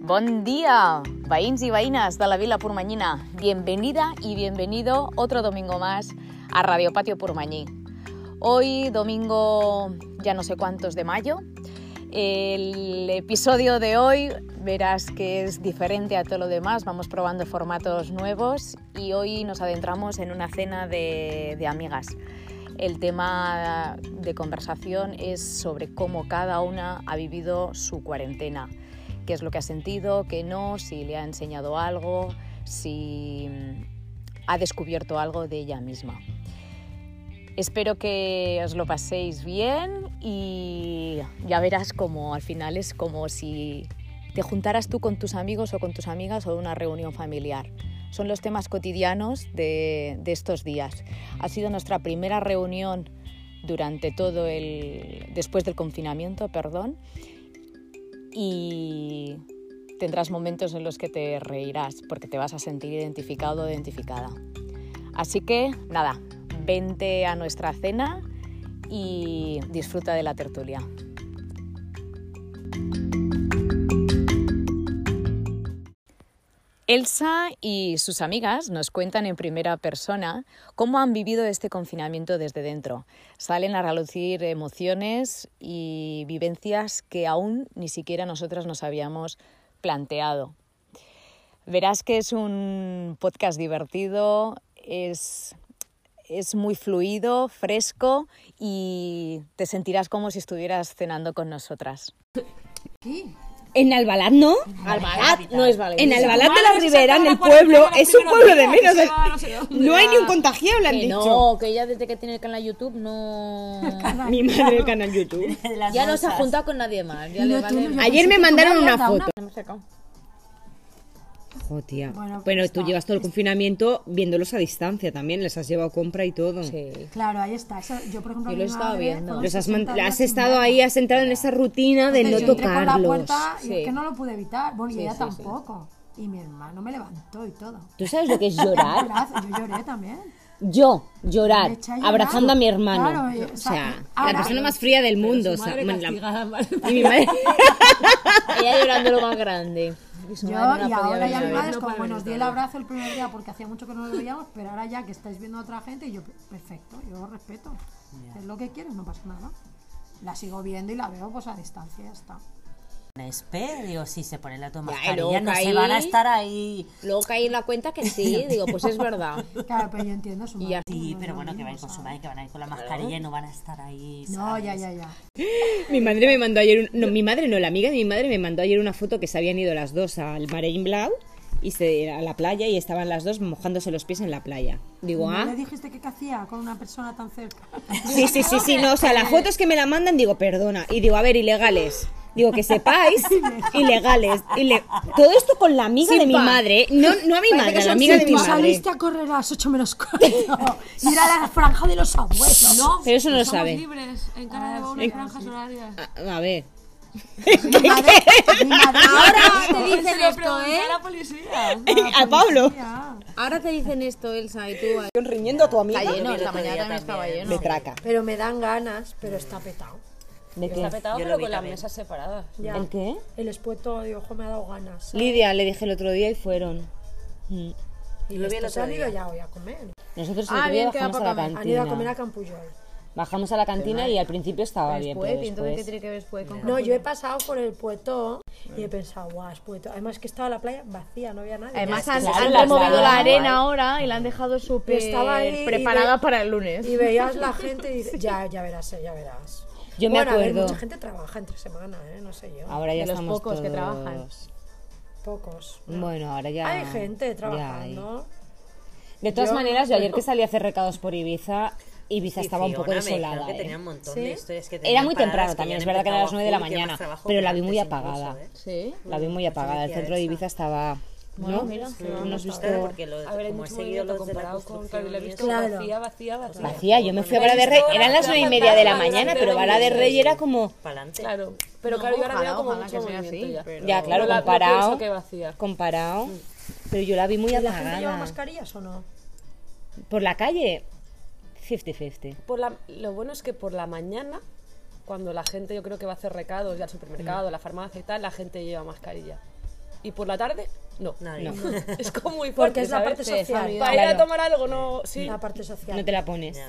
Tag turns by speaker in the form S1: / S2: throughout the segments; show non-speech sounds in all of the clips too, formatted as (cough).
S1: Bon día, veïns y veïnas de la Vila Pormanyina. Bienvenida y bienvenido otro domingo más a Radio Patio Pormañí. Hoy, domingo ya no sé cuántos de mayo, el episodio de hoy verás que es diferente a todo lo demás, vamos probando formatos nuevos y hoy nos adentramos en una cena de, de amigas. El tema de conversación es sobre cómo cada una ha vivido su cuarentena, qué es lo que ha sentido, qué no, si le ha enseñado algo, si mm, ha descubierto algo de ella misma. Espero que os lo paséis bien y ya verás como al final es como si te juntaras tú con tus amigos o con tus amigas o una reunión familiar. Son los temas cotidianos de, de estos días. Ha sido nuestra primera reunión durante todo el... después del confinamiento, perdón, y tendrás momentos en los que te reirás porque te vas a sentir identificado o identificada. Así que nada, vente a nuestra cena y disfruta de la tertulia. Elsa y sus amigas nos cuentan en primera persona cómo han vivido este confinamiento desde dentro. Salen a relucir emociones y vivencias que aún ni siquiera nosotras nos habíamos planteado. Verás que es un podcast divertido, es es muy fluido, fresco y te sentirás como si estuvieras cenando con nosotras.
S2: En Albalat no.
S1: Albalat Ah, no es Valencia.
S2: En Albalat de la Ribera, en el pueblo, es un pueblo de menos. de- (laughs) No hay ni un contagiado, le han
S1: Que
S2: dicho.
S1: no, que ella desde que tiene el canal YouTube no...
S2: Mi madre el canal YouTube.
S1: Ya no se ha juntado con nadie más. Ya le vale.
S2: Ayer me mandaron una foto.
S3: Hemos sacado.
S2: Jo, tía.
S3: Bueno,
S2: Bueno,
S3: pues
S2: tú
S3: está.
S2: llevas todo el confinamiento viéndolos a distancia también. Les has llevado compra y todo.
S1: Sí.
S3: Claro, ahí está. Eso, yo, por ejemplo,
S1: Yo
S3: a
S1: lo
S3: mi
S1: estaba
S3: madre,
S1: viendo.
S3: con
S2: Los has, man-
S3: 60 días
S2: has
S3: sin
S2: estado
S3: verla.
S2: ahí, has entrado en esa rutina de no
S3: Entonces, yo entré Por la
S2: tocarlos.
S3: puerta y
S1: Sí.
S3: es que no lo pude evitar. Bueno,
S1: Sí,
S3: y ella
S1: sí, sí.
S3: tampoco. Y mi hermano me levantó y todo.
S4: ¿Tú sabes lo que es llorar?
S3: Llorad, Yo lloré también.
S4: Yo, llorar,
S3: Me eché a llorar.
S4: abrazando a mi hermano.
S3: Claro, y-
S2: O sea, la
S3: ahora-
S2: persona más fría del mundo. o sea, bueno, la-
S3: (laughs)
S2: y mi madre.
S1: Ella llorando lo más grande. Y su
S3: Yo,
S1: madre no la
S3: y
S1: podía
S3: ahora
S1: ver
S3: ya mi
S1: llorar.
S3: madre es como, bueno, os di el abrazo el primer día porque hacía mucho que no lo veíamos, pero ahora ya que estáis viendo a otra gente, y yo, perfecto, yo os respeto. Es lo que quieres, no pasa nada. La sigo viendo y la veo pues a distancia, ya está.
S5: Espe, digo, si se ponen la toma
S1: Ya, y luego
S5: mascarilla, no
S1: caí.
S5: se van a estar ahí.
S1: Luego caí en la cuenta que (laughs) sí, digo, pues es verdad.
S3: Claro, pero yo entiendo su madre.
S5: Sí,
S3: no es
S5: pero
S3: lo
S5: bueno, que van
S3: mismo,
S5: con su
S3: ¿sabes?
S5: madre, que van a ir con la mascarilla y no van a estar ahí.
S3: No,
S5: ¿sabes?
S3: ya, ya, ya.
S2: Mi madre me mandó ayer un- no, mi madre no, la amiga de mi madre me mandó ayer una foto que se habían ido las dos al Marín Blau y se, a la playa y estaban las dos mojándose los pies en la playa. Digo,
S3: ¿No le
S2: ah,
S3: dijiste que qué hacía con una persona tan cerca?
S2: sí, sí, sí, sí, no, o sea, las fotos que me la mandan digo, perdona, y digo, a ver, ilegales. Digo, que sepáis, ilegales. ile- Todo esto con la amiga de mi madre, no, no a mi madre, a la amiga de mi
S3: Tú
S2: madre.
S3: saliste a correr a las 8 menos cuarto. Ir a la franja de los abuelos. No, Ah,
S2: Pero eso no lo sabe.
S6: libres en Canadá unas franjas horarias.
S2: A, a ver.
S3: (laughs) mi madre.
S2: (laughs)
S3: mi madre-
S1: te dicen esto, ¿eh?
S6: la policía.
S2: A Pablo.
S3: Ya.
S1: Ahora te dicen esto, Elsa, y tú...
S2: Riñendo a tu amiga.
S1: Está lleno, esta mañana también estaba lleno.
S2: Me traca.
S3: Pero me dan ganas, pero está petado.
S1: Está petado,
S5: Yo lo
S1: pero
S5: vi
S1: con las
S5: también.
S1: mesas separadas.
S3: Ya.
S2: ¿El qué?
S3: El espueto de ojo me ha dado ganas.
S2: Lidia, le dije el otro día y fueron.
S3: Y lo se han ido ya hoy a comer.
S4: Mm. Nosotros
S1: Ah,
S4: el otro
S1: bien,
S4: día
S1: queda
S4: bajamos a
S1: por
S4: la
S1: comer.
S3: Han ido a comer
S4: cantina.
S3: a Campullol.
S4: Bajamos a la cantina y al principio estaba bien, pero después...
S1: tiene que ver después con
S3: No, yo he pasado por el pueto y he pensado, guau, es pueto. Pues Además que estaba la playa vacía, no había nadie.
S1: Además
S3: Ya
S1: han,
S3: está.
S1: han
S4: las
S1: removido la
S4: lavan.
S1: arena ahora y la han dejado súper
S3: Estaba ahí y
S1: preparada
S3: ve-
S1: para el lunes.
S3: Y veías
S4: (laughs)
S3: la gente y dices, ya, ya verás, eh, ya verás.
S4: Yo me
S3: Bueno, a ver,
S4: acuerdo.
S3: mucha gente trabaja entre semana, ¿eh? No sé yo.
S4: Ahora ya
S1: De los
S4: estamos
S1: pocos que trabajan.
S4: todos-
S3: Pocos.
S4: Bueno, ahora ya...
S3: Hay gente
S4: ya hay.
S3: trabajando.
S4: De todas
S3: Yo-
S4: maneras, yo ayer que salí a hacer recados por Ibiza, Ibiza estaba un poco
S5: Fiona me dijeron
S4: desolada,
S5: que
S4: ¿eh?
S5: tenía un montón
S3: ¿Sí?
S5: de historias que
S4: Era
S5: tenía
S4: muy
S5: paradas
S4: temprano
S5: que
S4: también, es
S5: ya han
S4: verdad que era a las
S5: empezado
S4: 9 de la
S5: a full, que más
S4: mañana,
S5: trabajo
S4: pero
S5: que
S4: la vi muy
S5: antes
S4: apagada.
S5: incluso, ¿eh?
S1: Sí.
S4: La vi muy apagada. El centro de Ibiza estaba... ¿No? ¿No has visto?
S5: Claro, porque lo, como he seguido los de la construcción y eso,
S3: Claro.
S6: vacía, vacía, vacía.
S4: Vacía, yo me fui a Vara de Rey, eran las nueve y media de la mañana, pero Vara de Rey era como...
S5: pa'lante.
S6: Claro. Pero claro, yo ahora veo como mucho movimiento ya.
S4: Ya, claro,
S6: No la- no
S4: comparado.
S6: pienso que vacía.
S4: Comparado. Pero yo la vi muy
S3: ¿Y ¿La gente lleva
S4: apagada.
S3: mascarillas o no?
S4: Por la calle, 50-50.
S6: Por la- lo bueno es que por la mañana, cuando la gente yo creo que va a hacer recados ya al supermercado, a la farmacia y tal, la gente lleva mascarilla. y por la tarde no.
S5: Nadie.
S6: (laughs) Es como muy fuerte.
S3: Porque es la
S6: ¿sabes?
S3: parte social.
S6: Para ir a
S3: Claro.
S6: tomar algo, no. Sí.
S3: La parte social.
S4: No te la pones.
S5: Ya.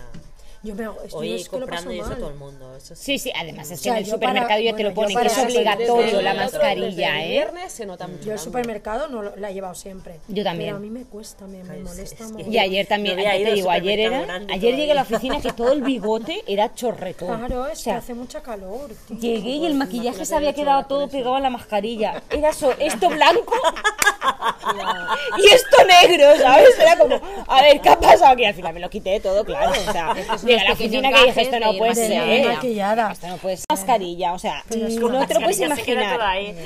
S3: Yo me hago, esto
S5: Hoy
S3: es que lo paso
S5: comprando y eso
S3: mal.
S5: todo el mundo. Eso sí.
S4: Sí, sí, además es que
S3: O sea,
S4: en el
S3: yo
S4: supermercado
S3: para-
S4: ya te lo
S3: bueno, yo
S4: ponen, que es
S3: para-
S4: obligatorio
S6: Desde
S4: la
S6: el otro-
S4: mascarilla,
S6: desde el
S4: ¿eh?
S6: viernes se nota mucho.
S3: Yo al supermercado no lo- la he llevado siempre.
S4: Yo también.
S3: Pero a mí me cuesta, me, me
S5: Ay, sí,
S3: molesta
S5: es que-
S3: mucho.
S4: Y ayer también,
S5: No había
S4: ya
S5: ido
S4: te
S5: al
S4: digo, ayer
S5: supermercado
S4: era,
S5: grande
S4: ayer llegué a la
S5: todavía.
S4: oficina que todo el bigote era chorretón.
S3: Claro, es
S4: O
S3: que
S4: sea,
S3: hace mucha calor, tío.
S4: Llegué y el maquillaje se había quedado todo pegado a la mascarilla. Era so- esto blanco (laughs) y esto negro, ¿sabes? Era como, a ver, ¿qué ha pasado aquí? Al final me lo quité todo, claro. O sea,
S1: son
S4: llegué a la
S1: los pequeños
S4: oficina que dije,
S1: gajes
S4: esto
S1: de
S4: no
S1: ir
S4: puede
S3: De
S4: ser.
S3: la maquillada.
S4: Esto no puede ser. Mascarilla, o sea, no te lo
S5: Mascarilla
S4: puedes
S5: se queda toda
S4: imaginar.
S5: ahí.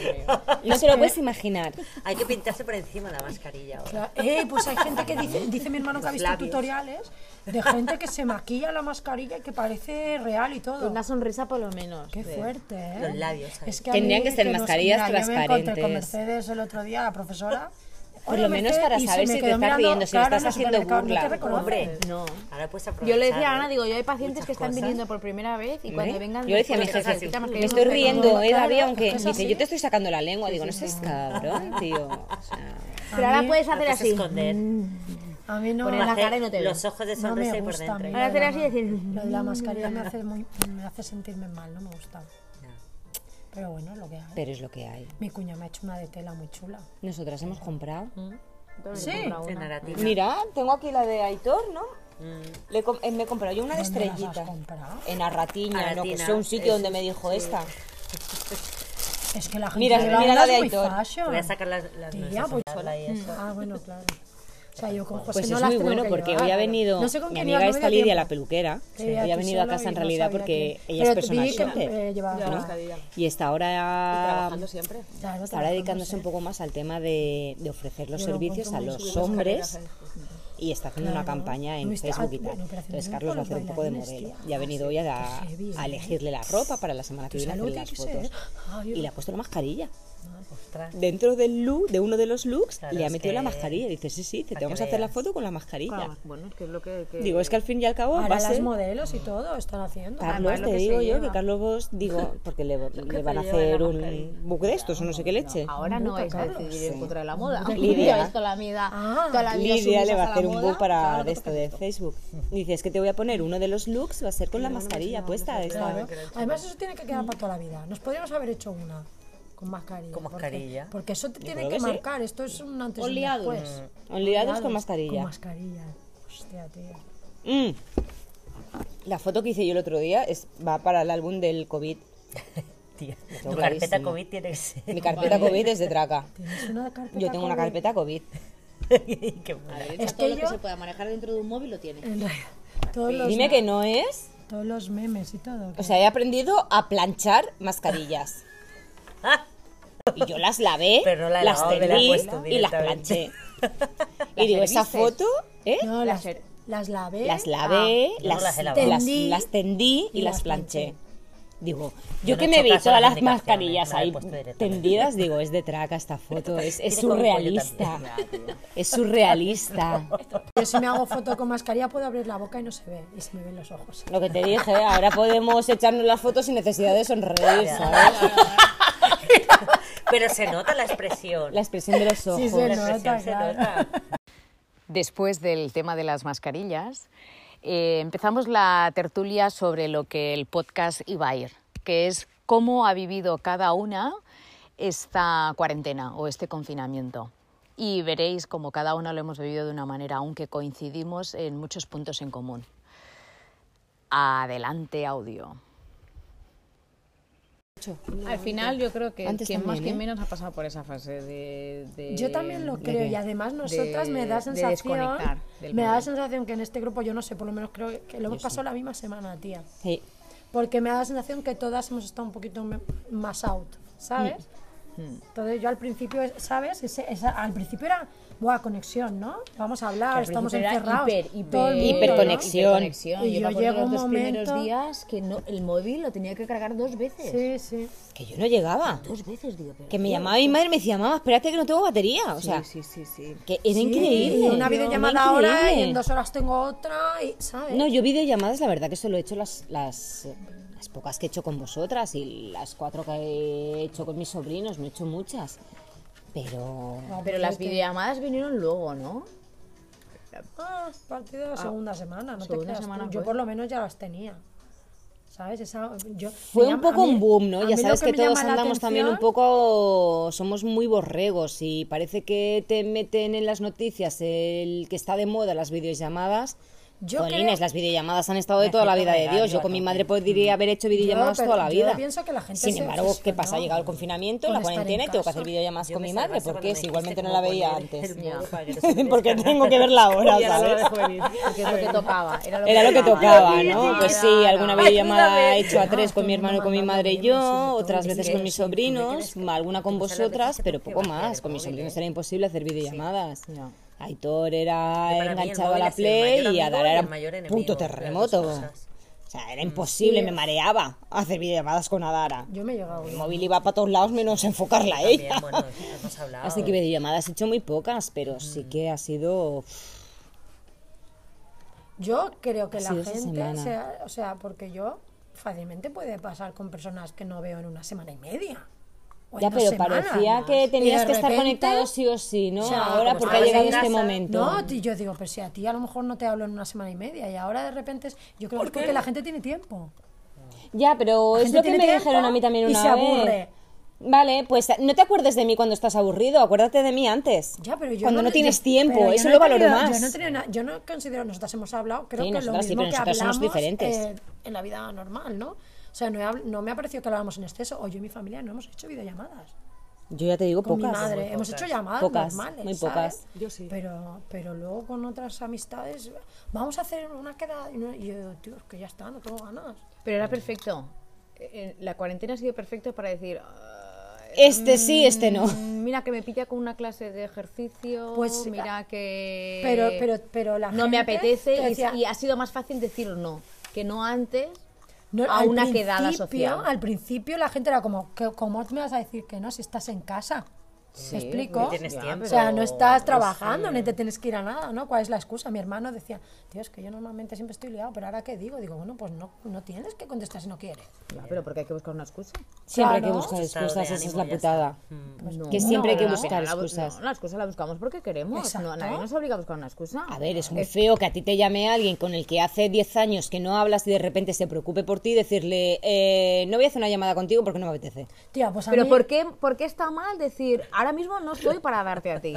S4: (laughs) No se lo puedes imaginar.
S5: Hay que pintarse por encima la mascarilla ahora.
S3: Claro. Eh, pues hay gente que dice, dice mi hermano que ha
S5: Los
S3: visto
S5: labios.
S3: tutoriales de gente que se maquilla la mascarilla y que parece real y todo.
S1: Una sonrisa por lo menos.
S3: Qué fuerte, ¿eh?
S5: Los labios ahí.
S3: Es que a
S4: Tendrían
S3: mí
S4: que ser
S3: nos-
S4: mascarillas
S3: mira, yo me encontré con
S4: transparentes.
S3: Mercedes el otro día, la profesora.
S4: Por
S3: Oye,
S4: lo menos
S3: Mercedes,
S4: para
S3: y se
S4: saber
S3: me
S4: si te
S3: quedó
S4: estás
S3: mirando,
S4: riendo, si
S3: claro,
S4: estás
S3: en el
S4: haciendo
S3: supermercado,
S4: burla.
S3: No te reconoce.
S5: Hombre,
S1: No.
S5: ahora puedes aprovechar.
S1: Yo le decía a
S5: ¿eh?
S1: Ana, digo, yo hay pacientes
S5: Muchas
S1: que están
S5: cosas.
S1: viniendo por primera vez y cuando
S4: ¿Eh?
S1: vengan...
S4: Yo le decía a mi
S1: después,
S4: jefe,
S1: se quitan
S4: me
S1: mascarilla,
S4: estoy
S1: no sé cómo".
S4: riendo, eh,
S3: Claro,
S4: David,
S3: es
S4: aunque
S3: que es
S4: dice,
S3: así.
S4: yo te estoy sacando la lengua. Digo, no seas cabrón, tío. O sea,
S1: Pero ahora puedes
S5: No
S1: hacer
S5: puedes
S1: así.
S5: esconder.
S3: A mí no,
S1: Poner la
S3: la-
S1: cara y no te ve.
S5: Los ojos de
S3: no
S5: sonrisa
S3: me
S5: y por
S3: gusta. a mí
S5: dentro. ¿eh? Mm.
S3: lo
S1: Ahora
S3: de la-
S1: hacer así y decir,
S3: Lo de la mascarilla me hace, muy- me hace sentirme mal, no me gusta. Pero bueno, lo que hay.
S4: pero es lo que hay.
S3: Mi cuña me ha hecho una de tela muy chula.
S4: Nosotras hemos comprado.
S3: Sí.
S5: En Aratina.
S4: Mira, tengo aquí la de Aitor, ¿no? Le com- eh, me he comprado yo una de
S3: ¿Dónde las has
S4: estrellita.
S3: comprado?
S4: En Arratiña, no, que
S5: Arratiña,
S4: es un sitio
S5: es-
S4: donde me dijo esta.
S3: Pues Es que la gente
S4: Mira,
S3: lleva
S4: mira la
S3: unas
S4: de
S3: muy
S4: Aitor.
S3: fashion.
S5: Voy a sacar las, las
S3: Tía,
S5: nuestras
S3: pues,
S5: sola y eso.
S3: Ah, bueno, claro. O sea, yo con José
S4: Pues
S3: no
S4: es
S3: las
S4: muy
S3: tengo
S4: bueno
S3: que
S4: porque
S3: llevar.
S4: hoy ha venido
S3: No sé con
S4: mi
S3: quién iba,
S4: amiga
S3: no me dio
S4: esta Lidia
S3: tiempo.
S4: la peluquera.
S3: Sí,
S4: hoy ha
S3: tú
S4: venido a
S3: sola
S4: casa en
S3: y no
S4: realidad
S3: sabía
S4: porque
S3: quién.
S4: ella
S3: Pero
S4: es
S3: te
S4: persona
S3: vi que,
S4: shopper.
S3: eh, llevaba
S6: la
S3: una-
S6: mascarilla.
S4: Y está ahora
S6: Trabajando siempre.
S3: Claro,
S4: Ahora
S3: trabajando,
S4: dedicándose
S3: sí.
S4: un poco más al tema de, de ofrecer los
S3: Yo lo
S4: servicios a
S3: encuentro muy
S4: los
S6: subido las
S4: hombres
S3: eh?
S6: carreras,
S4: y está haciendo una
S3: Claro.
S4: campaña en
S3: No está-
S4: Facebook y tal.
S3: bueno, pero hace
S4: Entonces
S3: tiempo
S4: Carlos va a
S3: los
S4: hacer un poco de
S3: bailarines,
S4: modelo
S3: tía.
S4: y ha venido hoy a, da-
S3: Qué heavy,
S4: a
S3: ¿eh?
S4: elegirle la ropa para la semana que viene a hacer
S3: Salud,
S4: las
S3: tiene que
S4: fotos.
S3: ser. Ay, Ah,
S4: Y le ha puesto la mascarilla.
S5: Ostras.
S4: Dentro del look, de uno de los looks,
S5: Claro,
S4: le ha
S5: es
S4: metido la
S5: que-
S4: mascarilla. Dice, sí, sí, te,
S5: para
S4: te
S5: que
S4: vamos a hacer la
S5: veas.
S4: foto con la mascarilla.
S1: Ah, Bueno, es que es lo que... que-
S4: Digo, es que al fin y al cabo va
S3: Ahora
S4: a
S3: las
S4: ser...
S3: modelos y todo están haciendo.
S4: Carlos,
S1: lo
S4: te
S1: que
S4: digo
S1: se
S4: yo
S1: lleva.
S4: que Carlos Vos, digo,
S1: (laughs)
S4: porque le, le van a
S5: lleva la
S4: hacer
S5: mascarilla.
S4: un book de estos o no sé qué leche.
S1: Ahora no es decidir en contra de la moda.
S4: Lidia.
S1: Ya ves toda la vida.
S3: Ah.
S1: toda la vida
S4: Lidia le
S1: sumisas
S4: va a hacer
S1: la
S4: un
S1: moda.
S4: book para de esto de Facebook. Dice, es que te voy a poner uno de los looks, va a ser con la mascarilla puesta. esta.
S3: Claro. Además, eso tiene que quedar para toda la vida. Nos podríamos haber hecho una con mascarilla.
S5: Con
S3: porque-
S5: mascarilla.
S3: Porque, eso te tiene
S4: creo
S3: que
S4: que sí. Mm.
S3: marcar. Esto es un antes y un
S1: Oleados.
S3: después.
S4: Oleados con
S3: Con
S4: mascarilla.
S3: mascarilla. Hostia, tío.
S4: Mm. La foto que hice yo el otro día es, va para el álbum
S3: (laughs)
S4: del COVID.
S5: Tía,
S4: Tengo
S5: tu carpeta
S4: clarísimo.
S5: COVID tiene que ser. (laughs)
S4: Mi carpeta COVID es de traca.
S3: Tienes una carpeta.
S4: Yo tengo una
S3: con-
S4: carpeta COVID.
S5: Qué buena.
S1: Hecho
S3: Es
S1: todo
S3: que
S1: lo que
S3: yo-
S1: se pueda manejar dentro de un móvil lo tiene.
S3: En realidad, Todos los,
S4: Dime que no es.
S3: todos los memes y todo.
S4: O sea, he aprendido a planchar mascarillas. Y yo las lavé,
S5: (laughs) Pero no la he
S4: las
S5: lavado, me la he
S4: tendí
S5: puesto
S4: y las planché.
S5: (laughs) directamente.
S4: y digo, esa
S1: herviste?
S4: foto, ¿eh?
S3: no, las,
S1: Las-
S3: las lavé.
S4: Las lavé,
S5: ¿eh? Ah,
S4: las,
S5: no las he
S4: las,
S5: lavado.
S3: Tendí
S4: las tendí y,
S3: y
S4: las
S3: las
S4: planché.
S3: planché.
S4: Digo, yo
S5: Yo no
S4: que
S5: he
S4: me
S5: hecho
S4: vi
S5: caso a
S4: todas
S5: las
S4: las
S5: indicaciones,
S4: mascarillas
S5: me la he
S4: ahí
S5: puesto directamente.
S4: tendidas, digo, es de traca esta foto, es, es
S5: Tiene como un cuello
S4: surrealista.
S5: también.
S4: Es surrealista.
S3: Yo si me hago foto con mascarilla puedo abrir la boca y no se ve. Y se me ven los ojos.
S4: Lo que te dije, ahora podemos echarnos las fotos sin necesidad de sonreír, ¿sabes?
S5: (laughs) Pero se nota la expresión.
S4: La expresión de los ojos.
S3: Sí,
S5: La
S3: se
S5: expresión
S3: nota,
S5: se
S3: claro.
S5: nota.
S1: después del tema de las mascarillas, eh, empezamos la tertulia sobre lo que el podcast iba a ir, que es cómo ha vivido cada una esta cuarentena o este confinamiento. Y veréis como cada una lo hemos vivido de una manera, aunque coincidimos en muchos puntos en común. Adelante, audio. Al final yo creo que
S4: Antes quien más, también, quien ¿eh?
S1: menos ha pasado por esa fase de...
S3: Yo también lo creo y además nosotras me da
S1: de
S3: sensación
S1: desconectar del
S3: me da la
S1: móvil.
S3: sensación que en este grupo yo no sé, por lo menos creo que lo hemos pasado la misma semana, tía.
S4: Sí.
S3: Porque me da la sensación que todas hemos estado un poquito me- más out, ¿sabes?
S4: Mm.
S3: Entonces yo al principio, ¿sabes? Ese- esa- al principio era, buah, conexión, ¿no? Vamos a hablar, estamos encerrados. todo el mundo, ¿no?
S4: hiperconexión.
S3: Y
S1: Y
S3: yo
S1: yo me acuerdo
S3: llego
S1: los
S3: un
S1: dos primeros
S3: momento-
S1: días que no, el móvil lo tenía que cargar dos veces.
S3: Sí, sí.
S4: Que yo no llegaba.
S1: Dos veces, digo, pero...
S4: Que me llamaba mi madre y me decía, mamá, espérate que no tengo batería. O sea,
S1: Sí, sí, sí.
S4: que era
S3: Sí,
S4: increíble.
S3: y Una
S4: Era
S3: videollamada ahora y
S4: increíble.
S3: en dos horas tengo otra y, ¿sabes?
S4: No, yo videollamadas, la verdad que solo he hecho las, las, eh, las pocas que he hecho con vosotras y las cuatro que he hecho con mis sobrinos, no he hecho muchas. Pero.
S1: Pero las videollamadas vinieron luego, ¿no?
S7: Ah, a partir de la segunda semana, no
S1: segunda
S7: te creas tú.
S1: semana
S7: Yo
S1: fue.
S7: por lo menos ya las tenía. ¿Sabes? Esa, yo,
S4: Fue
S7: me
S4: un
S7: llama- a
S4: poco
S7: mí-
S4: un boom,
S7: a
S4: ¿no?
S7: mí
S4: Ya
S7: lo
S4: sabes
S7: que
S4: que,
S7: me
S4: todos
S7: llama la
S4: andamos también un
S7: atención-
S4: poco, somos muy borregos y parece que te meten en las noticias el que está de moda las videollamadas.
S7: Yo
S4: Jolines,
S7: creo-
S4: las videollamadas han estado de toda la vida de Dios. Yo con mi madre podría haber hecho videollamadas
S7: pero
S4: toda la
S7: yo
S4: vida.
S7: pienso que la gente
S4: Sin
S7: se
S4: embargo, ¿qué
S7: obsesionó
S4: pasa? Ha llegado el confinamiento,
S7: con
S4: la
S7: estar en
S4: cuarentena y tengo que
S7: casa.
S4: hacer videollamadas
S5: Yo
S4: con
S5: me
S4: mi madre
S5: salvaste cuando
S4: porque
S5: me
S4: si
S5: dijiste
S7: este
S4: igualmente no
S5: cómo
S4: la veía
S5: poner
S4: antes.
S5: el modo
S4: (laughs)
S5: para que no se
S4: Porque
S5: descargara.
S4: tengo que verla
S7: (laughs)
S4: ahora,
S6: Ya lo
S4: ¿sabes?
S6: dejo venir.
S1: Porque es lo que tocaba. Era lo que,
S4: Era lo que tocaba, ¿no?
S1: Videollamada,
S4: Pues sí, alguna
S1: no.
S4: videollamada he hecho
S5: eh.
S4: a tres con mi hermano, con mi madre y yo, otras veces con mis sobrinos, alguna con vosotras, pero poco más. Con mis
S5: ¿eh?
S4: sobrinos era imposible hacer videollamadas. Aitor
S5: Para mí
S4: era
S5: el
S4: enganchado a
S5: móvil
S4: la
S5: es el mayor
S4: Play y a
S5: amigo
S4: Dara
S5: y el
S4: era
S5: mayor enemigo,
S4: punto
S5: las dos
S4: terremoto.
S5: cosas. Mm.
S4: O sea, era imposible, me mareaba hacer videollamadas con Adara.
S7: Yo me he llegado.
S4: El móvil iba para todos lados menos enfocarla a
S5: Bien,
S4: ella.
S5: Mm. bueno, hemos hablado.
S4: (laughs) Así que videollamadas he hecho muy pocas, pero sí que ha sido...
S7: Yo creo que
S4: Ha
S7: la
S4: sido esa
S7: gente,
S4: semana.
S7: sea- o sea, porque yo fácilmente puede pasar con personas que no veo en una semana y media. o en
S4: Ya,
S7: dos
S4: pero
S7: semanas.
S4: parecía que
S7: Y
S4: tenías
S7: de
S4: que estar
S7: repente,
S4: conectado sí o sí, ¿no?
S7: o sea,
S4: Ahora,
S7: como
S4: porque ha
S7: estabas
S4: llegado
S7: en
S4: este
S7: casa,
S4: momento.
S7: No, y yo digo, pero si a ti a lo mejor no te hablo en una semana y media y ahora de repente es, yo creo que es porque la gente tiene tiempo.
S4: Ya, pero
S7: La
S4: es
S7: gente
S4: lo que me
S7: tiene tiempo
S4: dijeron a mí también
S7: y
S4: una
S7: se
S4: vez.
S7: aburre.
S4: Vale, pues no te acuerdes de mí cuando estás aburrido, acuérdate de mí antes.
S7: Ya, pero yo
S4: cuando no,
S7: yo-
S4: tienes
S7: pero
S4: tiempo,
S7: yo
S4: eso
S7: no he
S4: lo valoro
S7: tenido-
S4: más.
S7: Yo no, he tenido na- yo no considero, nosotras hemos hablado, creo
S4: Sí,
S7: que lo
S4: nosotras sí,
S7: mismo
S4: pero
S7: que
S4: nosotras somos
S7: hablamos
S4: diferentes.
S7: eh, en la vida normal, ¿no? O sea, no, he habl- no me ha parecido que hablábamos en exceso. O yo y mi familia no hemos hecho videollamadas
S4: Yo ya te digo
S7: con
S4: pocas.
S7: mi madre. Hemos hecho llamadas
S4: Pocas,
S7: normales,
S4: muy
S7: ¿sabes?
S4: pocas.
S6: Yo sí.
S7: Pero, pero luego con otras amistades, vamos a hacer una queda. Y no- y yo, tío, es que ya está, no tengo ganas.
S1: Pero era perfecto. Eh, eh, La cuarentena ha sido perfecta para decir. "Ah,
S4: Este sí, este no.
S1: mm, Mira que me pilla con una clase de ejercicio.
S7: Pues,
S1: mira que.
S7: Pero, pero, pero la
S1: Eh, no me
S7: gente
S1: apetece.
S7: te
S1: y-
S7: decía-
S1: y, ha sido más fácil decir no. Que no antes
S7: No,
S1: a
S7: al
S1: una quedada
S7: principio-
S1: social.
S7: Al principio la gente era como, "¿Qué- ¿cómo me vas a decir que no si estás en casa? ¿Me explico?
S5: no tienes tiempo.
S7: o sea, no estás trabajando, ni te tienes que ir a nada, ¿no? ¿Cuál es la excusa? Mi hermano decía, tío, es que yo normalmente siempre estoy liado, pero ahora qué digo? Digo, bueno, pues no, no tienes que contestar si no quieres.
S1: Ya, pero porque hay que buscar una excusa.
S4: Siempre hay
S7: Claro.
S4: que buscar
S5: Estado de
S4: excusas, esa es
S5: ánimo,
S4: la
S5: ya está.
S4: putada.
S7: Mm.
S1: No,
S4: que siempre hay que
S1: no,
S4: buscar
S1: la bu-
S4: excusas.
S1: no, la excusa la buscamos porque queremos. No,
S7: Exacto.
S1: nadie nos obliga a buscar una excusa.
S4: A ver, es
S7: Eh.
S4: muy feo que a ti te llame alguien con el que hace 10 años que no hablas y de repente se preocupe por ti y decirle, eh, no voy a hacer una llamada contigo porque no me apetece.
S7: Tía, pues a
S1: Pero
S7: mí-
S1: ¿por qué, ¿por qué está mal decir, ahora mismo no estoy para darte a (laughs) ti?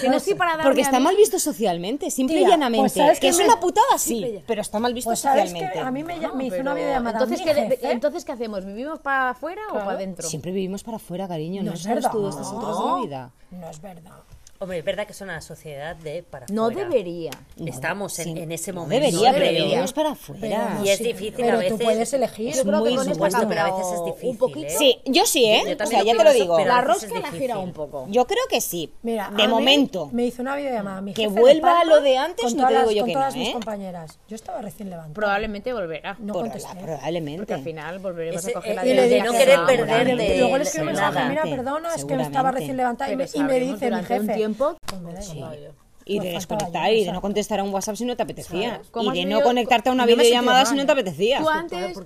S1: que no estoy para
S7: Ah,
S1: darte
S4: Porque
S1: a
S4: está
S1: mí.
S4: mal visto socialmente, simple y
S7: Tía,
S4: llanamente.
S7: pues ¿sabes
S4: que
S7: qué
S4: es
S7: me-
S4: una putada, sí,
S7: Simple y llan-
S4: pero está mal visto
S7: Pues sabes que
S4: socialmente.
S7: a mí me, ll-
S1: No,
S7: me hizo
S1: pero-
S7: una videollamada.
S1: Entonces,
S7: mi
S1: ¿qué, de-
S7: jefe.
S1: entonces, ¿qué hacemos? ¿Vivimos para afuera o
S7: Claro.
S1: para adentro?
S4: Siempre vivimos para afuera, cariño. No,
S7: No es
S4: sabes tú
S7: verdad.
S4: estas otras de la vida.
S7: No es verdad.
S5: Hombre, es verdad que es una sociedad de para
S1: No
S5: afuera.
S1: debería.
S5: Estamos en, en ese
S4: No
S5: momento.
S4: debería,
S5: creo.
S4: pero vivimos para afuera.
S5: Y es difícil a
S7: Pero
S5: veces.
S7: tú puedes elegir.
S4: Es
S1: Yo creo
S4: muy
S1: que con esta
S4: supuesto,
S1: ha
S5: pero a
S1: cambiado
S5: veces es difícil,
S1: un poquito.
S5: ¿eh?
S4: Sí, yo sí, ¿eh?
S5: Yo- yo
S4: o sea,
S5: también
S4: ya
S5: lo
S4: te lo
S5: pienso,
S4: digo.
S5: pero-
S1: La
S5: a veces
S1: rosca
S5: es
S1: la gira
S5: difícil.
S1: un poco.
S4: Yo creo que sí.
S7: Mira,
S4: de
S7: a mí
S4: momento. Mm,
S7: Me hizo una videollamada. mi
S4: Que
S7: jefe de
S4: vuelva
S7: Palma
S4: lo de antes,
S7: con
S4: no te
S7: todas
S4: digo
S7: las-
S4: yo
S7: con
S4: que no,
S7: todas mis
S4: ¿eh?
S7: compañeras. Yo estaba recién levantada.
S1: Probablemente volverá.
S7: No
S4: Por-
S7: contesté.
S4: probablemente.
S1: Porque al final volveremos
S5: Ese-
S1: a coger la
S5: eh,
S7: y
S1: dinámica
S7: le dije,
S1: que
S7: no querer
S1: va
S7: perder
S1: ahora.
S5: de-
S7: Y luego le escribí un mensaje,
S5: Seguramente,
S7: mira, perdona, es que me estaba
S4: seguramente.
S7: recién levantada y
S1: Pero
S7: me, y me
S1: sabremos
S7: dice mi
S1: durante
S7: jefe.
S1: un tiempo
S7: pues me da igual.
S4: Y de
S7: Pues
S4: desconectar
S7: faltaba yo,
S4: y de
S7: exacto.
S4: no contestar a un WhatsApp si no te apetecía.
S1: ¿Cómo
S4: Y
S1: has
S4: de
S1: vivido-
S4: no conectarte a una
S7: Yo me he sentido
S4: videollamada si
S7: mal,
S4: no te apetecía.
S1: Tú antes, tú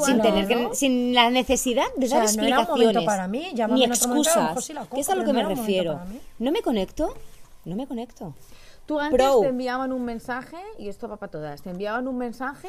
S4: sin
S1: antes-
S4: tener que, sin la necesidad de
S7: sea,
S4: dar
S7: no era un momento
S4: explicaciones
S7: para mí, llámame
S4: ni
S7: en otro momento, a lo mejor
S4: excusas
S7: sí la cojo,
S4: que es a lo
S7: pero
S4: que
S7: no
S4: me
S7: era un momento
S4: refiero
S7: para mí.
S4: no me conecto no me conecto
S1: Tú antes
S4: Pro.
S1: te enviaban un mensaje, y esto va para todas, te enviaban un mensaje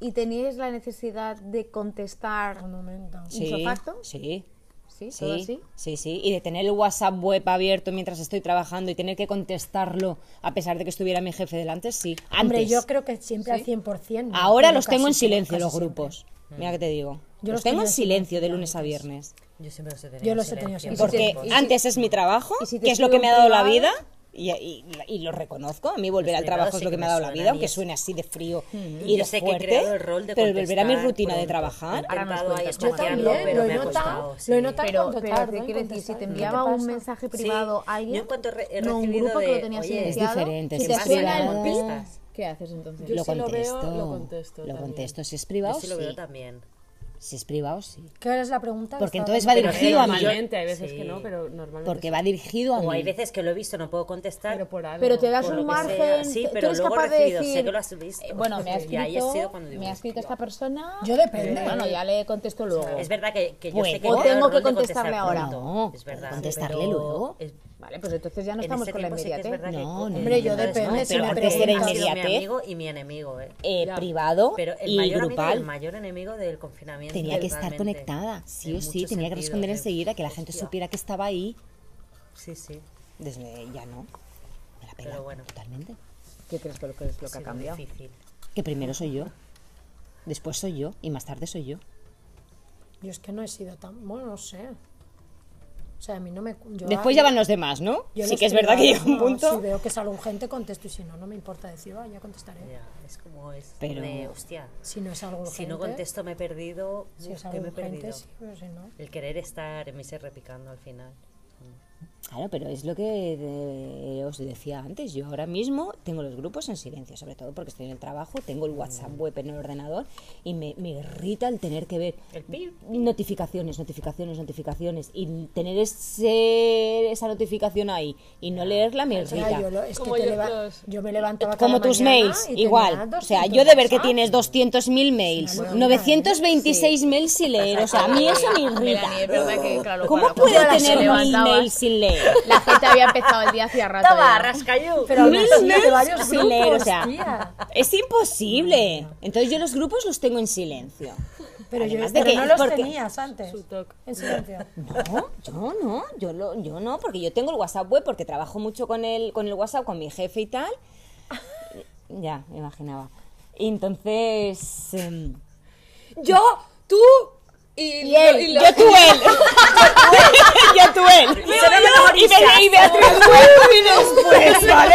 S1: y tenías la necesidad de contestar.
S7: Un momento.
S4: sí
S1: facto?
S4: sí
S1: ¿Sí? ¿Todo
S4: sí,
S1: así?
S4: sí, sí, y de tener el WhatsApp web abierto mientras estoy trabajando y tener que contestarlo a pesar de que estuviera mi jefe delante, sí. Antes.
S7: Hombre, yo creo que siempre al 100%. ¿no?
S4: Ahora
S7: Pero
S4: los tengo en
S7: casi siempre,
S4: silencio los
S7: casi siempre. Mm.
S4: grupos. Mira que te digo. los,
S7: Yo
S4: tengo
S7: los tenía
S4: en
S7: en
S4: silencio
S7: silencio
S4: de lunes a viernes.
S5: Yo siempre los he tenido.
S7: Yo
S5: en
S7: los he tenido
S5: silencio.
S7: en silencio.
S4: Porque
S1: te- y si-
S4: antes es mi trabajo,
S1: y si te
S4: que es lo
S1: escribe
S4: que
S1: un
S4: me ha dado la vida,
S1: privado.
S4: y, y- y lo reconozco. A mí volver
S5: Los
S4: al trabajo
S5: privados
S4: es
S5: sí
S4: lo que
S5: que
S4: me ha
S5: me
S4: dado la
S5: suenan
S4: vida,
S5: y
S4: aunque
S5: es-
S4: suene así de frío
S5: Y
S4: y de
S5: yo sé que he
S4: fuerte.
S5: creado el rol de
S4: pero volver a mi
S5: contestar
S4: rutina de
S5: pronto.
S4: trabajar.
S5: He intentado ahí
S7: Yo también,
S5: espaciarlo, pero
S7: lo he
S5: me ha
S7: notado.
S5: costado. sí.
S7: Lo he notado
S1: Pero,
S7: cuando
S1: pero
S7: tardo
S1: te
S7: en
S1: quiero decir, si
S7: contestar.
S1: te
S7: ¿Qué
S1: enviaba
S7: pasa?
S1: un mensaje
S5: Sí,
S1: privado a
S5: yo
S1: alguien,
S5: en cuanto re- he
S1: no un
S5: recibido
S1: grupo que
S5: de,
S1: lo tenía
S5: oye,
S1: silenciado,
S4: es diferente,
S1: si
S4: es
S1: te
S4: más
S1: suena el
S4: privado.
S1: ping, ¿qué haces entonces?
S6: Yo
S4: lo
S6: sí lo
S4: contesto.
S6: veo, lo contesto
S4: Lo
S6: también.
S4: contesto. Si es
S5: Yo
S4: privado,
S5: sí lo
S4: sí.
S5: veo también.
S4: Si es privado, sí.
S7: ¿Qué es la pregunta?
S4: Porque
S7: Estaba
S4: entonces va
S7: pensando.
S6: Pero
S4: dirigido a mí.
S6: normalmente, hay veces
S5: Sí.
S6: que no, pero normalmente.
S4: Porque
S6: sí.
S4: va dirigido a
S5: O
S4: mí.
S5: hay veces que lo he visto, no puedo contestar.
S6: Pero por algo.
S8: Pero te das
S5: por
S8: un
S5: lo que sea.
S8: margen.
S5: Sí,
S8: tú
S5: pero
S8: eres
S5: luego
S8: capaz de
S5: recibo,
S8: decir.
S5: sé que lo has visto.
S1: Eh, Bueno, me ha
S5: Y ahí ha sido
S1: escrito,
S5: cuando digo,
S1: me ha escrito esta persona.
S7: Yo depende.
S1: Bueno, ya le contesto luego.
S5: Es verdad que, que yo
S4: Bueno,
S5: sé que
S4: o
S5: me da el
S1: tengo que
S5: rol de contestar
S1: contestarle ahora.
S5: pronto.
S4: No,
S5: es verdad.
S4: contestarle
S5: pero
S4: luego.
S5: es-
S1: Vale, pues entonces ya no
S5: en
S1: estamos
S5: este
S1: con la
S5: tiempo sí que es
S1: inmediatez.
S5: verdad que-
S4: No, no,
S7: Hombre, yo
S5: no, es-
S7: depende,
S5: no,
S7: si
S5: pero
S7: me
S5: porque este era
S7: preguntas.
S5: inmediatez. Mi
S4: inmediatez.
S5: amigo y mi enemigo, eh.
S4: Eh, privado
S5: Pero el
S4: y
S5: mayor amigo y el
S4: grupal.
S5: mayor enemigo del confinamiento.
S4: Tenía que estar
S5: realmente,
S4: conectada, sí
S5: en
S4: o sí,
S5: muchos
S4: tenía que
S5: sentidos,
S4: responder
S5: eh.
S4: enseguida, que la gente
S5: Hostia.
S4: supiera que estaba ahí.
S5: Sí, sí.
S4: Desde ya no. Me la pela
S5: Pero bueno.
S4: totalmente.
S1: ¿Qué crees que lo que es lo que ha
S5: sido
S1: cambiado?
S5: Difícil.
S4: Que primero soy yo, después soy yo y más tarde soy yo.
S7: Yo es que no he sido tan. Bueno, no sé. O sea, a mí no me. yo-
S4: Después ya van los demás, ¿no?
S7: yo
S4: sí
S7: los
S4: que es verdad que llega
S7: privados,
S4: un
S7: no,
S4: punto.
S7: Si veo que sale un gente, contesto. Y si no, no me importa decir, "Ah, ya contestaré.
S5: Ya, es como es.
S4: Pero-
S5: de, hostia,
S7: Si no es algo urgente.
S5: si no contesto me he perdido.
S7: Si es
S5: ¿Qué
S7: algo
S5: me he
S7: urgente,
S5: perdido?
S7: sí, pero si no.
S5: El querer estar, me hice repicando al final.
S4: Claro, pero es lo que eh, os decía antes. Yo ahora mismo tengo los grupos en silencio, sobre todo porque estoy en el trabajo, tengo el WhatsApp web en el ordenador y me, me irrita el tener que ver
S5: El pip.
S4: notificaciones, notificaciones, notificaciones y tener ese, esa notificación ahí y no leerla me
S7: O sea, yo,
S4: irrita.
S7: lo- es que
S6: Como
S7: te
S6: yo
S7: leva-
S6: los-
S7: yo me levantaba
S4: Como
S7: cada
S4: tus
S7: mañana
S4: mails,
S7: y tenía
S4: igual. O sea,
S7: 200
S4: yo de ver que
S7: WhatsApp.
S4: tienes 200.000 mails, 926 mails sin leer, o sea, a mí eso me irrita.
S1: Melanie, es verdad que, claro,
S4: ¿Cómo
S1: claro,
S4: puedo
S1: cuando te
S4: tener mil
S1: levantabas,
S4: mails sin leer?
S1: La gente había empezado el día hacía rato.
S4: Ah,
S5: ¡Toma,
S1: ya.
S5: rascayú!
S7: Pero aún
S4: Mil
S7: así, de
S4: mails
S7: varios
S4: sin leer,
S7: grupos,
S4: o sea.
S7: tía.
S4: Es imposible. Entonces yo los grupos los tengo en silencio.
S7: Pero yo
S4: Además de
S7: pero
S4: que-
S7: no los
S4: porque-
S7: tenías antes. En silencio.
S4: No, yo no, yo, lo, yo no, porque yo tengo el WhatsApp web porque trabajo mucho con el, con el WhatsApp, con mi jefe y
S7: (laughs)
S4: tal. Ya, me imaginaba. Y entonces... em,
S6: Yo, tú y, y lo-
S4: yo tú
S7: (laughs)
S4: él. yo tú él. Y yo, Y, Be- y Beatriz tú y
S7: pues,
S4: después, ¿vale?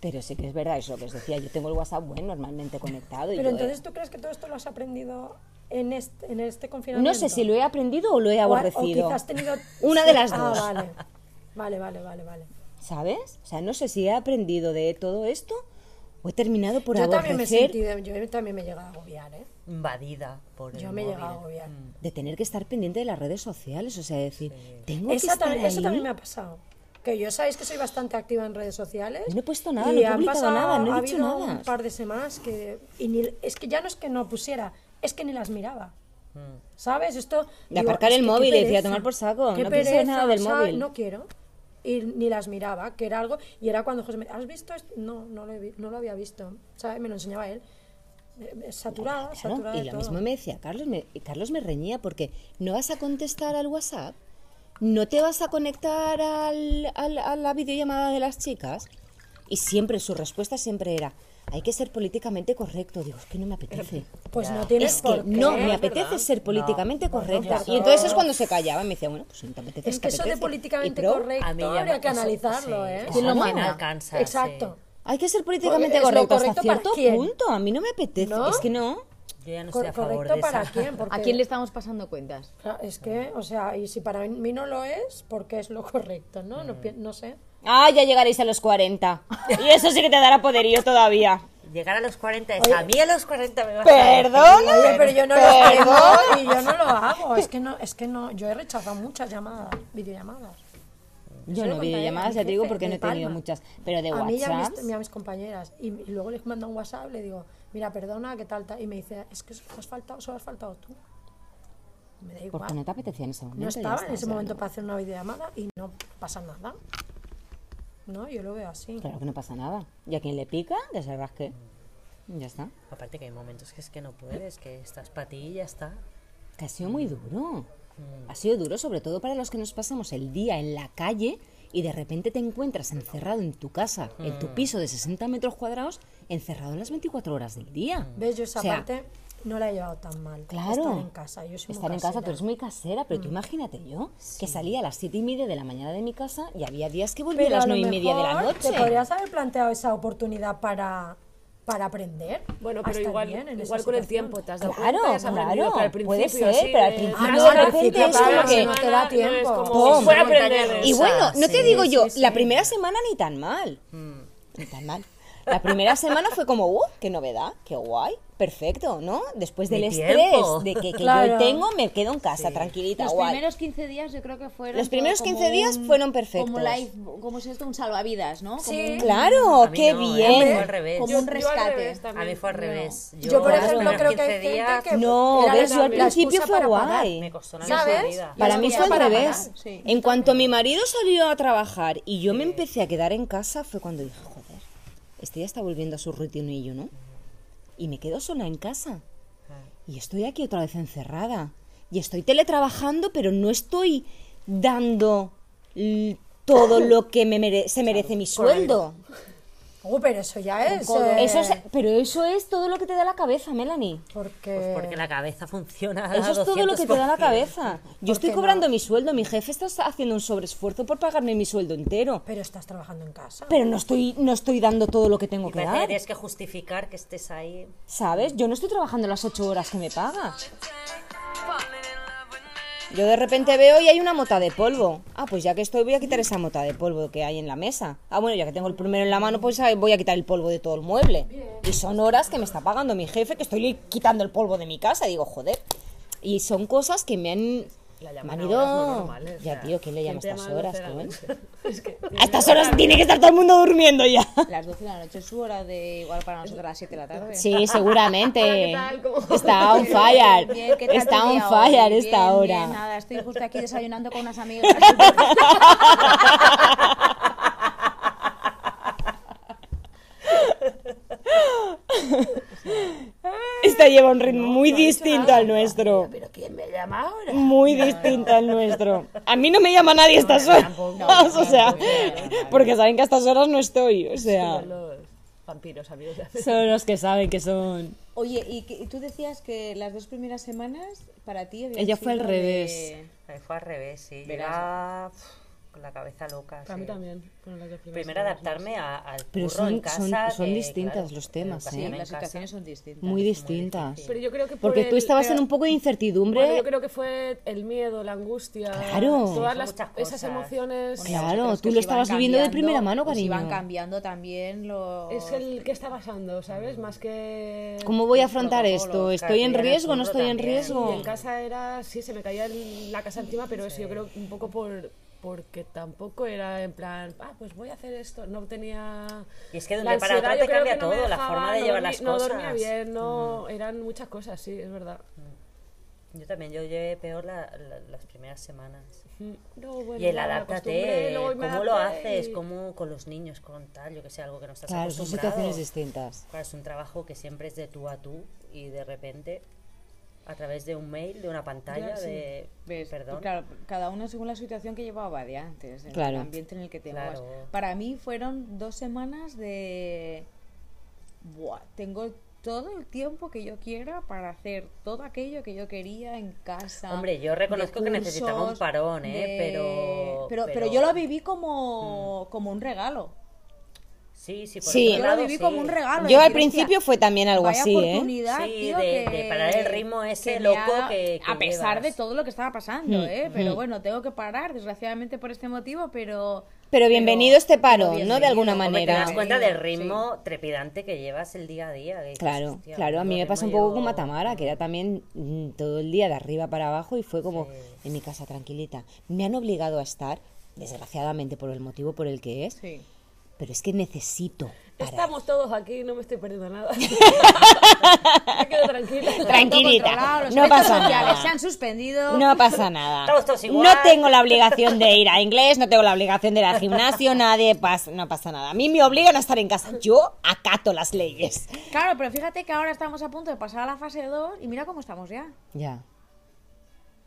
S4: Pero sí que es verdad eso que os decía. Yo tengo el WhatsApp web normalmente conectado. Y
S7: Pero
S4: yo, eh,
S7: entonces, ¿tú crees que todo esto lo has aprendido en este, en este confinamiento?
S4: No sé si lo he aprendido o lo he
S7: O a-
S4: aborrecido.
S7: O quizás has tenido...
S4: (laughs) Una de las dos.
S7: Ah, vale. Vale, vale, vale, vale.
S4: ¿Sabes? O sea, no sé si he aprendido de todo esto o he terminado por
S7: Yo también me he
S4: aborrecer
S7: sentido... Yo también me he llegado a agobiar, ¿eh?
S5: Invadida por el
S7: Yo me he
S5: móvil.
S7: llegado ¿eh? a agobiar.
S4: de tener que estar pendiente de las redes sociales. O sea, decir, tengo que
S7: Esa
S4: estar
S7: también- eso
S4: ahí.
S7: también me ha pasado. Que yo sabéis que soy bastante activa en redes sociales.
S4: Yo no he puesto nada,
S7: y
S4: no he
S7: han
S4: publicado
S7: pasado-
S4: nada, no he
S7: ha
S4: dicho
S7: habido
S4: nada.
S7: un par de semanas que. y ni- es que ya no es que no pusiera, es que ni las miraba. ¿Sabes? Esto.
S4: De Mm. aparcar
S7: es
S4: el
S7: que qué
S4: móvil, decía,
S7: pereza,
S4: tomar por saco,
S7: qué
S4: no pienso
S7: pereza,
S4: nada del
S7: ¿sabes?
S4: móvil.
S7: No quiero. Y ni las miraba, que era algo. Y era cuando José me ¿has visto esto? No, no lo, he vi- no lo había visto. ¿Sabes? Me lo enseñaba él. Eh, eh, Saturada,
S4: Claro,
S7: saturada.
S4: y
S7: de
S4: lo
S7: todo.
S4: mismo me decía Carlos, me, eh, Carlos me reñía porque no vas a contestar al WhatsApp, no te vas a conectar al- al- a la videollamada de las chicas. Y siempre, su respuesta siempre era, hay que ser políticamente correcto. Digo, es que no me apetece.
S7: Pues no tienes
S4: es que
S7: por qué.
S4: no me apetece ser políticamente correcta. y entonces es cuando se callaba y me decía, bueno, pues si no te apetece.
S7: Es
S4: no
S7: que
S4: te
S7: eso de
S4: apetece.
S7: políticamente
S4: Y pro,
S7: correcto
S5: A mí ya
S7: habría
S5: me-
S7: que
S5: eso-
S7: analizarlo,
S5: sí,
S7: ¿eh?
S5: claro.
S1: ¿Quién lo
S5: ¿Quién
S1: manda?
S5: alcanza? sí.
S7: Exacto.
S4: Hay que ser
S7: Pues, Es
S4: políticamente
S7: lo
S4: correcto
S7: correcto
S4: hasta
S7: para
S4: cierto
S7: quién.
S4: punto. A mí no me apetece.
S7: ¿No?
S4: Es que no.
S5: Yo ya no
S7: Cor-
S5: estoy a favor
S7: ¿Correcto
S5: de
S7: para
S5: esa.
S7: quién? Porque,
S1: ¿A quién le estamos pasando cuentas?
S7: Claro, Es que, o sea, y si para mí no lo es, porque es lo correcto, ¿no?
S4: Mm.
S7: No, pi- no sé.
S4: Ah, ya llegaréis a los 40. Y eso sí que te dará poderío todavía.
S5: (laughs) Llegar a los 40 es... A mí a los 40 me va a...
S4: Perdona.
S7: Oye, pero yo no lo hago y yo no lo hago. Es que no, es que no, yo he rechazado muchas llamadas, videollamadas.
S4: Yo
S7: Solo
S4: no
S7: con
S4: videollamadas,
S7: Tarea,
S4: ya te digo,
S7: jefe,
S4: porque
S7: de
S4: no he tenido
S7: Palma.
S4: muchas. Pero de
S7: a mí y a
S4: WhatsApp.
S7: mis, y a mis compañeras. Y, y luego les mando un WhatsApp, le digo, mira, perdona, ¿qué tal? tal? Y me dice, es que has faltado, solo has faltado tú. Me da igual.
S4: Porque no te apetecía en ese momento.
S7: No
S4: ya
S7: estaba
S4: está,
S7: en ese
S4: o sea,
S7: momento
S4: no.
S7: para hacer una videollamada y no pasa nada. No, yo lo veo así.
S4: Claro que no pasa nada. Y a quien le pica, que se rasque. Ya está.
S5: Aparte que hay momentos que es que no puedes, que estás para ti y ya está.
S4: Que ha sido muy duro. Ha sido duro, sobre todo para los que nos pasamos el día en la calle y de repente te encuentras encerrado en tu casa, en
S7: Mm.
S4: tu piso de 60 metros cuadrados, encerrado en las 24 horas del día.
S7: ¿Ves? Yo esa
S4: O sea,
S7: parte no la he llevado tan mal.
S4: Claro.
S7: Estar en casa. Yo soy muy
S4: Estar en casa,
S7: casera. Mm.
S4: tú eres muy casera, pero tú imagínate yo, que salía a las 7 y media de la mañana de mi casa y había días que volvía
S7: Pero
S4: a las
S7: lo
S4: 9 y media de la
S7: mejor
S4: noche.
S7: Te podrías haber planteado esa oportunidad para, para aprender. a
S6: Bueno,
S4: "Ah,
S6: pero
S7: estar
S6: igual,
S7: bien en
S6: igual
S7: esa
S6: con el
S7: situación.
S6: tiempo te has dado
S4: Claro,
S6: cuenta, has aprendido,
S4: claro,
S6: pero al principio eh,
S4: puede ser,
S6: así
S4: pero al
S6: de-
S4: principio
S7: Ah, no,
S4: de
S7: al
S4: repente
S7: principio,
S4: es como
S7: claro,
S4: que...
S7: no te da tiempo.
S6: No es como
S4: ¡Pum!
S6: si fuera a aprender.
S4: Y
S5: O
S4: bueno,
S5: sea,
S4: no te
S5: sí,
S4: digo yo,
S7: sí, Mm.
S4: la
S7: sí.
S4: primera semana ni tan mal. Ni tan mal. La primera semana fue como, ¡uh! ¡Qué novedad! ¡Qué guay! Perfecto, ¿no? Después del
S5: Mi tiempo.
S4: estrés de que, que
S7: Claro.
S4: yo tengo, me quedo en casa, tranquilita,
S1: Los
S4: guay.
S1: primeros 15 días yo creo que fueron.
S4: Los
S1: todo
S4: primeros
S1: como
S4: 15 días
S1: un-
S4: fueron perfectos.
S1: Como life, como si esto un salvavidas, ¿no? Como un-
S5: A
S4: Claro,
S5: mí
S4: Oh, qué
S5: no, ¿eh?
S4: bien.
S5: Fue al revés.
S1: Como
S5: Yo-
S1: un
S5: yo al
S1: rescate.
S6: revés también.
S5: A mí fue al revés.
S7: Yo, por
S5: los
S7: ejemplo,
S5: primeros
S7: creo que hay
S5: 15
S7: gente
S5: días
S7: que-
S4: No,
S7: Era
S4: ves,
S7: la-
S4: yo al
S7: la
S4: principio
S7: excusa
S4: fue
S7: para
S4: guay.
S5: Me costó una
S7: ¿Sabes?
S5: vida.
S4: Para
S1: Yo
S4: mí
S1: sabía
S4: fue al
S1: para
S4: revés.
S1: parar, sí.
S4: En cuanto mi marido salió a trabajar y yo me empecé a quedar en casa, fue cuando dije, joder, este ya está volviendo a su rutinillo, ¿no? Y me quedo sola en casa. Y estoy aquí otra vez encerrada. Y estoy teletrabajando, pero no estoy dando l- todo lo que me mere- se merece mi sueldo.
S7: Uh, pero eso ya es. eh,
S4: Eso es- pero eso es todo lo que te da la cabeza, Melanie.
S8: Pues
S7: Porque.
S5: Porque la cabeza funciona. a
S4: Eso es todo lo que te da la
S5: 200%.
S4: cabeza. Yo estoy cobrando mi sueldo, mi jefe está haciendo un sobreesfuerzo por pagarme mi sueldo entero.
S7: Pero estás trabajando en casa.
S4: Pero no estoy, no estoy dando todo lo que tengo
S5: Y
S4: que
S5: parece que
S4: dar.
S5: tienes que justificar que estés ahí.
S4: ¿Sabes? Yo no estoy trabajando las ocho horas que me paga. Yo de repente veo y hay una mota de polvo. Ah, pues ya que estoy voy a quitar esa mota de polvo que hay en la mesa. Ah, bueno, ya que tengo el primero en la mano, pues ah, voy a quitar el polvo de todo el mueble. Y son horas que me está pagando mi jefe, que estoy li- quitando el polvo de mi casa. Y digo, joder. Y son cosas que me han...
S5: La
S4: Me
S5: llaman
S4: han
S5: horas no
S4: ido...
S5: normales,
S4: Ya,
S5: o sea,
S4: tío, ¿quién le llama a
S5: gente
S4: estas
S5: llama
S4: horas?
S5: a
S4: cabrón?
S5: las doce de la noche.
S4: A estas horas tiene que estar todo el mundo durmiendo ya.
S1: Las 12 de la noche es su hora de igual para nosotros las 7 de la tarde.
S4: Sí, seguramente. Está on fire.
S1: Bien, ¿qué tal
S4: Está
S1: tu
S4: on
S1: día hoy?
S4: fire
S1: Bien,
S4: esta
S1: bien,
S4: hora.
S1: nada, estoy justo aquí desayunando con unas amigas. (laughs)
S4: Esta Este lleva un ritmo muy distinto al nuestro.
S6: ¿Pero quién me llama ahora?
S4: Muy distinto al nuestro. A mí no me llama nadie a estas horas. (laughs) O sea, porque saben que a estas horas no estoy. O sea,
S6: Los vampiros, amigos.
S4: son los que saben que son.
S1: Oye, y, que- y tú decías que las dos primeras semanas para ti había
S4: Ella fue al revés.
S5: Ahí fue al revés, sí. Yo
S1: Verás.
S5: era, pf, con la cabeza loca.
S6: A mí
S5: sí.
S6: también. Bueno, las dos primeras
S5: Primero
S6: semanas.
S5: adaptarme a- al
S4: Pero
S5: curro en
S4: son-
S5: casa.
S4: son- son
S5: que,
S4: distintas
S5: claro,
S4: los temas,
S5: educación
S4: ¿eh?
S5: en
S1: Las
S5: casa.
S1: situaciones son distintas.
S4: Muy distintas.
S6: Pero yo creo que por
S4: Porque tú
S6: el-
S4: estabas en
S6: pero-
S4: un poco de
S6: Bueno,
S4: incertidumbre.
S6: yo creo que fue el miedo, la angustia,
S4: Claro.
S6: todas
S5: Son
S6: las,
S5: muchas cosas.
S6: esas emociones.
S1: Bueno,
S4: Claro,
S1: otros
S4: tú
S1: que se
S4: lo
S1: iban
S4: estabas viviendo de
S1: cambiando,
S4: primera mano,
S1: pues Iban
S4: cariño.
S1: cambiando también los...
S6: Es el qué está pasando, ¿sabes? Más que...
S4: ¿Cómo voy a afrontar esto?
S5: protocolos,
S4: ¿Estoy en
S5: claro, y
S4: riesgo?
S5: ahora
S4: ¿No
S5: curro
S4: estoy en
S5: también.
S6: Y en
S4: riesgo?
S6: casa era, sí, se me caía el- la casa encima, pero eso yo creo un poco por porque tampoco era en plan, ah, pues voy a hacer esto, no tenía...
S5: Y es que de un
S6: la
S5: día para
S6: ansiedad
S5: otro te
S6: yo creo
S5: cambia
S6: que no me
S5: todo, la
S6: dejaba,
S5: forma de
S6: no
S5: llevar
S6: dormí-
S5: las
S6: No dormía
S5: cosas.
S6: bien, no, eran muchas cosas, sí, es verdad.
S5: Yo también, yo llevé peor la- la- las primeras semanas.
S6: No, bueno,
S5: Y el
S6: me acostumbré,
S5: adáptate,
S6: luego me
S5: cómo lo
S6: adapté
S5: haces,
S6: y-
S5: cómo con los niños, con tal, yo que sé, algo que no estás
S4: Claro, son
S5: acostumbrado.
S4: situaciones distintas.
S5: Claro, es un trabajo que siempre es de tú a tú y de repente a través de un mail, de una pantalla, de...
S1: ¿Ves? Pues
S6: Pues
S5: Perdón.
S1: Claro, cada uno según la situación que llevaba de antes, el
S4: Claro.
S1: ambiente en el que te
S5: Claro.
S1: muevas. Para mí fueron dos semanas de... Buah, tengo todo el tiempo que yo quiera para hacer todo aquello que yo quería en casa.
S5: Hombre, yo
S1: de
S5: reconozco que necesitaba un parón, ¿eh? Pero-
S1: pero... Pero
S5: pero- Mm.
S1: yo lo viví como, como un regalo.
S5: Sí, sí, por
S4: Sí.
S1: Yo
S5: otro
S1: lo
S5: lado,
S1: viví
S5: sí.
S1: como un regalo.
S4: Yo al
S1: decir,
S4: principio
S1: "Hostia,
S4: fue también algo
S1: Vaya
S4: así, ¿eh?
S1: oportunidad,
S5: Sí,
S1: tío,
S5: de-
S1: que-
S5: de parar el ritmo ese
S1: me
S5: loco
S1: ha dado-
S5: que- que
S1: A pesar
S5: llevas.
S1: de todo lo que estaba
S4: Mm,
S1: pasando, ¿eh? Pero bueno, tengo que parar, desgraciadamente por este motivo, pero...
S4: Pero bienvenido este paro,
S1: pero
S4: ¿no? De alguna
S5: Hombre, te
S4: manera.
S5: das cuenta del ritmo trepidante que llevas el día a día. que dices,
S4: Claro,
S5: "Hostia,
S4: claro, a
S5: yo
S4: mí me
S5: ritmo
S4: pasa un poco
S5: llevo-
S4: como a Tamara, que era también mm, todo el día de arriba para abajo y fue como en mi casa tranquilita. Me han obligado a estar, desgraciadamente por el motivo por el que es,
S1: Sí.
S4: pero es que necesito parar.
S6: Estamos todos aquí, no me estoy perdiendo
S5: (laughs)
S6: nada. me quedo tranquila.
S1: Controlado,
S4: Tranquilita,
S1: los
S4: no
S1: eventos
S4: pasa
S1: sociales Se
S4: nada.
S1: han suspendido.
S4: No pasa nada.
S5: Estamos todos
S4: No
S5: igual.
S4: tengo la obligación de ir a inglés, no tengo la obligación de ir al
S5: (laughs)
S4: gimnasio, nadie pasa, no pasa nada. A mí me obligan a estar en casa. Yo acato las leyes.
S1: Claro, pero fíjate que ahora estamos a punto de pasar a la fase 2 y mira cómo estamos ya.
S4: Ya.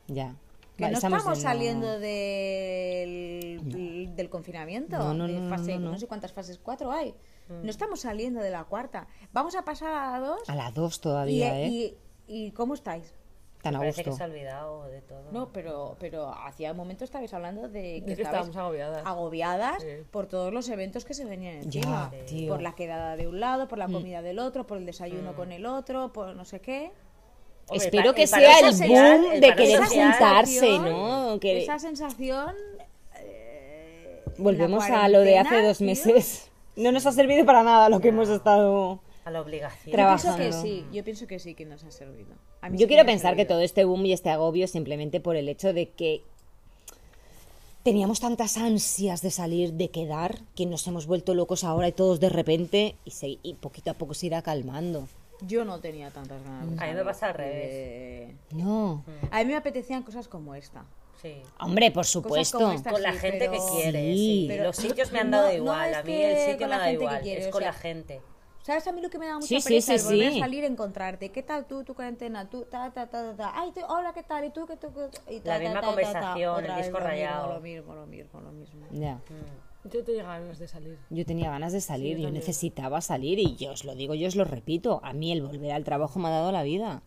S4: Ya.
S1: Que
S4: Vale,
S1: no
S4: estamos
S1: estamos,
S4: en la-
S1: saliendo del, del confinamiento,
S4: No, no,
S1: de
S4: no, no,
S1: fase,
S4: no, no.
S1: sé cuántas fases 4 hay.
S5: Mm.
S1: No estamos saliendo de la cuarta. Vamos a pasar a la 2
S4: A las dos
S1: y,
S4: todavía, ¿eh?
S1: y- y ¿cómo estáis?
S4: Tan a
S5: Parece que
S4: gusto.
S5: se ha olvidado de todo.
S1: No, pero, pero hacía un momento estabais hablando de que
S6: que
S1: estabais
S6: estábamos agobiadas.
S1: agobiadas
S6: Sí.
S1: por todos los eventos que se venían
S4: Ya,
S1: encima.
S4: tío. Mm.
S1: Por la quedada de un lado, por la comida del otro, por el
S5: Mm.
S1: desayuno con el otro, por no sé qué.
S5: Hombre,
S4: Espero
S5: el pa-
S4: que
S5: el
S4: sea
S5: parón
S4: el
S5: social-
S4: boom
S5: el
S4: de
S5: parón
S4: querer
S5: social-
S4: juntarse,
S1: sensación-
S4: ¿no? Que-
S1: Esa sensación... eh, en la
S4: Volvemos a lo de hace
S1: cuarentena,
S4: dos
S1: tío,
S4: meses.
S2: No nos ha servido para nada lo que hemos estado
S5: A la obligación.
S2: trabajando.
S1: yo pienso que sí que nos ha servido. A mí
S4: Yo
S1: sí
S4: quiero
S1: me ha
S4: pensar que
S1: servido.
S4: todo este boom y este agobio es simplemente por el hecho de que teníamos tantas ansias de salir, de quedar, que nos hemos vuelto locos ahora y todos de repente y, se- y poquito a poco se irá calmando.
S1: Yo no tenía tantas ganas. de
S5: A mí me
S1: salir
S5: pasa al
S1: de-
S4: No.
S5: Mm.
S1: A mí me apetecían cosas como esta.
S5: Sí.
S4: Hombre, por
S1: Cosas
S4: supuesto.
S1: como esta,
S5: Con la
S1: sí,
S5: gente
S1: pero-
S5: que quiere,
S4: Sí.
S5: sí.
S1: Pero-
S5: Los sitios me han dado
S1: No, no
S5: igual,
S1: es
S5: a mí
S1: que
S5: el sitio
S1: con
S5: me
S1: la
S5: ha dado
S1: gente que
S5: igual,
S1: quiere,
S5: es
S1: o
S5: con
S1: sea,
S5: la gente.
S1: ¿Sabes a mí lo que me da mucha
S4: Sí, sí,
S1: pereza?
S4: sí,
S1: el volver
S4: sí.
S1: a salir, encontrarte. ¿Qué tal tú, tu cuarentena? Tú, ta, ta, ta, ta, ta. Ay, tú, hola, ¿qué tal? ¿Y tú, qué tú? qué- Y
S5: La misma conversación, el
S1: Otra vez
S5: disco
S1: lo mismo,
S5: rayado.
S1: Lo mismo, lo mismo, lo mismo.
S4: Ya.
S5: Mm.
S6: Yo tenía ganas de salir.
S4: Yo tenía ganas de salir, yo necesitaba salir y yo os lo digo, yo os lo repito, a mí el volver al trabajo me ha dado la vida.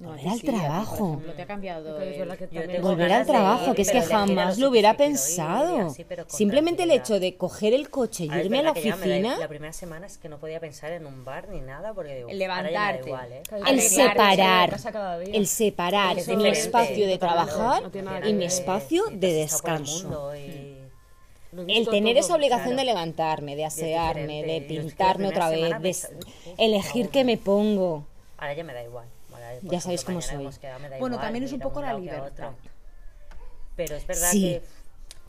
S1: No, a ti
S4: Volver al
S1: sí, a ti, por
S4: trabajo.
S1: ejemplo, te ha cambiado.
S6: Pero es
S1: el-
S6: verdad que
S5: Yo
S6: también-
S5: tengo
S4: Volver
S5: ganas
S4: al
S5: de
S4: trabajo,
S5: ir,
S4: que es que
S5: pero elegir a
S4: jamás
S5: los
S4: lo hubiera
S5: sitios que quiero ir y
S4: pensado.
S5: así, pero con
S4: Simplemente el
S5: tranquilidad.
S4: hecho de coger el coche y
S5: Ah, es
S4: irme a la
S5: verdad que ya me da-
S4: oficina.
S5: la primera semana es que no podía pensar en un bar ni nada porque digo,
S1: El
S5: ahora ya me da
S1: levantarte.
S5: igual, ¿eh?
S6: Claro,
S4: el
S6: arreglarte, salir de
S4: separar,
S6: casa cada día.
S4: el separar
S5: Es
S4: Ah, mi
S5: diferente,
S4: espacio de
S5: totalmente.
S4: trabajar
S6: No tiene nada
S4: y
S6: que
S4: mi
S6: ver,
S4: espacio
S5: sí,
S4: de
S5: te has estado por el
S4: descanso.
S5: mundo y-
S6: Lo he
S4: El
S6: visto
S4: tener
S6: todo,
S4: esa obligación
S5: claro.
S4: de levantarme, de asearme,
S5: diferente.
S4: de
S5: Yo es que la
S4: pintarme
S5: primera
S4: otra vez,
S5: semana
S4: de
S5: pensaba, "Uf,
S4: elegir
S5: aún".
S4: qué me pongo.
S5: Ahora ya me da igual. Ahora, por
S4: Ya sabéis
S5: ejemplo,
S4: cómo
S5: mañana
S4: soy.
S5: hemos quedado, me da
S1: Bueno,
S5: igual
S1: también es
S5: ir
S1: un
S5: a
S1: poco
S5: un
S1: la
S5: lado que a otro.
S1: libertad.
S5: Pero es verdad
S4: Sí.
S5: que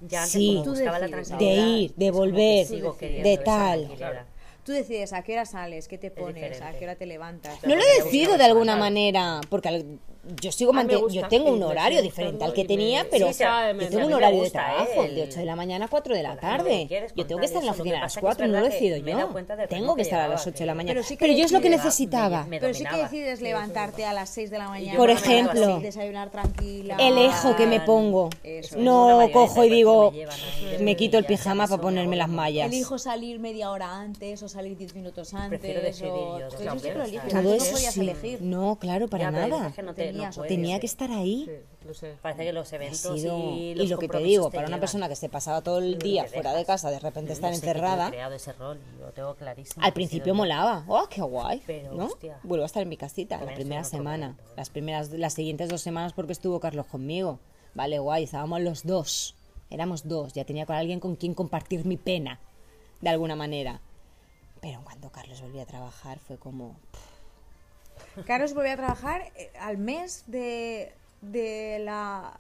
S5: ya antes
S4: Sí.
S5: como
S4: Tú
S5: buscaba la
S1: decides.
S5: tranquilidad,
S4: De ir, de
S5: es como que
S4: volver,
S5: sigo
S4: de
S5: queriendo esa
S4: tal.
S5: tranquilidad.
S1: Tú decides a qué hora sales, qué te pones, a
S5: diferente.
S1: qué hora te levantas.
S4: No lo
S5: me gusta
S4: decido de
S5: bastante.
S4: alguna manera, porque al- yo sigo
S6: A mí me
S4: manteniendo,
S6: gusta,
S4: yo tengo
S6: y
S4: un
S6: me
S4: horario
S6: sigue
S4: diferente
S6: gustando
S4: al que
S6: y me-
S4: tenía,
S6: sí,
S4: pero
S6: sabe, me-
S4: yo
S6: a
S4: tengo
S6: mí
S4: un
S6: me
S4: horario de
S5: gusta,
S4: trabajo,
S5: ¿eh?
S4: de 8 de la mañana a 4 de la
S5: Claro, lo
S4: tarde.
S5: que quieres
S4: Yo tengo
S5: contar
S4: que estar en la
S5: eso, lo que
S4: oficina a
S5: pasa
S4: las
S5: que es
S4: 4, no lo
S5: verdad que
S4: decido
S5: me he dado
S4: yo.
S5: cuenta de
S4: Tengo
S5: cómo
S4: que estar a
S5: quedaba,
S4: las 8 de la
S5: que-
S4: mañana.
S1: Pero sí que
S4: Pero yo es lo que
S1: me daba-
S4: necesitaba.
S5: me-
S1: Pero sí que
S5: dominaba.
S1: decides levantarte a las 6 de la mañana.
S4: Por
S1: me levanto
S4: ejemplo,
S1: así, desayunar tranquila.
S4: El ejo que me
S5: Ah,
S4: pongo.
S1: eso es.
S5: Una
S4: No
S5: marioneta
S4: cojo y
S5: que
S4: digo,
S5: me llevan ahí,
S4: me
S5: y
S4: quito el
S5: ya está,
S4: pijama
S5: eso
S4: para
S5: me
S4: ponerme las
S5: aburro.
S4: mallas.
S1: Elijo salir media hora antes o salir 10 minutos antes.
S5: Prefiero decidir
S1: o...
S5: yo,
S1: Pero
S5: claro,
S1: eso sí que lo
S5: claro.
S1: eliges,
S4: Todo
S1: antes
S4: eso
S1: no podías
S4: sí.
S1: elegir.
S4: No, claro, para
S5: Ya, pero
S1: nada.
S5: es que no te- no
S1: Tenías
S5: puedes,
S4: Tenía que
S5: sí.
S4: estar ahí.
S6: Sí, lo sé.
S5: Parece que los
S4: Ha
S5: eventos
S4: sido-
S5: y,
S4: Y,
S5: los
S4: lo que te
S5: compromisos
S4: digo, para una
S5: llevan.
S4: persona que se pasaba todo el
S5: que
S4: día
S5: te
S4: fuera de
S5: dejas.
S4: casa, de repente estar
S5: No sé quién ha
S4: encerrada,
S5: creado ese rol, lo tengo clarísimo.
S4: al principio molaba. ¡Oh, qué guay!
S5: Pero,
S4: ¿no?
S5: hostia.
S4: Vuelvo a estar en mi casita
S5: También
S4: la
S5: es
S4: primera
S5: otro
S4: semana.
S5: momento, ¿eh?
S4: Las, primeras, las siguientes dos semanas porque estuvo Carlos conmigo. Vale, guay, estábamos los dos. Éramos dos, ya tenía con alguien con quien compartir mi pena, de alguna manera. Pero en cuanto Carlos volvía a trabajar fue como...
S1: Carlos volvió a trabajar eh, al mes de, de la...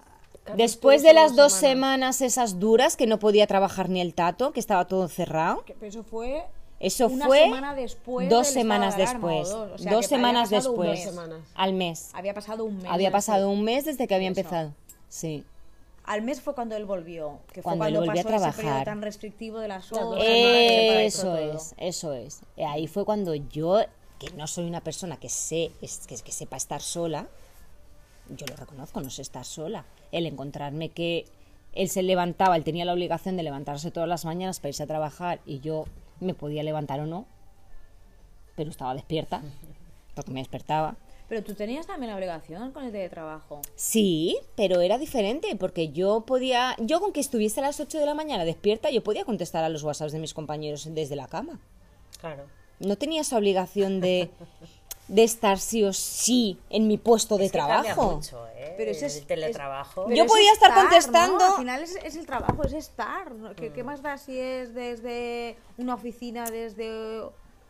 S4: Después de las dos semanas esas duras que no podía trabajar ni el tato, que estaba todo cerrado,
S1: que- pero Eso fue...
S4: Eso
S1: Una
S4: fue
S1: semana después
S4: dos
S1: del estado
S4: semanas
S1: de alarma,
S4: después.
S1: o dos,
S4: Dos,
S1: o sea, que había
S4: semanas
S1: pasado un
S4: después.
S1: mes.
S6: Dos semanas.
S4: Al mes.
S1: Había pasado un mes.
S4: Había pasado un mes desde que había
S1: Eso.
S4: empezado. Sí.
S1: Al mes fue cuando él volvió. Que fue
S4: Cuando él
S1: cuando
S4: volvió a
S1: pasó ese periodo
S4: trabajar.
S1: tan restrictivo de las horas.
S4: Eso es, eso es. Y Ahí fue cuando yo, que no soy una persona que sé, es- que, que sepa estar sola, yo lo reconozco, no sé estar sola. El encontrarme que él se levantaba, él tenía la obligación de levantarse todas las mañanas para irse a trabajar y yo me podía levantar o no, pero estaba despierta, porque me despertaba.
S1: Pero tú tenías también la obligación con el teletrabajo.
S4: Sí, pero era diferente, porque yo podía, yo con que estuviese a las 8 de la mañana despierta, yo podía contestar a los WhatsApps de mis compañeros desde la cama.
S5: Claro.
S4: No tenía esa obligación de, de estar sí o sí en mi puesto de
S5: Es que cambia
S4: trabajo.
S5: mucho, ¿eh,
S1: Pero eso
S5: el
S1: es-
S5: teletrabajo.
S4: Yo
S1: es
S4: podía estar
S1: ¿no?
S4: contestando- Mm.
S1: Al final es, es el trabajo, es estar. ¿no? ¿Qué, qué más da si es desde una oficina, desde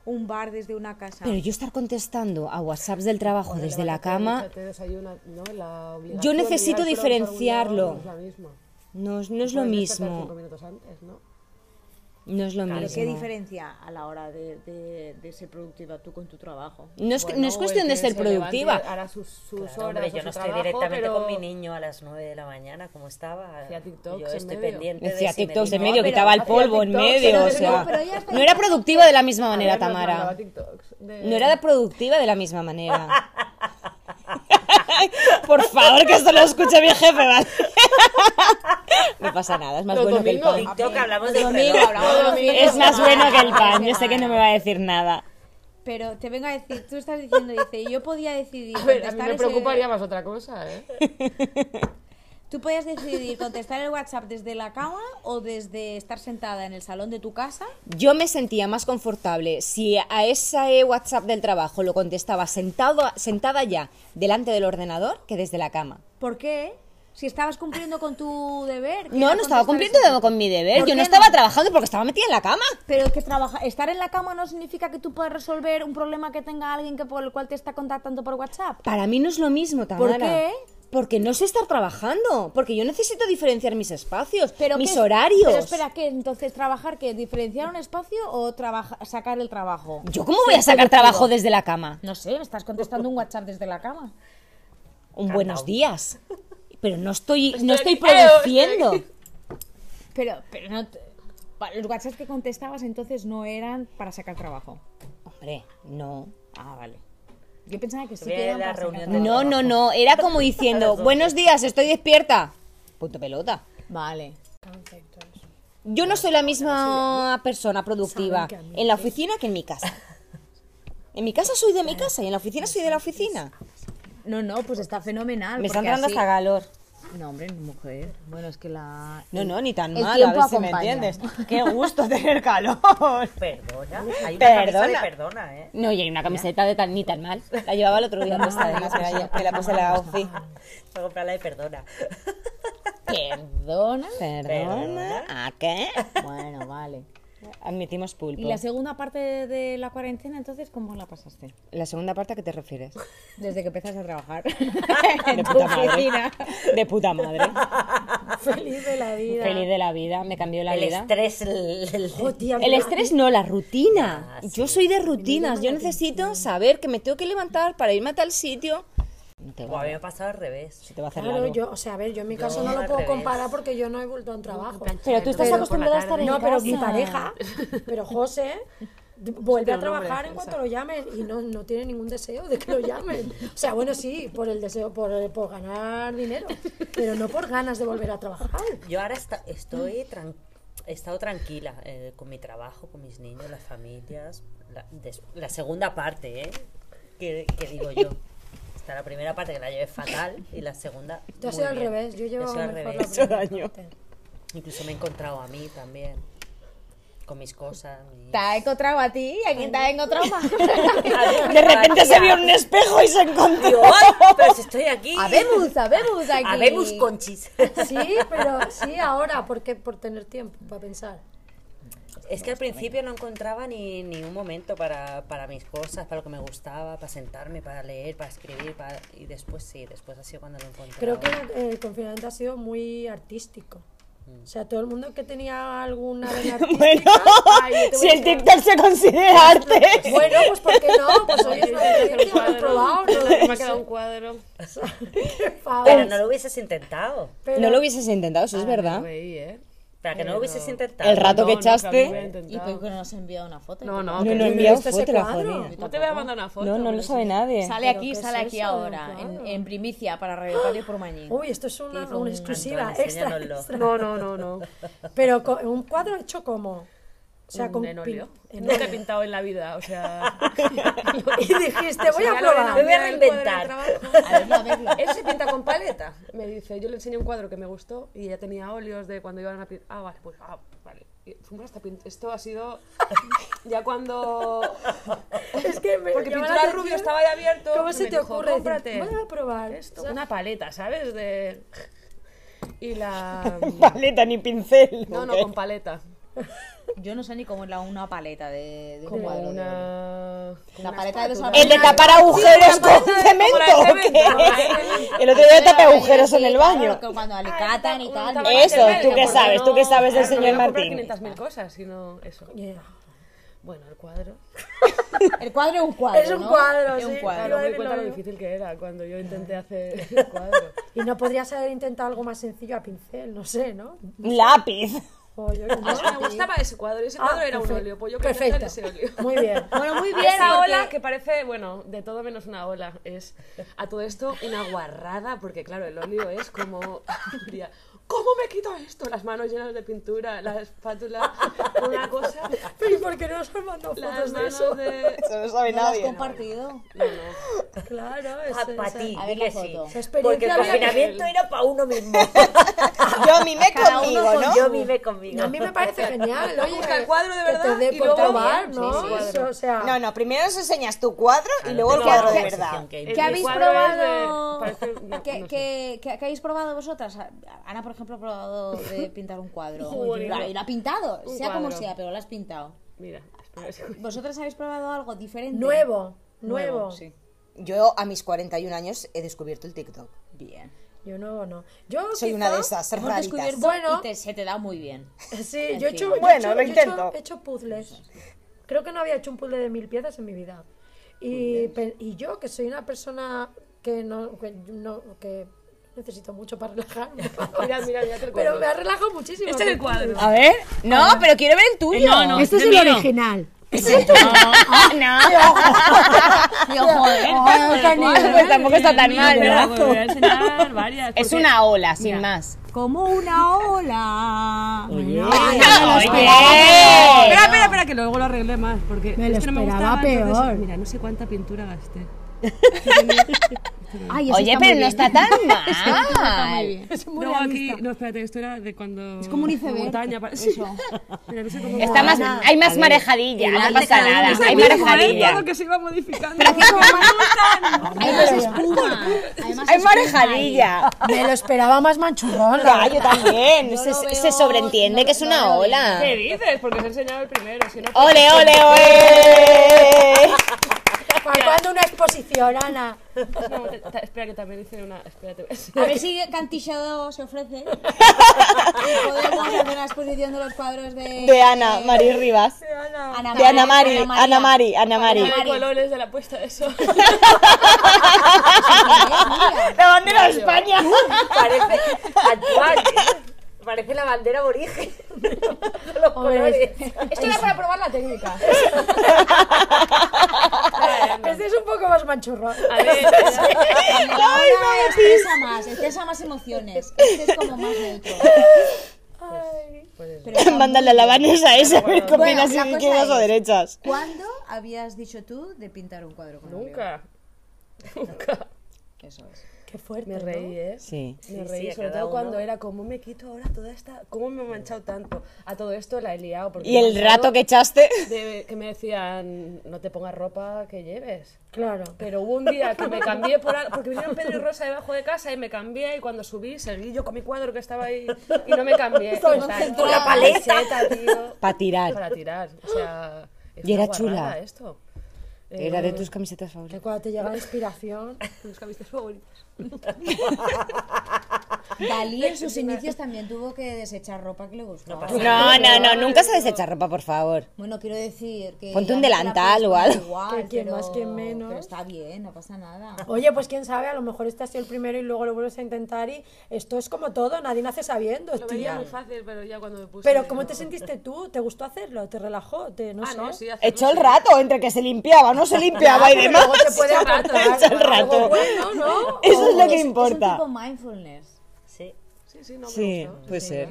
S1: un bar, desde una casa?
S4: Pero yo estar contestando a WhatsApps del trabajo desde la
S6: Levántate,
S4: cama
S6: dúchate, desayuna, ¿no? La obligación
S4: Yo
S6: de ir
S4: necesito
S6: al Proms a algún
S4: diferenciarlo.
S6: lado no es la misma.
S4: no, es- no es lo
S6: Puedes despertar cinco
S4: mismo.
S6: minutos antes, ¿no?
S4: No es lo
S1: Pero qué
S4: mismo.
S1: diferencia a la hora de, de- de ser productiva tú con tu trabajo.
S4: No es, que- no es
S6: Bueno,
S4: cuestión
S6: el
S4: de
S6: que
S4: ser
S6: se levante
S4: productiva.
S6: Hará sus, sus
S5: Claro,
S6: horas.
S5: hombre,
S6: o
S5: yo
S6: su
S5: no estoy
S6: trabajo,
S5: directamente
S6: pero-
S5: con mi niño a las 9 de la mañana, como estaba.
S6: Hacía TikToks
S5: yo
S6: en
S5: estoy
S6: medio.
S5: pendiente de
S4: Decía
S5: si me Ah,
S4: TikToks de
S5: dice-
S4: medio,
S6: pero
S4: quitaba el
S6: hacía
S4: polvo en
S6: TikToks,
S4: medio,
S6: pero-
S4: o
S6: pero-
S4: sea.
S6: pero
S1: ya está-
S4: No era productiva de la misma
S6: A
S4: manera,
S6: ver, nos mandaba
S4: Tamara.
S6: TikToks de-
S4: No era productiva de la misma manera. (laughs) Por favor, que esto lo escuche mi jefe, ¿vale? (laughs) No pasa nada, es más
S6: Los
S4: bueno que el
S6: domingos.
S4: pan.
S5: TikTok hablamos de
S1: Domingo,
S5: reloj.
S1: hablamos de los fines de
S4: Es más
S1: semana,
S4: bueno que el (laughs)
S1: fines de
S4: pan, yo sé que no
S1: semana.
S4: me va a decir nada.
S1: Pero te vengo a decir, tú estás diciendo, dice, yo podía decidir.
S6: (laughs) A ver, a mí
S1: contestar
S6: me
S1: ese-
S6: preocuparía más otra cosa, ¿eh?
S1: Tú podías decidir contestar el WhatsApp desde la cama o desde estar sentada en el salón de tu casa.
S4: Yo me sentía más confortable si a ese WhatsApp del trabajo lo contestaba sentado, sentada ya delante del ordenador que desde la cama.
S1: ¿Por qué?
S8: Si estabas cumpliendo con tu deber. que
S4: No,
S8: era
S4: no
S8: contestar
S4: estaba cumpliendo
S8: ese-
S4: con mi deber.
S8: ¿Por
S4: Yo
S8: qué
S4: no estaba trabajando porque estaba metida en la cama.
S8: Pero que trabaja, estar en la cama no significa que tú puedas resolver un problema que tenga alguien que por el cual te está contactando por WhatsApp.
S4: Para mí no es lo mismo, Tamara.
S8: qué?
S4: Porque no sé estar trabajando. Porque yo necesito diferenciar mis espacios,
S8: Pero
S4: mis
S8: que-
S4: horarios.
S8: Pero espera, ¿qué? Entonces, ¿trabajar que ¿Diferenciar un espacio o trabaja- sacar el trabajo?
S4: ¿Yo cómo voy a sacar trabajo desde la cama?
S8: No sé, me estás contestando un WhatsApp desde la cama.
S4: Un buenos días. Pero no estoy, no
S6: Estoy
S4: estoy
S6: aquí. Eh,
S4: produciendo.
S8: Pero, pero no... te- Pa- Los WhatsApps que contestabas entonces no eran para sacar trabajo.
S4: Hombre, no.
S8: Ah, vale. Yo pensaba que sí
S5: Voy a
S8: que
S5: ir a
S8: eran
S5: la
S8: para sacar
S5: reunión de-
S4: No, no, no. Era
S8: (laughs)
S4: como diciendo, buenos días, estoy despierta. Punto pelota.
S8: trabajo. Vale.
S4: Yo no soy la misma persona productiva en la oficina que en mi casa. En mi casa soy de mi casa y en la oficina soy de la oficina.
S8: No, no, pues está fenomenal.
S4: Me está
S8: porque
S4: entrando
S8: así-
S4: hasta calor.
S8: No, hombre, mujer. Bueno, es que la...
S4: No, no, ni tan
S8: el
S4: mal, a
S8: tiempo
S4: ver si me
S8: acompaña. (laughs)
S4: entiendes. Qué gusto tener calor.
S5: Perdona. Hay una
S4: Perdona.
S5: camisa de perdona, ¿eh?
S4: No, y hay una camiseta de tan, ni tan mal. La llevaba el otro día
S8: Ah,
S4: puesta, además, que la, lle- que la puse en la ofi.
S5: Voy a comprar la de perdona.
S8: Perdona.
S4: ¿Perdona? ¿A qué?
S8: Bueno, vale.
S4: Admitimos pulpo.
S8: ¿Y la segunda parte de la cuarentena, entonces, cómo la pasaste?
S4: ¿La segunda parte a qué te refieres?
S8: Desde que empezaste a
S4: (laughs)
S8: trabajar.
S4: De
S8: en tu
S4: puta madre.
S8: oficina.
S4: De
S8: (laughs)
S4: puta madre.
S7: Feliz de la vida.
S4: Feliz de la vida, me cambió la
S5: El
S4: vida.
S5: estrés. el- el-
S7: Oh, tía,
S4: El
S7: mira,
S4: estrés no, la
S8: Ah,
S4: rutina. Yo soy de rutinas. Yo necesito saber que me tengo que levantar para irme a tal sitio. No te
S5: Buah, a
S4: va,
S5: mí me ha pasado al revés.
S4: se te va a hacer
S7: Claro,
S4: largo.
S7: yo, o sea, a ver, yo en mi caso
S5: Yo
S7: no
S5: al
S7: lo puedo
S5: revés.
S7: comparar porque yo no he vuelto a un trabajo.
S4: Pero tú estás
S7: Pero-
S4: acostumbrada a estar en
S7: No, pero mi
S4: casa.
S7: pareja, (laughs) pero José, d- vuelve a
S6: Pero no me
S7: trabajar
S6: deja,
S7: en cuanto lo llamen y no, no tiene ningún deseo de que lo llamen. O sea, bueno, sí, por el deseo, por, por ganar dinero, pero no por ganas de volver a trabajar.
S5: Yo ahora esta- estoy tran- he estado tranquila eh, con mi trabajo, con mis niños, las familias. La, des- la segunda parte, ¿eh? Que, que digo yo. Está la primera parte que la llevé fatal y la segunda.
S7: Tú
S5: muy
S7: has sido al
S5: bien.
S7: revés, yo
S5: he
S7: llevo
S5: sido al
S7: mejor
S5: revés.
S7: la primera parte.
S5: Incluso me he encontrado a mí también. Con mis cosas. mi-
S8: Te ha encontrado a ti y aquí te ha encontrado
S4: (laughs)
S8: más.
S4: De repente se vio en un espejo y se (laughs) encontró.
S5: Digo, ¡ay! Pero si estoy aquí.
S8: Habemos, habemos aquí.
S5: Habemos conchis.
S7: Sí, pero sí ahora, porque por tener tiempo para pensar.
S5: Es que al principio no encontraba ni, ni un momento para, para mis cosas, para lo que me gustaba, para sentarme, para leer, para escribir, para- y después sí, después ha sido cuando lo encontré.
S7: Creo que eh, el confinamiento ha sido muy artístico. O sea, todo el mundo que tenía alguna
S6: (laughs)
S7: vena artística,
S4: Bueno,
S7: ay, yo te
S4: si
S7: voy a
S4: el
S7: enseñar.
S4: TikTok se considera arte.
S7: Bueno, pues ¿por qué no? Pues hoy es una experiencia, lo he probado, no lo
S6: me ha
S7: sé.
S6: quedado un cuadro.
S7: Por favor.
S5: Pero no lo hubieses intentado.
S7: Pero-
S4: No lo hubieses intentado, eso es verdad.
S6: Reí, ¿eh?
S5: Para que no lo hubieses intentado.
S4: El
S5: (laughs)
S4: rato que
S6: No, nunca me
S4: echaste.
S6: hubiera
S1: Y
S6: intentado.
S1: pues que nos envía una foto. y
S6: No,
S1: todo.
S6: no,
S4: No,
S6: que-
S4: no,
S7: ¿Tú
S4: envía
S7: viste ese
S4: foto la
S7: cuadro?
S4: jodida.
S6: no te voy a mandar una foto.
S4: No, no
S6: pero
S4: lo
S6: sí.
S4: sabe nadie.
S1: Sale
S7: Pero
S1: aquí,
S7: ¿qué es
S1: sale aquí
S7: eso?
S1: ahora,
S7: Claro.
S1: en, en primicia para Radio Patio Purmañín.
S9: (laughs)
S7: Uy, esto es una, una exclusiva,
S5: Antonio,
S7: extra,
S5: enséñanoslo.
S7: extra.
S6: No, no, no, no.
S7: Pero co- un cuadro hecho como... O sea, con
S6: Un enolio.
S7: pin- en
S6: Nunca he
S7: óleo.
S6: pintado en la vida, o (laughs) sea.
S7: (laughs) Y dijiste, voy a
S6: Ya Lorena
S7: probar.
S5: Me voy a
S6: mira el cuadro del
S5: reinventar. (laughs)
S6: trabajo. (laughs)
S1: A verlo, a verlo.
S6: Él se pinta con paleta. Me dice, yo le enseñé un cuadro que me gustó y ella tenía óleos de cuando iban a pintar. Ah, vale, pues, ah, vale. Y fuimos hasta pin- Esto ha sido
S4: (laughs)
S6: ya cuando.
S7: (laughs) Es que me
S6: Porque
S7: llama la
S6: pintura
S7: atención.
S6: rubio estaba ya abierto.
S7: ¿Cómo
S6: y
S7: se
S6: me
S7: te
S6: dijo,
S7: ocurre? decir,
S6: Cómprate
S7: Voy a probar.
S6: esto,
S7: O sea,
S6: una paleta, ¿sabes? De. Y la.
S4: (laughs) Paleta ni pincel.
S6: No, no,
S4: ok.
S6: con paleta.
S1: Yo no sé ni cómo es la una paleta de, de un
S6: Como
S1: cuadro.
S6: una.
S1: La paleta de esos
S4: El de tapar agujeros con cemento.
S6: como la de
S4: ¿o
S6: cemento,
S4: qué? (laughs) El otro día tapé agujeros en el baño.
S1: cuando alicatan y tal.
S4: tapabocas. Eso, ¿tú qué sabes? ¿Tú qué sabes del señor Martín?
S6: Martín? 500.000 cosas, sino eso.
S7: yeah.
S6: Bueno, el cuadro.
S1: El cuadro es un cuadro.
S7: Es un
S1: ¿no?
S7: cuadro,
S1: Es un
S7: sí,
S6: Claro,
S1: cuadro.
S6: me di
S7: lo
S6: cuenta lo
S7: mismo.
S6: difícil que era cuando yo intenté hacer el cuadro.
S7: Y no podrías haber intentado algo más sencillo a pincel, no sé, ¿no?
S4: Un Lápiz. (laughs)
S7: O
S6: (laughs)
S7: yo que no.
S6: Eso (laughs) me gustaba ese cuadro, ese
S7: Ah,
S6: cuadro era un
S7: perfecto.
S6: óleo, pues yo quería hacer
S7: Perfecto.
S6: ese óleo.
S7: Muy
S6: (laughs)
S7: bien.
S1: Bueno, muy bien.
S6: Esa
S1: porque-
S6: ola que parece, bueno, de todo menos una ola. (laughs) Es a todo esto una guarrada, porque claro, el óleo es como. diría, ¿Cómo me quito esto? Las manos llenas de pintura, la (laughs) espátula, una cosa.
S7: ¿Y por qué no os han mandado
S6: Las
S7: fotos de
S6: manos
S7: eso?
S6: (laughs) de.
S4: Eso no sabe
S9: ¿Lo has
S4: nadie.
S9: compartido?
S6: No, no.
S7: Claro, eh. es,
S5: Ah, para
S7: es-
S5: ti,
S4: A ver
S5: di
S4: la
S5: que sí.
S4: foto.
S7: Esa
S5: Porque el
S7: experiencia había que-
S5: confinamiento era para uno mismo.
S4: Yo mimé
S5: Cada uno
S4: conmigo,
S5: con-
S4: ¿no?
S5: Yo vive conmigo.
S7: A mí me
S6: (laughs)
S7: parece genial, oye.
S6: busca el cuadro de
S7: que
S6: verdad
S7: te dé
S6: y
S7: por
S6: luego-
S7: probar,
S6: Sí,
S7: ¿no?
S5: sí.
S7: Eso, o sea,
S4: No, no, primero nos enseñas tu cuadro y luego el
S5: Claro,
S4: cuadro de
S5: tengo la
S4: verdad.
S5: conversación que hay.
S6: El
S9: ¿Qué habéis
S6: cuadro es de-
S9: probado?
S6: parece- no,
S9: ¿Qué,
S6: no sé.
S9: qué- qué- qué habéis probado vosotras? Ana, por ejemplo, ha probado de pintar un
S6: (laughs)
S9: cuadro.
S6: Joder.
S9: Y la- y la ha pintado,
S6: Un
S9: sea como
S6: cuadro.
S9: sea, pero la has pintado.
S6: Mira, espera, es-
S9: ¿Vosotras habéis probado algo diferente?
S7: nuevo, nuevo.
S4: Yo a mis 41 años he descubierto el TikTok.
S9: Bien.
S7: Yo nuevo no. Yo
S4: Soy
S7: quizá-
S4: una de esas
S9: Hemos descubierto
S4: raritas.
S7: Bueno.
S9: y te- se te da muy bien.
S7: Sí, yo he hecho, yo he
S4: Bueno,
S7: hecho-
S4: lo
S7: yo he
S4: intento.
S7: hecho- He hecho, puzzles. Creo que no había hecho un puzzle de mil piezas en mi vida. Y, pe- y yo, que soy una persona que no, que no- que necesito mucho para relajarme.
S6: Mira, mira, ya te lo
S7: Pero
S6: cuadro.
S7: me ha relajado muchísimo.
S6: Este es el cuadro.
S7: Ah,
S4: A ver, no, pero quiero ver el tuyo.
S3: No, no,
S7: Este es el
S3: mío.
S7: original.
S4: (laughs)
S9: Tío, joder.
S4: pues tampoco está tan
S3: Mira,
S4: mal,
S3: espera,
S4: ¿no?
S3: pues voy a enseñar varias.
S4: Es
S3: porque-
S4: una ola, sin más.
S9: Como una ola.
S4: ¡Oye!
S3: Espera, espera, espera, que luego lo arreglé más. Porque
S7: Me lo
S3: es que no me
S7: esperaba
S3: gustaba, entonces,
S7: peor.
S3: Mira, no sé cuánta pintura gasté.
S9: (laughs) Ay, eso
S4: Oye,
S9: está
S4: pero
S9: muy
S4: no
S7: (laughs)
S9: bien.
S4: está tan
S9: Está muy
S4: mal.
S9: bien.
S3: Luego aquí, no, espérate, esto era de cuando. Es
S9: como un iceberg,
S3: montaña, para... Eso. Mira, no sé cómo.
S4: Está más, hay (laughs) más marejadilla, no pasa nada.
S3: Es el
S4: Hay
S3: mismo, ¿eh?
S4: marejadilla.
S3: Todo que se iba modificando.
S9: Hay más espuma. Además,
S4: Hay marejadilla.
S7: Me lo esperaba más manchurrón. la
S4: Ah, yo también. Se,
S9: veo-
S4: se sobreentiende
S9: no
S4: que es
S9: lo-
S4: una
S9: no lo veo
S4: ola.
S6: ¿Qué dices? Porque os he enseñado el primero. Si no,
S4: ¡Ole, ole, ole!
S7: verdad. ¿Para cuándo una exposición, Ana?
S6: No, te- te- espera, que también hice una. Espérate.
S9: A ver si Cantillado se ofrece. Y podemos hacer una exposición de los cuadros de,
S4: De Ana, Mari Rivas.
S9: Ana,
S4: De Ana Mari,
S9: María.
S4: Ana Mari, Ana Mari.
S6: Los colores de la puesta de sol.
S4: La bandera de España.
S5: Parece actual, ¿eh? Parece la bandera
S4: (laughs)
S5: origen. Los colores.
S7: Esto
S6: (laughs)
S7: era para probar la técnica. este es un poco más manchurrón.
S6: A ver, espera.
S9: Ay, no expresa más, expresa más emociones. Este es como más neutro.
S4: Mándale a la Vanessa esa, a ver qué
S9: Bueno,
S4: opinas
S9: la
S4: si
S9: cosa
S4: izquierdas o
S9: es-
S4: derechas.
S9: ¿Cuándo habías dicho tú de pintar un cuadro con óleo?
S6: Nunca. Nunca.
S9: Eso es.
S7: Qué fuerte.
S6: Me reí, ¿eh?
S4: Sí.
S6: Me
S5: Sí,
S6: reí,
S5: sí, a
S6: sobre
S5: cada
S6: todo cuando
S5: uno.
S6: era como me quito ahora toda esta. ¿Cómo me he manchado tanto? A todo esto la he liado. Porque
S4: Y
S6: me he
S4: el
S6: manchado
S4: rato que echaste. (laughs)
S6: de- que me decían, no te pongas ropa que lleves.
S7: Claro.
S6: Pero hubo un día que me cambié por algo, porque vinieron Pedro y Rosa debajo de casa y me cambié y cuando subí seguí yo con mi cuadro que estaba ahí y no me
S4: (laughs)
S6: cambié. O sea, con la paleta, tío.
S4: Para tirar.
S6: Para tirar. O
S4: (gasps)
S6: sea, es
S4: Y era
S6: una guarrada
S4: chula.
S6: esto. Eh,
S4: Era de tus camisetas favoritas.
S7: Que cuando te llega la inspiración.
S6: tus camisetas favoritas.
S9: Dalí en sus inicios también tuvo que desechar ropa que le gustaba.
S4: No, no, no, nunca se desecha ropa, por favor.
S9: Bueno, quiero decir que.
S4: Ponte un
S9: ya no te la
S4: delantal
S9: puedes
S4: o
S9: poner
S4: algo.
S9: igual,
S7: Que quien
S9: pero-
S7: más, quien menos.
S9: Pero está bien, no
S7: (laughs)
S9: pasa nada.
S7: Oye, pues quién sabe, a lo mejor este ha sido el primero y luego lo vuelves a intentar y esto es como todo, nadie nace sabiendo,
S6: Lo veía
S7: tía.
S6: muy fácil, pero ya cuando me puse.
S7: Pero ¿cómo te sentiste tú? ¿Te gustó hacerlo? ¿Te relajó? ¿Te no
S6: Ah,
S7: sé?
S6: no, sí, hacerlo
S4: Echó el
S6: sí.
S4: rato entre que se limpiaba, no se limpiaba y
S9: (laughs)
S7: Pero
S4: demás. (laughs)
S7: luego te puede aportar
S4: Echó el
S6: ¿eh?
S7: algo
S6: Oh.
S4: rato.
S7: bueno, ¿no?
S4: Eso es lo que
S9: Oh, Es
S4: importa.
S9: un tipo mindfulness.
S5: Sí.
S6: Sí, sí, no me
S4: Sí,
S6: gustó.
S4: puede ser.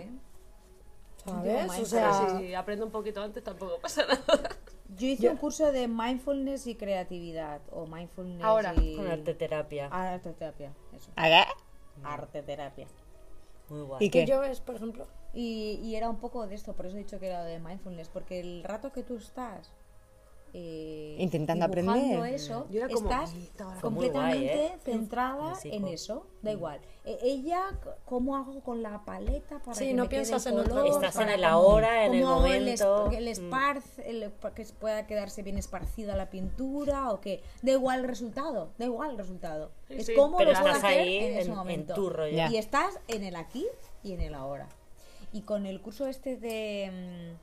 S7: ¿Sabes? O
S6: Pero
S7: sea,
S6: si aprendo un poquito antes tampoco pasa nada.
S9: Yo hice un curso de mindfulness y creatividad. O mindfulness
S6: Ahora,
S9: y.
S5: Con arte terapia.
S9: Ah, Arte terapia. Eso.
S4: Haga-
S9: Arte terapia.
S5: Muy guay.
S4: ¿Y
S7: que
S4: qué?
S7: yo ves, por ejemplo,
S9: Y, y era un poco de esto, por eso he dicho que era de mindfulness. Porque el rato que tú estás. eh,
S4: Intentando
S9: dibujando
S4: aprender.
S9: eso,
S6: Yo era como,
S9: estás
S6: "Ay, está ahora".
S5: Fue muy guay,
S9: completamente
S5: ¿eh?
S9: centrada
S5: Sí, mm.
S9: en
S5: co-
S9: eso, da igual. Eh, ella, c- ¿cómo hago con la paleta para
S7: Sí,
S9: que
S7: no
S9: me quede
S7: piensas
S9: el
S7: en otra
S9: color?
S7: cosa.
S5: Estás en el ahora, en el
S9: ¿Cómo hago el
S5: momento. Mm.
S9: esp- el, esparz- el- pa- que pueda quedarse bien esparcida la pintura o que da igual el resultado, da igual el resultado.
S6: Sí,
S9: es
S6: sí.
S9: como
S5: Pero
S9: lo puedo
S5: estás
S9: hacer
S5: ahí
S9: en, ese
S5: en- en
S9: momento.
S5: tu rollo.
S4: Ya.
S9: Y estás en el aquí y en el ahora. Y con el curso este de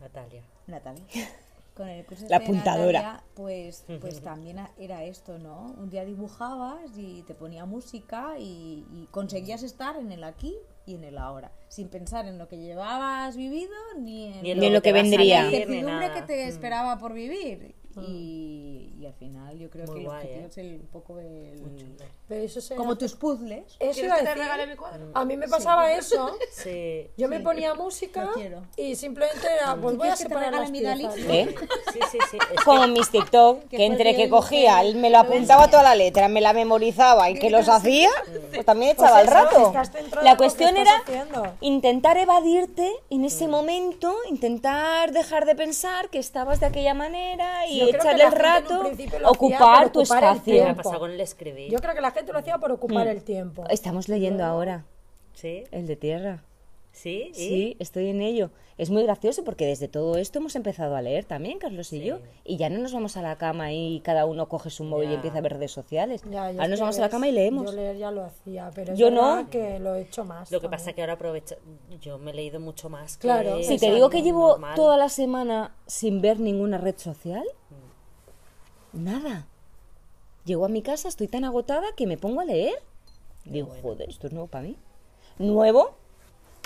S5: Natalia.
S9: mm, Natalia. (laughs) Con el curso
S4: La
S9: este de
S4: apuntadora.
S9: Natalia, pues, pues también a- era esto, ¿no? Un día dibujabas y te ponía música y, y conseguías estar en el aquí y en el ahora, sin pensar en lo que llevabas vivido ni en,
S5: Ni en
S4: De lo que
S5: vas a
S4: vendría.
S9: la
S5: leer, ni
S9: incertidumbre
S5: nada.
S9: que te
S5: Mm.
S9: esperaba por vivir.
S1: Mm.
S9: Y, y al final yo creo
S5: Muy
S9: que el
S5: guay,
S9: objetivo
S5: ¿eh?
S9: es el- un poco el-
S7: Pero eso se-
S9: como tus puzzles.
S7: Eso iba a decir. A mí me pasaba
S6: (laughs)
S7: eso.
S5: Sí.
S7: Yo me ponía música
S9: Lo quiero.
S7: y simplemente era, pues voy a
S9: ¿Quieres que te
S7: separar las
S9: regale mi Dalí?
S7: piezas.
S4: ¿Eh?
S5: Sí, sí,
S4: (laughs)
S5: sí. Es que-
S4: Como en mis TikTok, que
S9: fue
S4: entre
S9: el
S4: que
S9: que-
S4: cogía, él me lo apuntaba toda la letra, me la memorizaba y que los hacía, pues también echaba el
S7: Pues eso,
S4: rato.
S7: estás dentro de
S4: La
S7: lo que
S4: cuestión
S7: estás
S4: era
S7: haciendo. Mm.
S4: intentar evadirte en ese momento, intentar dejar de pensar que estabas de aquella manera y
S7: Yo creo que
S4: echarle
S7: la
S4: el
S7: gente en un
S4: rato,
S7: principio lo hacía
S4: ocupar
S7: por
S4: tu
S5: ¿Qué
S7: ocupar el
S5: me ha
S4: espacio.
S7: tiempo.
S5: pasado con el escribir?
S7: Yo creo que la gente lo hacía por ocupar el tiempo.
S4: Estamos leyendo ahora
S5: Sí,
S4: el de tierra.
S5: sí, ¿y?
S4: Sí, estoy en ello. Es muy gracioso porque desde todo esto hemos empezado a leer también, Carlos y yo, y ya no nos vamos a la cama y cada uno coge su móvil y
S5: Ya.
S4: empieza a ver redes sociales.
S7: Ya, yo
S4: Ahora
S7: es
S4: Ah, nos
S7: que
S4: vamos a la
S7: ves,
S4: cama y leemos.
S7: Yo leer ya lo hacía, pero es
S4: Yo
S7: verdad
S4: no.
S7: que lo he hecho más.
S5: Lo que
S7: también.
S5: pasa es que ahora aprovecho. Yo me he leído mucho más.
S7: Claro,
S5: que
S4: Si te
S7: Exacto,
S4: digo que llevo
S5: normal.
S4: toda la semana sin ver ninguna red social,
S5: Mm.
S4: nada. Llego a mi casa, estoy tan agotada que me pongo a leer. Digo, joder, esto es nuevo para mí. Nuevo,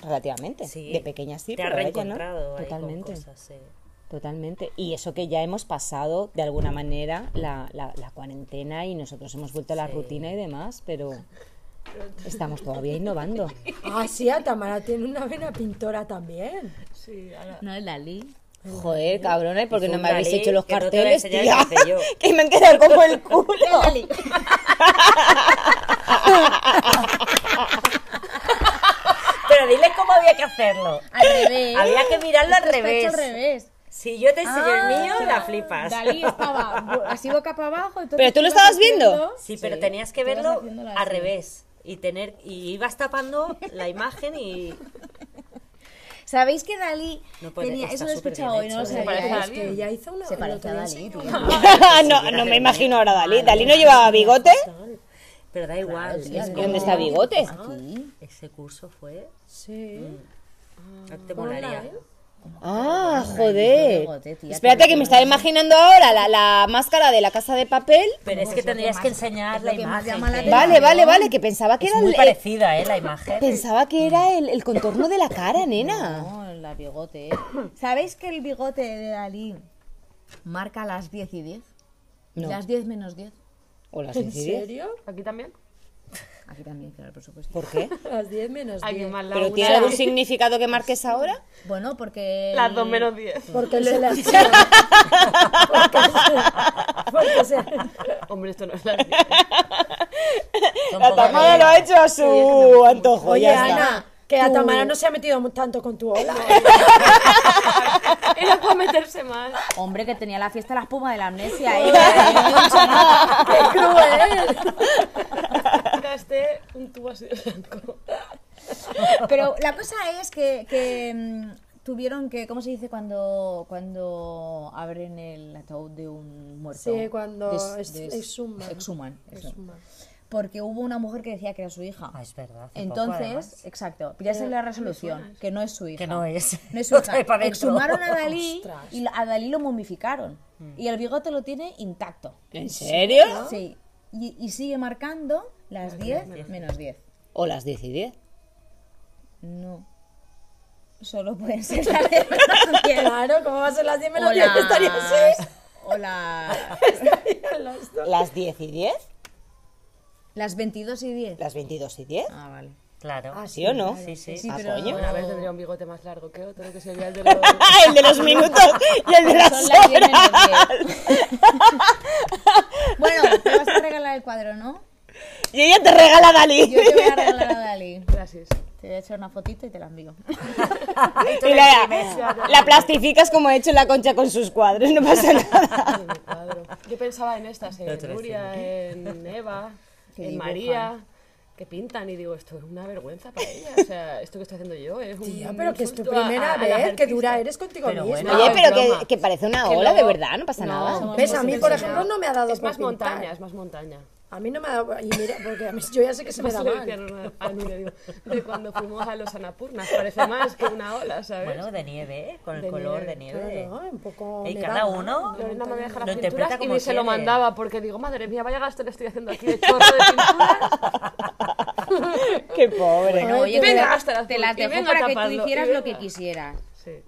S4: relativamente.
S5: Sí.
S4: De pequeña sí,
S5: Te has
S4: pero ahora ya no.
S5: reencontrado ahí con
S4: Totalmente.
S5: cosas, sí.
S4: (laughs) Totalmente. Y eso que ya hemos pasado de alguna manera la, la- la cuarentena y nosotros hemos vuelto a la rutina y demás, pero estamos todavía innovando.
S7: Ah, sí, a Tamara tiene una vena pintora también.
S1: No, el Dalí.
S4: Joder, cabrona, ¿y por qué
S5: Hizo
S4: no
S5: un
S4: me habéis
S5: Dalí
S4: hecho los
S5: que no te voy a
S4: carteles,
S5: enseñar
S4: tía?
S5: el que hice yo.
S4: que me han quedado como el culo.
S5: (laughs) Pero dile cómo había que hacerlo.
S9: Al revés.
S5: Había que mirarlo al
S9: Esto está hecho
S5: revés.
S9: al revés.
S5: Si yo te enseño el
S9: Ah,
S5: mío, la flipas.
S9: Dalí estaba bo- así boca para abajo. entonces
S4: Pero tú lo
S9: ibas
S4: estabas
S9: haciendo-
S4: viendo.
S5: (laughs) Sí, pero tenías que verlo
S9: haciéndolo
S5: al
S9: así.
S5: revés y tener y ibas tapando la imagen y
S9: ¿Sabéis que Dalí
S5: No puede,
S9: tenía...
S5: está
S9: Eso lo he
S5: súper
S9: escuchado
S5: bien
S9: hoy, no lo
S5: hecho, ¿eh?
S9: sabía.
S6: Parece
S9: es que
S6: Dalí.
S9: ya-
S7: Ella hizo una.
S9: Se
S7: el
S9: parece
S7: otro
S9: a
S7: día
S9: Dalí, tío.
S4: no, no me imagino ahora a Dalí. ¿Dalí no llevaba bigote?
S5: pero da igual. es
S4: ¿Y dónde está bigote?
S5: que ese curso fue sí. Te molaría.
S4: Ah, joder.
S9: bigote, tía,
S4: Espérate que me estaba imaginando ahora la, la máscara de la casa de papel.
S5: Pero es que tendrías que enseñar la imagen. que-
S4: Vale, vale, vale, que pensaba que
S5: Es
S4: era
S5: muy
S4: el-
S5: parecida, ¿eh? La imagen.
S4: Pensaba que era el, el contorno de la cara, nena.
S9: No, la bigote. eh. ¿Sabéis que el bigote de Dalí marca las 10 y 10?
S4: No.
S9: Las 10 menos 10.
S4: ¿O las coincidí?
S6: Aquí también.
S9: Aquí también, claro, por supuesto.
S4: ¿Por qué?
S7: Las 10 menos
S6: Aquí
S7: 10.
S6: más la
S4: ¿Pero
S6: una.
S4: tiene algún significado que marques ahora?
S9: Bueno, porque...
S6: Las dos menos diez.
S7: Porque se las dio. Porque se, porque se-
S6: Hombre, esto no (laughs) es las diez.
S4: La Tamara lo ha hecho a su antojo,
S7: Oye,
S4: ya está.
S7: Ana, que a Tamara no se ha metido mu- tanto con tu ola.
S6: Era para meterse más.
S9: Hombre, que tenía la fiesta de la espuma de la amnesia, ¿eh?
S7: ¡Qué cruel!
S6: Gasté un tubo así de blanco.
S9: Pero la cosa es que, que, mm, tuvieron que, ¿cómo se dice cuando, cuando abren el ataúd de un muerto?
S7: Sí, cuando
S9: Des-
S7: ex-
S9: des-
S7: exhuman.
S9: exhuman, eso. Porque hubo una mujer que decía que era su hija.
S5: Ah, es verdad. hace poco,
S9: Entonces,
S5: además.
S9: exacto, pillarse la resolución, que no es su hija.
S5: que no es. (laughs)
S9: No es su
S5: Lo
S9: hija.
S5: trae para dentro.
S9: Exhumaron a Dalí y a Dalí lo momificaron.
S5: Mm.
S9: Y el bigote lo tiene intacto.
S4: ¿En serio?
S9: Sí. Y, y sigue marcando las 10 menos 10.
S4: ¿O las 10 y 10?
S9: No. Solo pueden ser las 10 menos
S7: (laughs)
S9: 10.
S7: Claro, ¿cómo va a ser las 10 menos
S9: O
S7: 10? Estaría así.
S9: las- O la-
S4: ¿Las 10 y 10?
S9: las 22 y 10.
S4: ¿Las 22 y 10?
S9: Ah, vale.
S5: Claro.
S4: ¿Sí o no?
S5: Sí, sí.
S9: Sí,
S4: Ah,
S9: pero
S4: coño. (laughs)
S6: Una vez tendría un bigote más largo que otro, que sería
S7: (laughs)
S6: el de los...
S4: el de los minutos y el de las
S9: Son las 10 menos
S4: horas.
S9: 10. Bueno, te vas a regalar el cuadro, ¿no?
S4: Y ella te regala Dalí.
S9: Yo te voy a regalar a Dalí.
S6: Gracias.
S9: Te voy a echar una fotito y te la envío.
S4: (laughs)
S5: Y tú
S4: Y
S5: le imprimes.
S4: la, la plastificas como ha hecho la concha con sus cuadros, no pasa nada.
S6: Ay, mi cuadro. Yo pensaba en estas,
S5: Lo otro
S6: en Nuria, en Eva,
S9: Que
S6: en
S9: dibujan.
S6: María, que pintan y digo, esto es una vergüenza para ella. O sea, esto que estoy haciendo yo es un.
S7: Tía, pero que es tu
S6: insulto a-
S7: primera
S6: a- a las
S7: vez, que
S6: artistas.
S7: dura eres contigo
S5: Pero
S7: misma.
S5: bueno.
S4: Oye,
S6: es
S4: pero
S6: broma.
S4: que, que parece una
S6: Que
S4: ola, de
S6: luego-
S4: verdad, no pasa
S6: No.
S4: (laughs) nada.
S7: ¿Ves? A mí, por ejemplo, no me ha dado
S6: Es más
S7: por pintar.
S6: montaña, es más montaña.
S7: A mí no me ha dado... Y mira, porque a mí, yo ya sé que se me da
S6: (laughs) Eso le
S7: mal.
S6: decía Norma- a Nuria, digo, de cuando fuimos a los Anapurnas, parece más que una ola, ¿sabes?
S5: Bueno, de nieve, ¿eh? con el color de nieve.
S7: Claro, un poco
S5: Y
S7: nevada.
S5: cada uno
S6: Lorena no me deja
S5: lo
S6: las
S5: interpreta
S6: pinturas y
S5: como
S6: ni se lo
S5: quiere.
S6: mandaba porque digo, madre mía, vaya gasto le estoy haciendo aquí de chorro de pinturas.
S2: Qué pobre.
S9: Bueno, oye, (laughs) te,
S6: venga,
S9: la-
S6: hasta las
S9: te las
S6: y
S9: dejo
S6: venga a
S9: para que tú
S6: taparlo, y
S9: hicieras lo que
S6: venga.
S9: quisieras.
S6: Sí.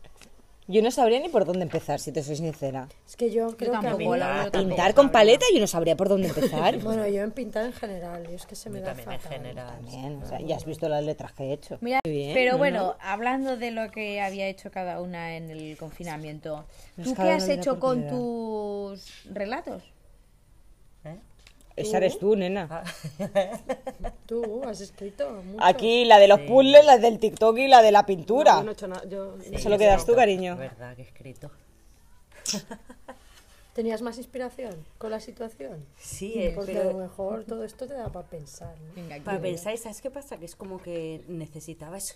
S4: Yo no sabría ni por dónde empezar, si te soy sincera.
S7: Es que yo creo que...
S9: Tampoco, la verdad, yo tampoco.
S4: Pintar con paleta yo no sabría por dónde
S9: (laughs)
S4: empezar.
S7: Bueno, yo en pintar en general, yo es que se me da
S5: También en
S7: fatal.
S5: general.
S4: Bien, o sea, ya has visto las letras que he hecho.
S9: Mira,
S4: Muy bien,
S9: pero
S4: no,
S9: bueno,
S4: no.
S9: hablando de lo que había hecho cada una en el confinamiento,
S4: Nos
S9: ¿tú qué
S4: cada
S9: has
S4: una una
S9: hecho con
S4: oportunidad.
S9: tus relatos?
S4: Esa eres tú,
S9: Ah,
S4: nena.
S7: Tú has escrito mucho.
S4: Aquí la de los puzzles, la del TikTok y la de la pintura.
S6: Yo no he hecho nada. Yo...
S4: Solo quedas tú, cariño.
S5: Es verdad que he escrito. (laughs)
S7: ¿Tenías más inspiración con la situación?
S5: Sí, eh,
S7: Porque a lo
S5: pero
S7: mejor todo esto te da para pensar, ¿no?
S5: para pensar, ¿sabes qué pasa? Que es como que necesitaba eso.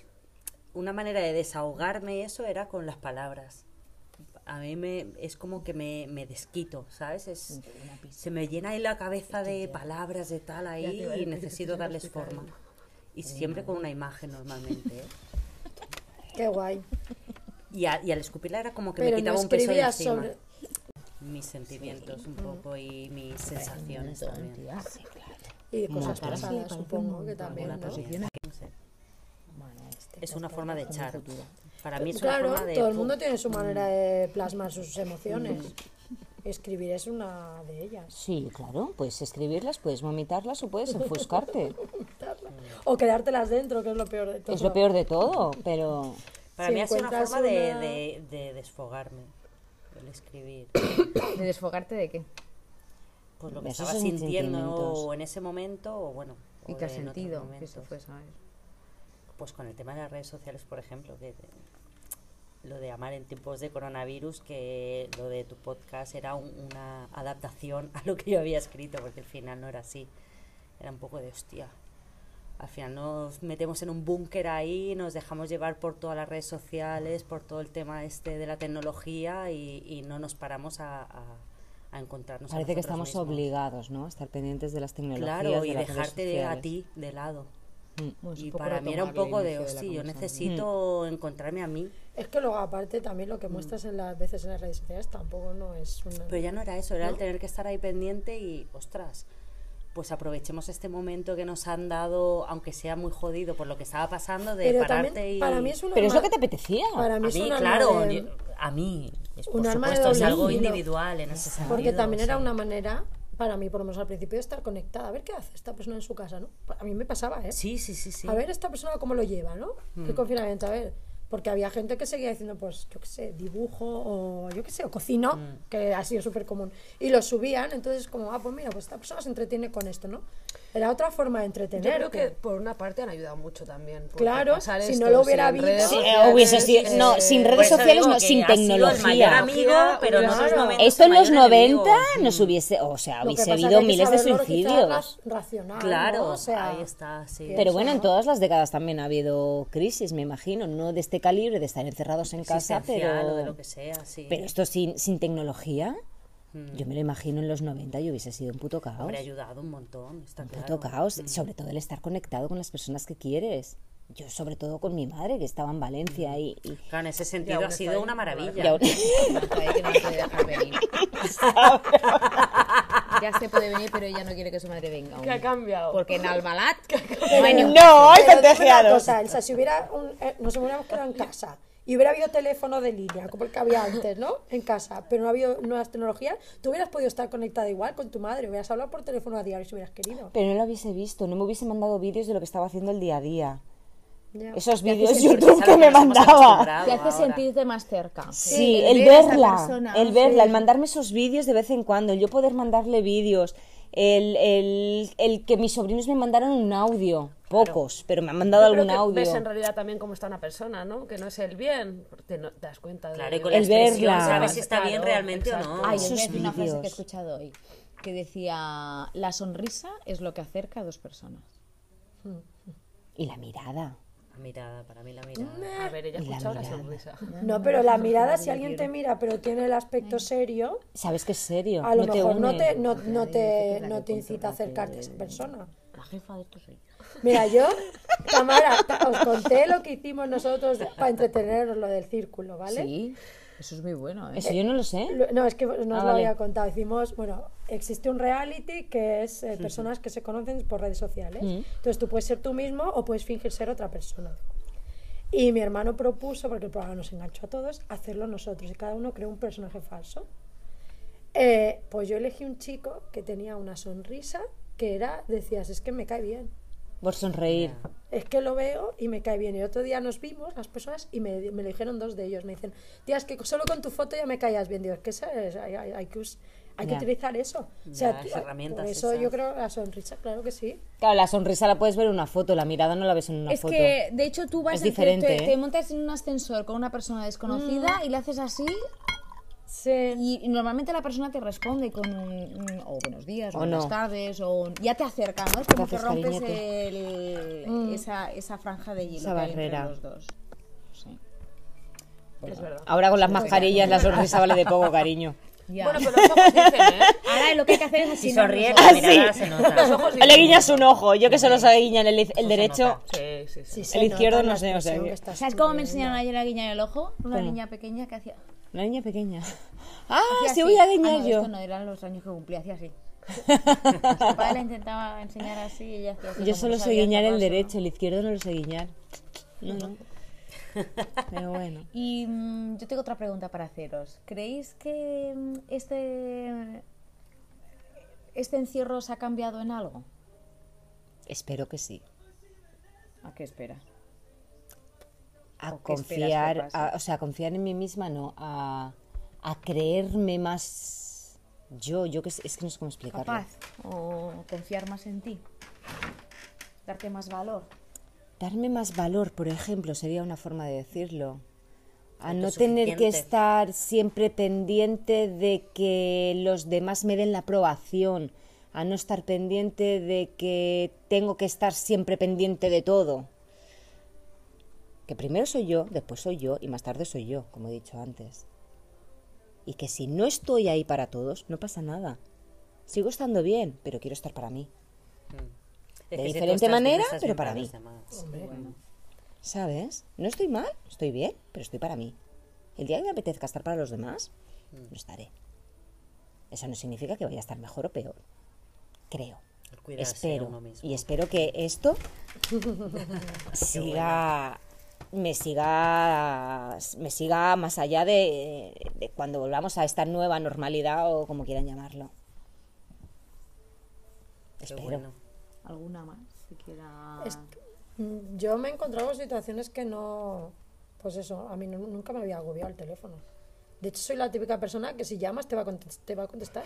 S5: Una manera de desahogarme y eso era con las palabras. A mí me, es como que me, me desquito, ¿sabes? Es, se me llena ahí la cabeza de palabras de tal ahí y necesito darles forma. Y siempre con una
S7: (laughs)
S5: imagen normalmente. ¿eh?
S7: Qué guay.
S5: Y, a- y al escupirla era como que
S7: Pero
S5: me quitaba
S7: no
S5: un peso de encima.
S7: escribías sobre- Mm.
S5: Mis sentimientos un poco y mis sensaciones también.
S7: Y de cosas pasadas, supongo que
S5: Ah,
S7: también, ¿no?
S5: No sé. pues este, es una forma de echar. Para mí es una
S7: Claro,
S5: forma de...
S7: todo el mundo tiene su manera de plasmar sus emociones. Escribir es una de ellas.
S4: Sí, claro, puedes escribirlas, puedes vomitarlas o puedes enfuscarte.
S7: O quedártelas dentro, que es lo peor de todo.
S4: es lo peor de todo, pero
S5: Para
S7: si
S5: mí es una
S7: encuentras
S5: forma de,
S7: una-
S5: de- de desfogarme. El (coughs) escribir.
S9: ¿De desfogarte de qué?
S5: Pues lo que
S4: Esos
S5: estaba
S4: son mis
S5: sintiendo
S4: sentimientos.
S5: o en ese momento o bueno. o
S9: ¿Y qué has
S5: en otros
S9: sentido? Que
S5: momentos.
S9: Eso fue, ¿sabes?
S5: Pues con el tema de las redes sociales, por ejemplo, que te- lo de amar en tiempos de coronavirus, que lo de tu podcast era un- una adaptación a lo que yo había escrito, porque el final no era así. Era un poco de hostia. Al final nos metemos en un búnker ahí, nos dejamos llevar por todas las redes sociales, por todo el tema este de la tecnología y, y no nos paramos a, a- a encontrarnos. a
S4: parece que
S5: nosotros
S4: estamos
S5: mismos.
S4: obligados, ¿no? A estar pendientes de las tecnologías.
S5: Claro,
S4: de
S5: y
S4: las redes
S5: dejarte de- a
S4: sociales.
S5: ti de lado.
S4: Mm.
S5: Y para mí era un poco de, hostia, yo necesito encontrarme a mí.
S7: Es que luego, aparte, también lo que muestras en las veces en las redes sociales tampoco no es
S4: Pues,
S7: una...
S5: Pero ya no era eso, era el tener que estar ahí pendiente y, ostras, pues aprovechemos este momento que nos han dado, aunque sea muy jodido por lo que estaba pasando, de
S7: Pero
S5: pararte
S7: también,
S5: y...
S7: para mí es un
S4: Pero es lo
S7: arma-
S4: que te apetecía.
S7: Para
S5: A mí,
S7: mí, es un arma
S5: claro,
S7: de-
S5: yo- a mí, es, por
S7: un arma de
S5: supuesto, es
S7: doble
S5: algo
S7: filo.
S5: individual en ese sentido.
S7: Porque también era
S5: sí.
S7: una manera, para mí, por lo menos al principio, de estar conectada. A ver qué hace esta persona en su casa, ¿no? A mí me pasaba, ¿eh?
S5: Sí, sí, sí, sí.
S7: A ver esta persona cómo lo lleva, ¿no? El confinamiento, a ver. Porque había gente que seguía diciendo, pues, yo qué sé, dibujo o yo qué sé, o cocino, que ha sido súper común. Y lo subían, entonces como, ah, pues mira, pues esta persona se entretiene con esto, ¿no? Era otra forma de
S6: Yo
S7: entretener.
S6: creo que por una parte han ayudado mucho también. porque
S7: Claro,
S6: pasar
S7: si
S6: esto
S7: no lo hubiera
S6: sin redes
S7: habido- Sí,
S4: Eh,
S6: sociales,
S4: hubiese sido- no,
S6: eh,
S4: sin
S5: Por
S4: redes
S5: eso
S4: sociales,
S5: pues digo
S4: no,
S5: que
S4: sin
S5: ha sido el mayor
S4: tecnología.
S5: amigo, pero no en los
S7: Claro.
S5: 90
S4: Esto en los
S5: mayor enemigo.
S4: 90 nos hubiese, o sea,
S7: Lo que
S4: hubiese
S7: pasa que
S4: habido
S7: hay que
S4: miles de
S7: saberlo quizás
S4: suicidios.
S7: ra- Racional,
S5: Claro,
S7: ¿no? O sea,
S5: ahí está, sí.
S7: que-
S4: Pero bueno,
S7: eso,
S4: en
S7: ¿no?
S4: todas las décadas también ha habido crisis, me imagino, no de este calibre de estar encerrados en casa,
S5: Existencial o de
S4: pero,
S5: lo que sea, sí.
S4: pero esto sin, sin tecnología,
S9: Hmm.
S4: yo me lo imagino en los 90 y hubiese sido un puto caos.
S5: Habría ayudado un montón, está
S4: Un
S5: claro.
S4: puto caos,
S9: Hmm.
S4: sobre todo el estar conectado con las personas que quieres. Yo sobre todo con mi madre, que estaba en
S9: Hmm.
S4: Valencia y... y-
S5: Claro, en ese sentido ha sido una maravilla.
S4: y aún-
S9: (laughs) Hasta ahí que no la puede
S4: (laughs)
S9: dejar venir. ya se puede venir, pero ella no quiere que su madre venga.
S6: Que ha
S9: aún.
S6: cambiado.
S9: Porque
S4: (laughs)
S9: en Almalat
S4: no, hay
S7: Pero dime una
S4: pendejeados.
S7: cosa, Elsa, si hubiera un- eh, nos hubiéramos quedado en casa y hubiera habido teléfono de línea, como el que había antes, ¿no? En casa, pero no ha habido nuevas tecnologías, tú hubieras podido estar conectada igual con tu madre, hubieras hablado por teléfono a diario si hubieras querido.
S4: Pero no lo hubiese visto, no me hubiese mandado vídeos de lo que estaba haciendo el día a día.
S7: Ya.
S4: Esos
S5: Porque
S4: vídeos
S5: es algo
S4: YouTube que
S5: nos
S4: me
S5: hemos
S4: mandaba.
S5: acostumbrado
S9: te hace
S5: ahora.
S9: sentirte más cerca.
S4: Sí,
S9: el
S4: el
S9: ver a esa
S4: verla,
S9: persona,
S4: el verla, el mandarme esos vídeos de vez en cuando, el yo poder mandarle vídeos, el, el- el que mis sobrinos me mandaron un audio, pocos, pero me han mandado
S6: Yo creo
S4: algún
S6: que
S4: audio.
S6: Ves en realidad también cómo está una persona, ¿no? Que no es el bien. Te, no- te das cuenta de
S5: Claro, y con
S4: El
S5: la expresión
S4: verla.
S5: sabes si está bien
S6: Claro,
S5: realmente o no.
S9: Ay,
S4: Esos
S9: es una frase
S4: vídeos.
S9: que he escuchado hoy que decía la sonrisa es lo que acerca a dos personas.
S4: Y la mirada.
S5: La mirada, para mí la mirada.
S6: A ver, ella ha
S4: Y la
S6: escuchado la
S4: mirada.
S6: sonrisa.
S7: Ah, No, pero la mirada, si alguien te mira pero tiene el aspecto serio,
S4: Sabes que es serio,
S7: a lo
S4: no te
S7: mejor no
S4: une.
S7: te, no, no te, no te incita a acercarte a esa persona.
S9: La jefa de estos soy yo.
S7: Mira, yo, Tamara, ta- os conté lo que hicimos nosotros para entreteneros, lo del círculo, ¿vale?
S9: Sí.
S1: Eso es muy bueno, ¿eh?
S4: Eso yo no lo sé.
S7: Lo- No, es que no os lo
S4: Ah, vale.
S7: había contado. Hicimos, bueno, existe un reality que es eh, personas que se conocen por redes sociales.
S4: Mm.
S7: Entonces tú puedes ser tú mismo o puedes fingir ser otra persona. Y mi hermano propuso, porque el programa nos enganchó a todos, hacerlo nosotros. Y cada uno creó un personaje falso. Eh, pues yo elegí un chico que tenía una sonrisa que era, decías, es que me cae bien.
S4: Por sonreír.
S7: Es que lo veo y me cae bien. Y otro día nos vimos las personas y me, me lo dijeron dos de ellos. Me dicen, tía, es que solo con tu foto ya me caías bien. Digo, es que esa es- hay, hay- hay que, us- hay que
S4: Ya.
S7: utilizar eso. O
S5: Ya,
S7: sea,
S5: las
S7: tú-
S5: herramientas
S7: por eso
S5: esas.
S7: yo creo la sonrisa, claro que sí.
S4: Claro, la sonrisa la puedes ver en una foto, la mirada no la ves en una
S9: es
S4: foto.
S9: que, de hecho, tú vas
S4: Es
S9: en- te-
S4: diferente,
S9: te,
S4: ¿eh?
S9: te montas en un ascensor con una persona desconocida y le haces así
S7: Sí.
S9: y, y normalmente la persona te responde con un, un- o buenos días, o
S4: O
S9: buenas
S4: no.
S9: tardes, o un- ya te acerca, ¿no? Es como que
S4: haces
S9: rompes
S4: cariñete.
S9: el- esa, esa franja de hielo
S4: Esa
S9: que hay entre
S4: barrera.
S9: los dos. Sí.
S4: Ahora con las mascarillas la sonrisa vale de poco,
S9: (laughs)
S4: cariño.
S9: Ya.
S6: Bueno, pero los ojos dicen, ¿eh?
S9: Ahora lo que hay que hacer es así.
S5: Si
S9: ¿no?
S5: sonríe,
S9: Los
S4: Ah,
S5: la
S9: ojos.
S5: mirada se nota.
S4: Le guiñas un ojo, yo que solo sé guiñar el, el
S5: Se
S4: derecho.
S5: nota. Sí, sí, sí.
S7: se
S4: El izquierdo
S7: nota
S4: no
S7: la
S4: sé, o sea,
S7: expresión
S4: que-
S7: que estás
S9: ¿Sabes cómo me
S7: teniendo.
S9: enseñaron ayer a guiñar el ojo? Una
S4: ¿Cómo?
S9: niña pequeña que hacía.
S4: Una niña pequeña. Ah,
S9: hacía
S4: sí
S9: así.
S4: voy a
S9: Ah,
S4: guiñar
S9: no,
S4: yo.
S9: esto no eran los años que cumplía, hacía así. Su padre la intentaba enseñar así y ella hacía así.
S4: Yo
S9: como
S4: solo
S9: no
S4: sé
S9: sabía
S4: guiñar el
S9: taparse, ¿no?
S4: derecho, el izquierdo no lo sé guiñar. No, no. Pero bueno.
S9: Y mm, yo tengo otra pregunta para haceros. ¿Creéis que mm, este, este encierro os ha cambiado en algo?
S4: Espero que sí.
S9: ¿A qué espera?
S4: A
S9: ¿O qué esperas que
S4: confiar,
S9: pase?
S4: a- o sea, a confiar en mí misma, no. A, a creerme más yo, yo que sé- es que no sé cómo explicarlo.
S9: ¿Capaz? ¿O confiar más en ti? ¿Darte más valor?
S4: Darme más valor, por ejemplo, sería una forma de decirlo. A no tener que estar siempre pendiente de que los demás me den la aprobación. A no estar pendiente de que tengo que estar siempre pendiente de todo. Que primero soy yo, después soy yo y más tarde soy yo, como he dicho antes. Y que si no estoy ahí para todos, no pasa nada. Sigo estando bien, pero quiero estar para mí. de
S5: Es que si tú
S4: diferente
S5: estás bien,
S4: manera,
S5: estás
S4: pero
S5: bien
S4: para
S5: los
S4: mí.
S5: demás.
S4: ¿Sabes? No estoy mal, estoy bien, pero estoy para mí. El día que me apetezca estar para los demás,
S5: Mm.
S4: no estaré. Eso no significa que vaya a estar mejor o peor. Creo.
S5: El cuidarse a uno
S4: espero.
S5: mismo.
S4: Y espero que
S5: (laughs)
S4: esto siga. Me siga, me siga más allá de, de cuando volvamos a esta nueva normalidad o como quieran llamarlo.
S5: Qué
S4: Espero.
S5: bueno.
S1: ¿Alguna más? Siquiera...
S7: Es- mm, Yo me he encontrado en situaciones que no. Pues eso, a mí nu- nunca me había agobiado el teléfono. De hecho, soy la típica persona que si llamas te va a, contes- te va a contestar.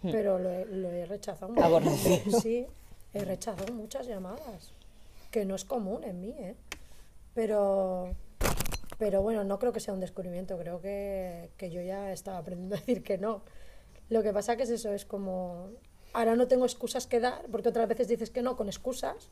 S7: pero lo he, lo he rechazado mucho.
S4: Aborrecido.
S7: Sí, he rechazado muchas llamadas. Que no es común en mí, ¿eh? Pero. Pero bueno, no creo que sea un descubrimiento. Creo que, que yo ya estaba aprendiendo a decir que no. Lo que pasa que es eso, es como. Ahora no tengo excusas que dar, porque otras veces dices que no con excusas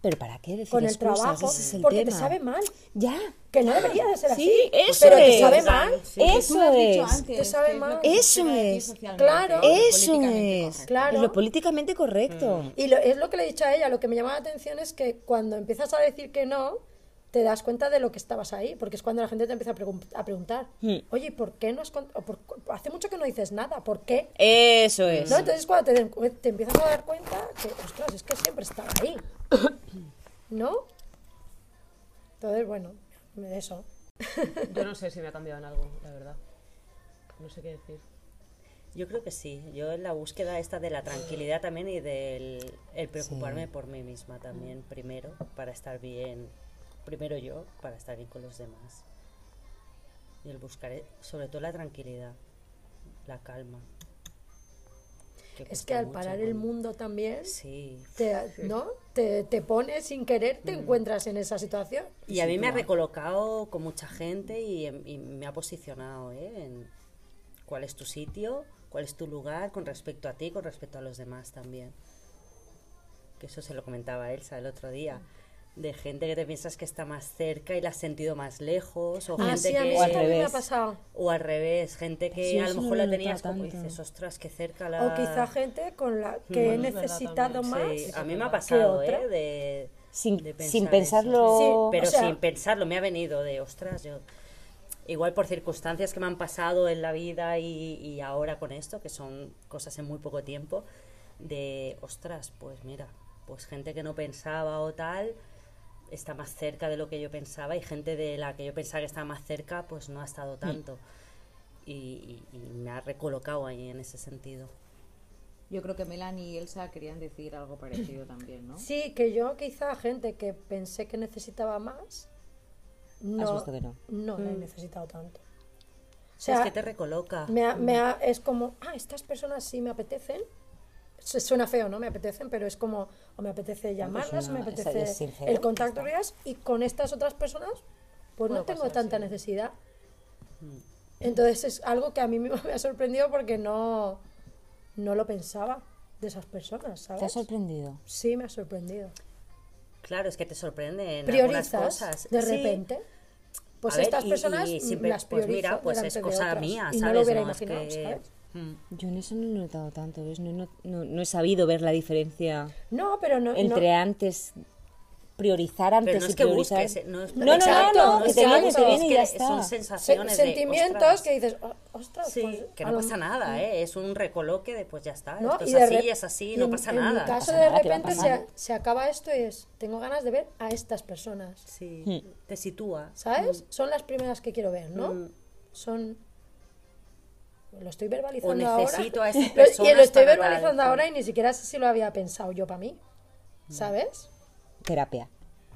S4: Pero ¿para qué decir
S7: con el
S4: excusas?
S7: trabajo
S4: Ese es el
S7: porque te
S4: tema.
S7: sabe mal
S4: Ya.
S7: que no debería de ser
S4: Sí,
S7: así
S4: eso
S7: pero te
S4: es.
S7: sabe mal
S4: Eso es.
S7: te sabe mal
S4: Eso es.
S7: claro
S4: Eso es.
S7: Claro.
S4: Lo políticamente correcto.
S7: y lo- es lo que le he dicho a ella lo que me llama la atención es que cuando empiezas a decir que no te das cuenta de lo que estabas ahí porque es cuando la gente te empieza a, pregun- a preguntar
S4: Hmm.
S7: oye ¿y por qué no has cont- o por- hace mucho que no dices nada ¿por qué
S4: Eso es.
S7: ¿No? Entonces cuando te, den cu- te empiezas a dar cuenta que, ostras, es que siempre estaba ahí. ¿No? Entonces, bueno, eso.
S6: Yo no sé si me ha cambiado en algo, la verdad. No sé qué decir.
S5: Yo creo que sí. Yo en la búsqueda esta de la tranquilidad también y del el preocuparme por mí misma también primero para estar bien, primero yo para estar bien con los demás. Y el buscar eh, sobre todo la tranquilidad, la calma.
S7: Es
S5: cuesta
S7: que al
S5: mucho
S7: parar el
S5: cuando-
S7: mundo también,
S5: Sí.
S7: te, ¿no? Te, te pones sin querer, te encuentras en esa situación.
S5: Y a mí me ha recolocado con mucha gente y, em, y me ha posicionado ¿eh? en cuál es tu sitio, cuál es tu lugar con respecto a ti, con respecto a los demás también. Que eso se lo comentaba Elsa el otro día. De gente que te piensas que está más cerca y la has sentido más lejos. O gente
S7: Así a mí
S5: que.
S4: o al
S7: Ah, sí también me ha
S4: revés.
S7: pasado.
S5: o al revés, gente que
S4: Sí,
S5: a lo
S4: eso no
S5: mejor
S4: lo
S5: la
S4: he
S5: tenías
S4: notado
S5: como y
S4: tanto.
S5: dices, ostras, qué cerca la.
S7: O quizá gente con la que he necesitado más.
S5: Sí, a mí me ha
S7: que
S5: pasado,
S7: otra.
S5: ¿eh? De,
S4: Sin,
S5: de
S4: sin
S5: pensar eso,
S4: pensarlo.
S7: Sí,
S5: pero
S7: o sea-
S5: sin pensarlo me ha venido de ostras yo igual por circunstancias que me han pasado en la vida y, y ahora con esto, que son cosas en muy poco tiempo, de, ostras, pues mira, pues gente que no pensaba o tal está más cerca de lo que yo pensaba y gente de la que yo pensaba que estaba más cerca, pues no ha estado
S7: Mm.
S5: tanto. Y, y- y me ha recolocado ahí en ese sentido.
S7: Yo creo que Melanie y Elsa querían decir algo parecido también, ¿no?
S3: Sí, que yo quizá gente que pensé que necesitaba más, no,
S4: Has visto que no.
S3: la he
S4: Mm.
S3: necesitado tanto.
S5: O
S3: sea,
S5: sea, es que te recoloca.
S3: Me ha-
S5: Mm.
S3: me ha- es como, ah, estas personas sí me apetecen. Su- Suena feo, ¿no? Me apetecen, pero es como, o me apetece
S5: pues
S3: llamarlas,
S4: una-
S3: me
S4: eso
S3: apetece
S4: es sincero,
S3: el contacto que ellas, y con estas otras personas, pues
S4: Puede
S3: no tengo
S4: pasar,
S3: tanta necesidad.
S5: Mm.
S3: Entonces es algo
S7: (laughs)
S3: que a mí misma me ha sorprendido porque no, no lo pensaba de esas personas,
S4: ¿Te ha
S3: ¿sabes?
S4: sorprendido?
S3: Sí, me ha sorprendido.
S5: Claro, es que te sorprende en algunas
S3: Priorizas
S5: cosas.
S3: de
S5: Sí.
S3: repente. Pues
S5: A ver,
S3: estas
S5: y-
S3: personas
S5: y
S3: mm,
S5: siempre,
S3: las
S5: pues
S3: priorizo
S5: mira, pues es
S3: delante de
S5: cosa
S3: otras,
S5: mía,
S3: y
S5: ¿sabes?
S3: no lo hubiera
S5: No, es
S3: imaginado,
S5: que-
S3: ¿sabes?
S4: Yo en eso no lo he notado tanto, ¿ves? No, no, no- no he sabido ver la diferencia
S3: No, pero no-
S4: entre
S3: no-
S4: antes, priorizar antes
S5: Pero no
S4: y
S5: es que
S4: priorizar.
S5: busques, eh, no es-
S4: no, no,
S5: Exacto,
S4: no,
S5: no
S4: que
S5: es
S4: te
S5: que
S4: viene,
S5: busques,
S4: te viene y
S5: que
S4: ya
S5: son
S4: está.
S5: sensaciones de,
S3: sentimientos
S5: ostras.
S3: que dices, "Oh, ostras,
S5: Sí,
S3: pues,
S5: que
S3: a
S5: no
S3: lo
S5: pasa
S3: mejor-
S5: nada, ¿eh? Es un recoloque de pues ya está,
S3: ¿no?
S5: esto
S3: Y
S5: es
S3: de
S5: así,
S3: rep-
S5: es así,
S3: y
S5: no
S3: en-
S5: pasa
S3: En
S5: nada.
S3: mi caso,
S4: pasa
S3: de
S4: nada, que va a
S3: repente
S4: pasar.
S3: se, se acaba esto y es, tengo ganas de ver a estas personas.
S5: Sí, te sitúa.
S3: (laughs) ¿Sabes? Son las primeras que quiero ver, ¿no?
S5: Mm.
S3: Son... Lo estoy verbalizando
S5: O necesito
S3: ahora.
S5: a
S7: (laughs)
S5: esas
S3: Lo-
S5: personas
S3: y lo estoy
S5: para tal,
S3: verbalizando
S5: sí.
S3: ahora y ni siquiera sé si lo había pensado yo para mí. ¿Sabes?
S4: Terapia.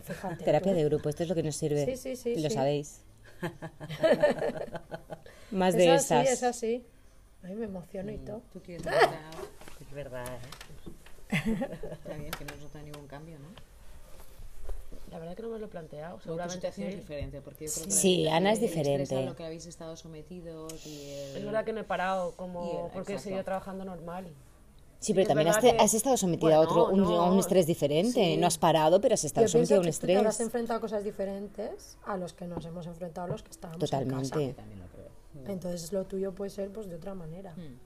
S3: Fíjate.
S4: Terapia
S3: tú.
S4: de grupo, esto es lo que nos sirve.
S3: Sí, sí, sí,
S4: Y Lo
S3: sí.
S4: sabéis. Más de
S3: es así,
S4: esas.
S3: Es así. A mí me emociono
S5: Mm.
S3: y todo.
S1: Tú quieres notar.
S5: Es verdad, ¿eh?
S1: Está bien que no has notado ningún cambio, ¿no?
S6: La verdad que no me lo he planteado.
S1: Luego tu
S6: Seguramente
S1: situación es
S6: sí.
S1: diferente, porque yo creo que
S4: Sí,
S1: la-
S4: Ana es
S1: el estrés
S4: diferente.
S1: a lo que habéis estado sometidos y el...
S6: Es verdad que no he parado, como
S1: Y el-
S6: porque he
S1: exacto.
S6: seguido trabajando normal.
S4: Sí, pero
S6: Es
S4: también has,
S6: verdad que-
S4: has estado sometida a otro,
S6: Bueno,
S4: un- a un
S6: no,
S4: estrés diferente.
S6: sí.
S4: No has parado, pero has estado
S3: Yo pienso
S4: sometida a un
S3: que tú te habrás
S4: estrés.
S3: enfrentado a cosas diferentes a los que nos hemos enfrentado los que estábamos en
S4: Totalmente.
S3: casa. Entonces lo tuyo puede ser pues de otra manera.
S5: Mm.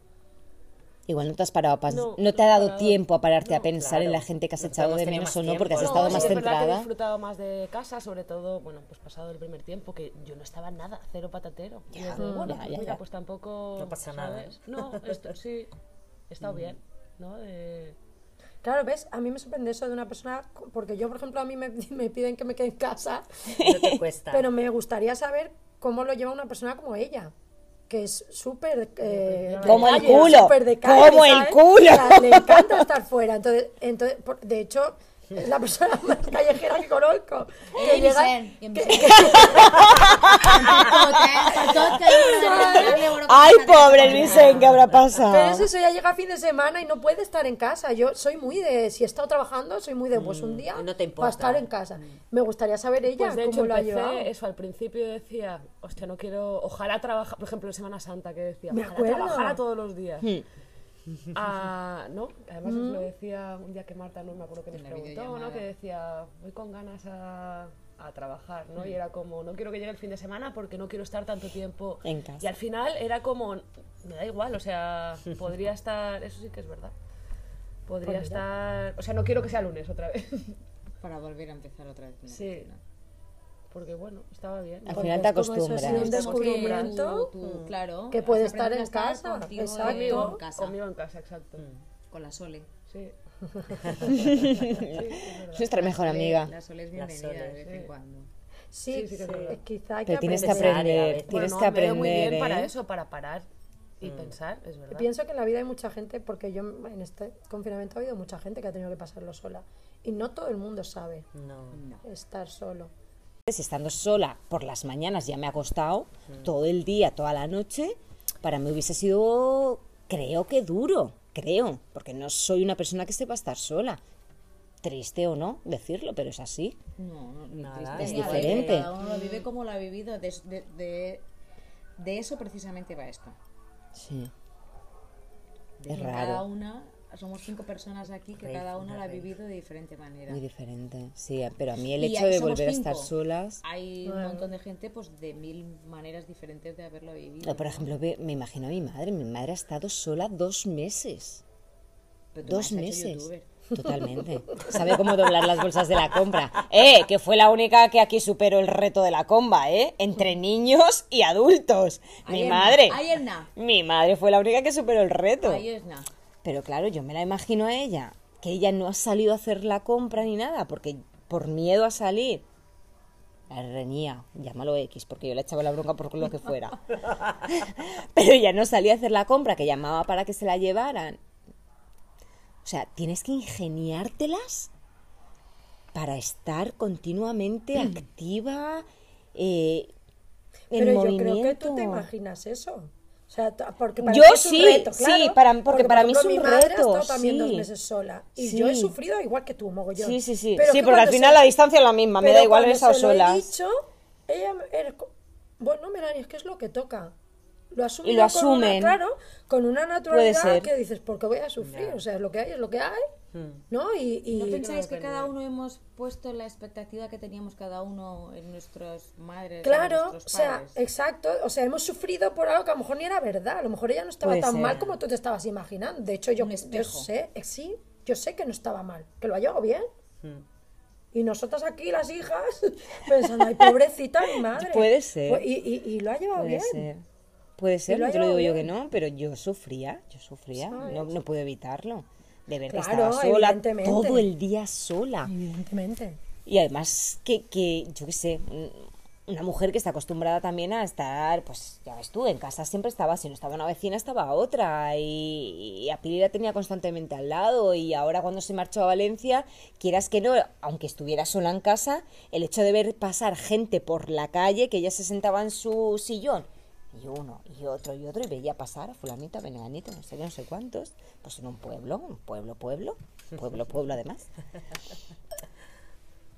S4: Igual no te has parado a pas-
S6: No,
S4: no,
S6: no
S4: te ha
S6: he
S4: dado
S6: parado.
S4: tiempo a pararte a pensar en
S5: claro.
S4: la gente que has
S5: Nosotros
S4: echado
S5: hemos
S4: de
S5: tenido
S4: menos
S5: más
S4: o no, porque has
S5: tiempo,
S4: estado
S5: ¿no?
S4: más
S6: sí que es verdad que he
S4: centrada.
S6: disfrutado más de casa, sobre todo, bueno, pues pasado el primer tiempo, que yo no estaba nada, cero patatero. Y es de,
S1: Mm,
S4: ya,
S6: bueno,
S4: ya,
S6: pues
S4: ya.
S6: mira, pues tampoco...
S5: No pasa nada,
S1: ¿eh?
S6: ¿sabes? No, esto sí, he
S1: Mm.
S6: estado bien, ¿no? De-
S3: Claro, ¿ves? A mí me sorprende eso de una persona, co- porque yo, por ejemplo, a mí me, (laughs) me piden que me quede en casa,
S5: No te cuesta. (laughs)
S3: pero me gustaría saber cómo lo lleva una persona como ella, que es súper... eh, de
S5: pues,
S4: Como el
S3: calle,
S4: culo,
S3: súper de calle,
S4: como el
S3: ¿sabes?
S4: culo.
S3: O sea, le encanta estar fuera. Entonces, entonces por- de hecho, es la persona (laughs) más callejera que conozco. Que
S9: Eh,
S3: llega-
S9: Vicente, que
S3: que-
S9: Vicente.
S3: que-
S4: Ay, pobre el Vicente, ¿qué habrá
S3: Pero
S4: pasado?
S3: es eso, ya llega fin de semana y no puede estar en casa. Yo soy muy de, si he estado trabajando, soy muy de, pues un día
S5: Mm, no te importa. Mm.
S3: para estar en casa. Me gustaría saber ella
S6: Pues de
S3: cómo
S6: hecho
S3: lo ha llevado.
S6: empecé eso, al principio decía, hostia, no quiero, ojalá trabajar, por ejemplo, en Semana Santa que decía,
S3: Me
S6: ojalá
S3: acuerdo.
S6: trabajara todos los días.
S4: Hmm.
S6: Ah, no, además os
S3: Mm.
S6: lo decía un día que Marta no me acuerdo que nos preguntó, ¿no? Que decía, voy con ganas a, a trabajar, ¿no?
S4: Hmm.
S6: Y era como, no quiero que llegue el fin de semana porque no quiero estar tanto tiempo
S4: En casa.
S6: Y al final era como, me da igual, o sea, podría estar, eso sí que es verdad. Podría
S3: Pues
S6: estar, o sea, no quiero que sea lunes otra vez.
S1: Para volver a empezar otra vez. con la
S6: Sí.
S1: rutina.
S6: Porque bueno, estaba bien.
S4: Al
S3: Porque
S4: final te
S3: es como eso, es
S4: acostumbras.
S3: un descubrimiento.
S1: Tú, tú, claro.
S3: Que puede
S1: has aprendido
S3: estar en
S1: a
S3: casa,
S1: contigo
S3: exacto.
S1: en- en casa,
S6: Conmigo en casa, exacto.
S1: con la Sole.
S6: Sí.
S4: Es
S6: (laughs)
S4: nuestra mejor amiga.
S1: La Sole es bienvenida
S5: Sole,
S1: de vez en cuando.
S3: Sí,
S6: sí que es verdad.
S3: eh, quizá hay
S4: Pero
S3: que
S4: tienes que
S3: aprender.
S4: aprender,
S5: Bueno,
S4: tienes
S6: Bueno,
S4: que
S6: me ha ido muy
S4: aprender.
S6: bien para
S4: ¿eh?
S6: eso, para parar y pensar, es verdad.
S3: Pienso que en la vida hay mucha gente, porque yo en este confinamiento ha habido mucha gente que ha tenido que pasarlo sola. Y no todo el mundo sabe
S5: No.
S3: estar solo.
S4: Estando sola por las mañanas, ya me he acostado todo el día, toda la noche, para mí hubiese sido, creo que duro, creo, porque no soy una persona que sepa estar sola. Triste o no decirlo, pero es así.
S1: No, no, ni
S5: Nada,
S1: triste
S4: es
S1: ni alegre,
S4: diferente.
S1: Cada uno lo vive como lo ha vivido. De, de, de, de eso precisamente va esto.
S4: Sí.
S1: De
S4: Es
S1: que
S4: raro.
S1: Cada una, somos cinco personas aquí que
S5: Rey,
S1: cada una
S5: una
S1: lo ha
S5: rey.
S1: vivido de diferente manera.
S4: Muy diferente, sí, pero a mí el
S1: Y
S4: hecho
S1: ahí
S4: de
S1: somos
S4: volver a estar
S1: cinco.
S4: solas...
S1: Hay un montón de gente pues de mil maneras diferentes de haberlo vivido.
S4: No, por
S1: ¿no?
S4: ejemplo, ve- me imagino a mi madre. Mi madre ha estado sola dos meses.
S1: Pero tu
S4: dos
S1: madre se ha hecho
S4: meses.
S1: youtuber.
S4: Totalmente. Sabe cómo doblar las bolsas de la compra. ¡Eh! Que fue la única que aquí superó el reto de la comba, ¿eh? Entre niños y adultos. Mi madre.
S8: Ahí es nada.
S4: Mi madre fue la única que superó el reto.
S8: Ahí es nada.
S4: Pero claro, yo me la imagino a ella, que ella no ha salido a hacer la compra ni nada, porque por miedo a salir. La reñía, llámalo X, porque yo le echaba la bronca por lo que
S7: (laughs)
S4: fuera. Pero ella no salía a hacer la compra, que llamaba para que se la llevaran. O sea, tienes que ingeniártelas para estar
S7: (clears throat)
S4: continuamente activa. eh, en
S7: Pero yo
S4: movimiento.
S7: creo que tú te imaginas eso. O sea, t- porque para
S4: Yo
S7: mí es un
S4: sí,
S7: reto,
S4: sí,
S7: claro.
S4: para- porque para
S7: por
S4: mí es
S7: ejemplo,
S4: un
S7: mi madre ha
S4: reto,
S7: estado también
S4: sí.
S7: dos meses sola. Y yo he
S4: Sí.
S7: sufrido igual que tú, mogollón.
S4: Sí, sí, sí.
S7: Pero
S4: sí,
S7: que
S4: porque al
S7: cuando
S4: final
S7: se-
S4: la distancia es la misma. Me
S7: pero
S4: da igual
S7: cuando
S4: esa o
S7: se lo he
S4: sola.
S7: dicho, ella me- era co- bueno, Melania, es que es lo que toca. Lo asumen.
S4: Y lo asumen.
S7: Con una, claro, con una naturalidad
S4: ser. Hmm.
S7: que dices, porque voy a sufrir. O sea, es lo que hay, es lo que hay. ¿No? Y, y-
S8: ¿No pensáis que cada uno hemos puesto la expectativa que teníamos cada uno en nuestras madres? en
S7: Claro, o
S8: nuestros
S7: sea,
S8: padres?
S7: exacto. O sea, hemos sufrido por algo que a lo mejor ni era verdad. A lo mejor ella no estaba
S4: Puede
S7: tan
S4: ser.
S7: mal como tú te estabas imaginando. De hecho, yo,
S8: Un
S7: yo
S8: espejo.
S7: sé, eh, sí, yo sé que no estaba mal, que lo ha llevado bien.
S4: Hmm.
S7: Y nosotras aquí, las hijas, (laughs) pensando, ay, pobrecita mi madre.
S4: (laughs) Puede ser.
S7: Pues, Y, y- y lo ha llevado
S4: Puede
S7: bien.
S4: ser. Puede ser,
S7: lo ha
S4: no te lo digo yo
S7: llevado
S4: que
S7: bien.
S4: no, pero yo sufría, yo sufría, no, no pude evitarlo. De ver que
S7: Claro,
S4: estaba sola
S7: evidentemente.
S4: todo el día sola.
S7: Evidentemente.
S4: Y además que, que yo qué sé, mm, una mujer que está acostumbrada también a estar, pues ya ves tú, en casa siempre estaba, si no estaba una vecina estaba otra y, y a Pili la tenía constantemente al lado y ahora cuando se marchó a Valencia, quieras que no, aunque estuviera sola en casa, el hecho de ver pasar gente por la calle que ella se sentaba en su sillón y uno y otro y otro y veía pasar a fulanito, a menganito, no sé qué, no sé cuántos, pues en un pueblo, un pueblo, pueblo, pueblo, pueblo además.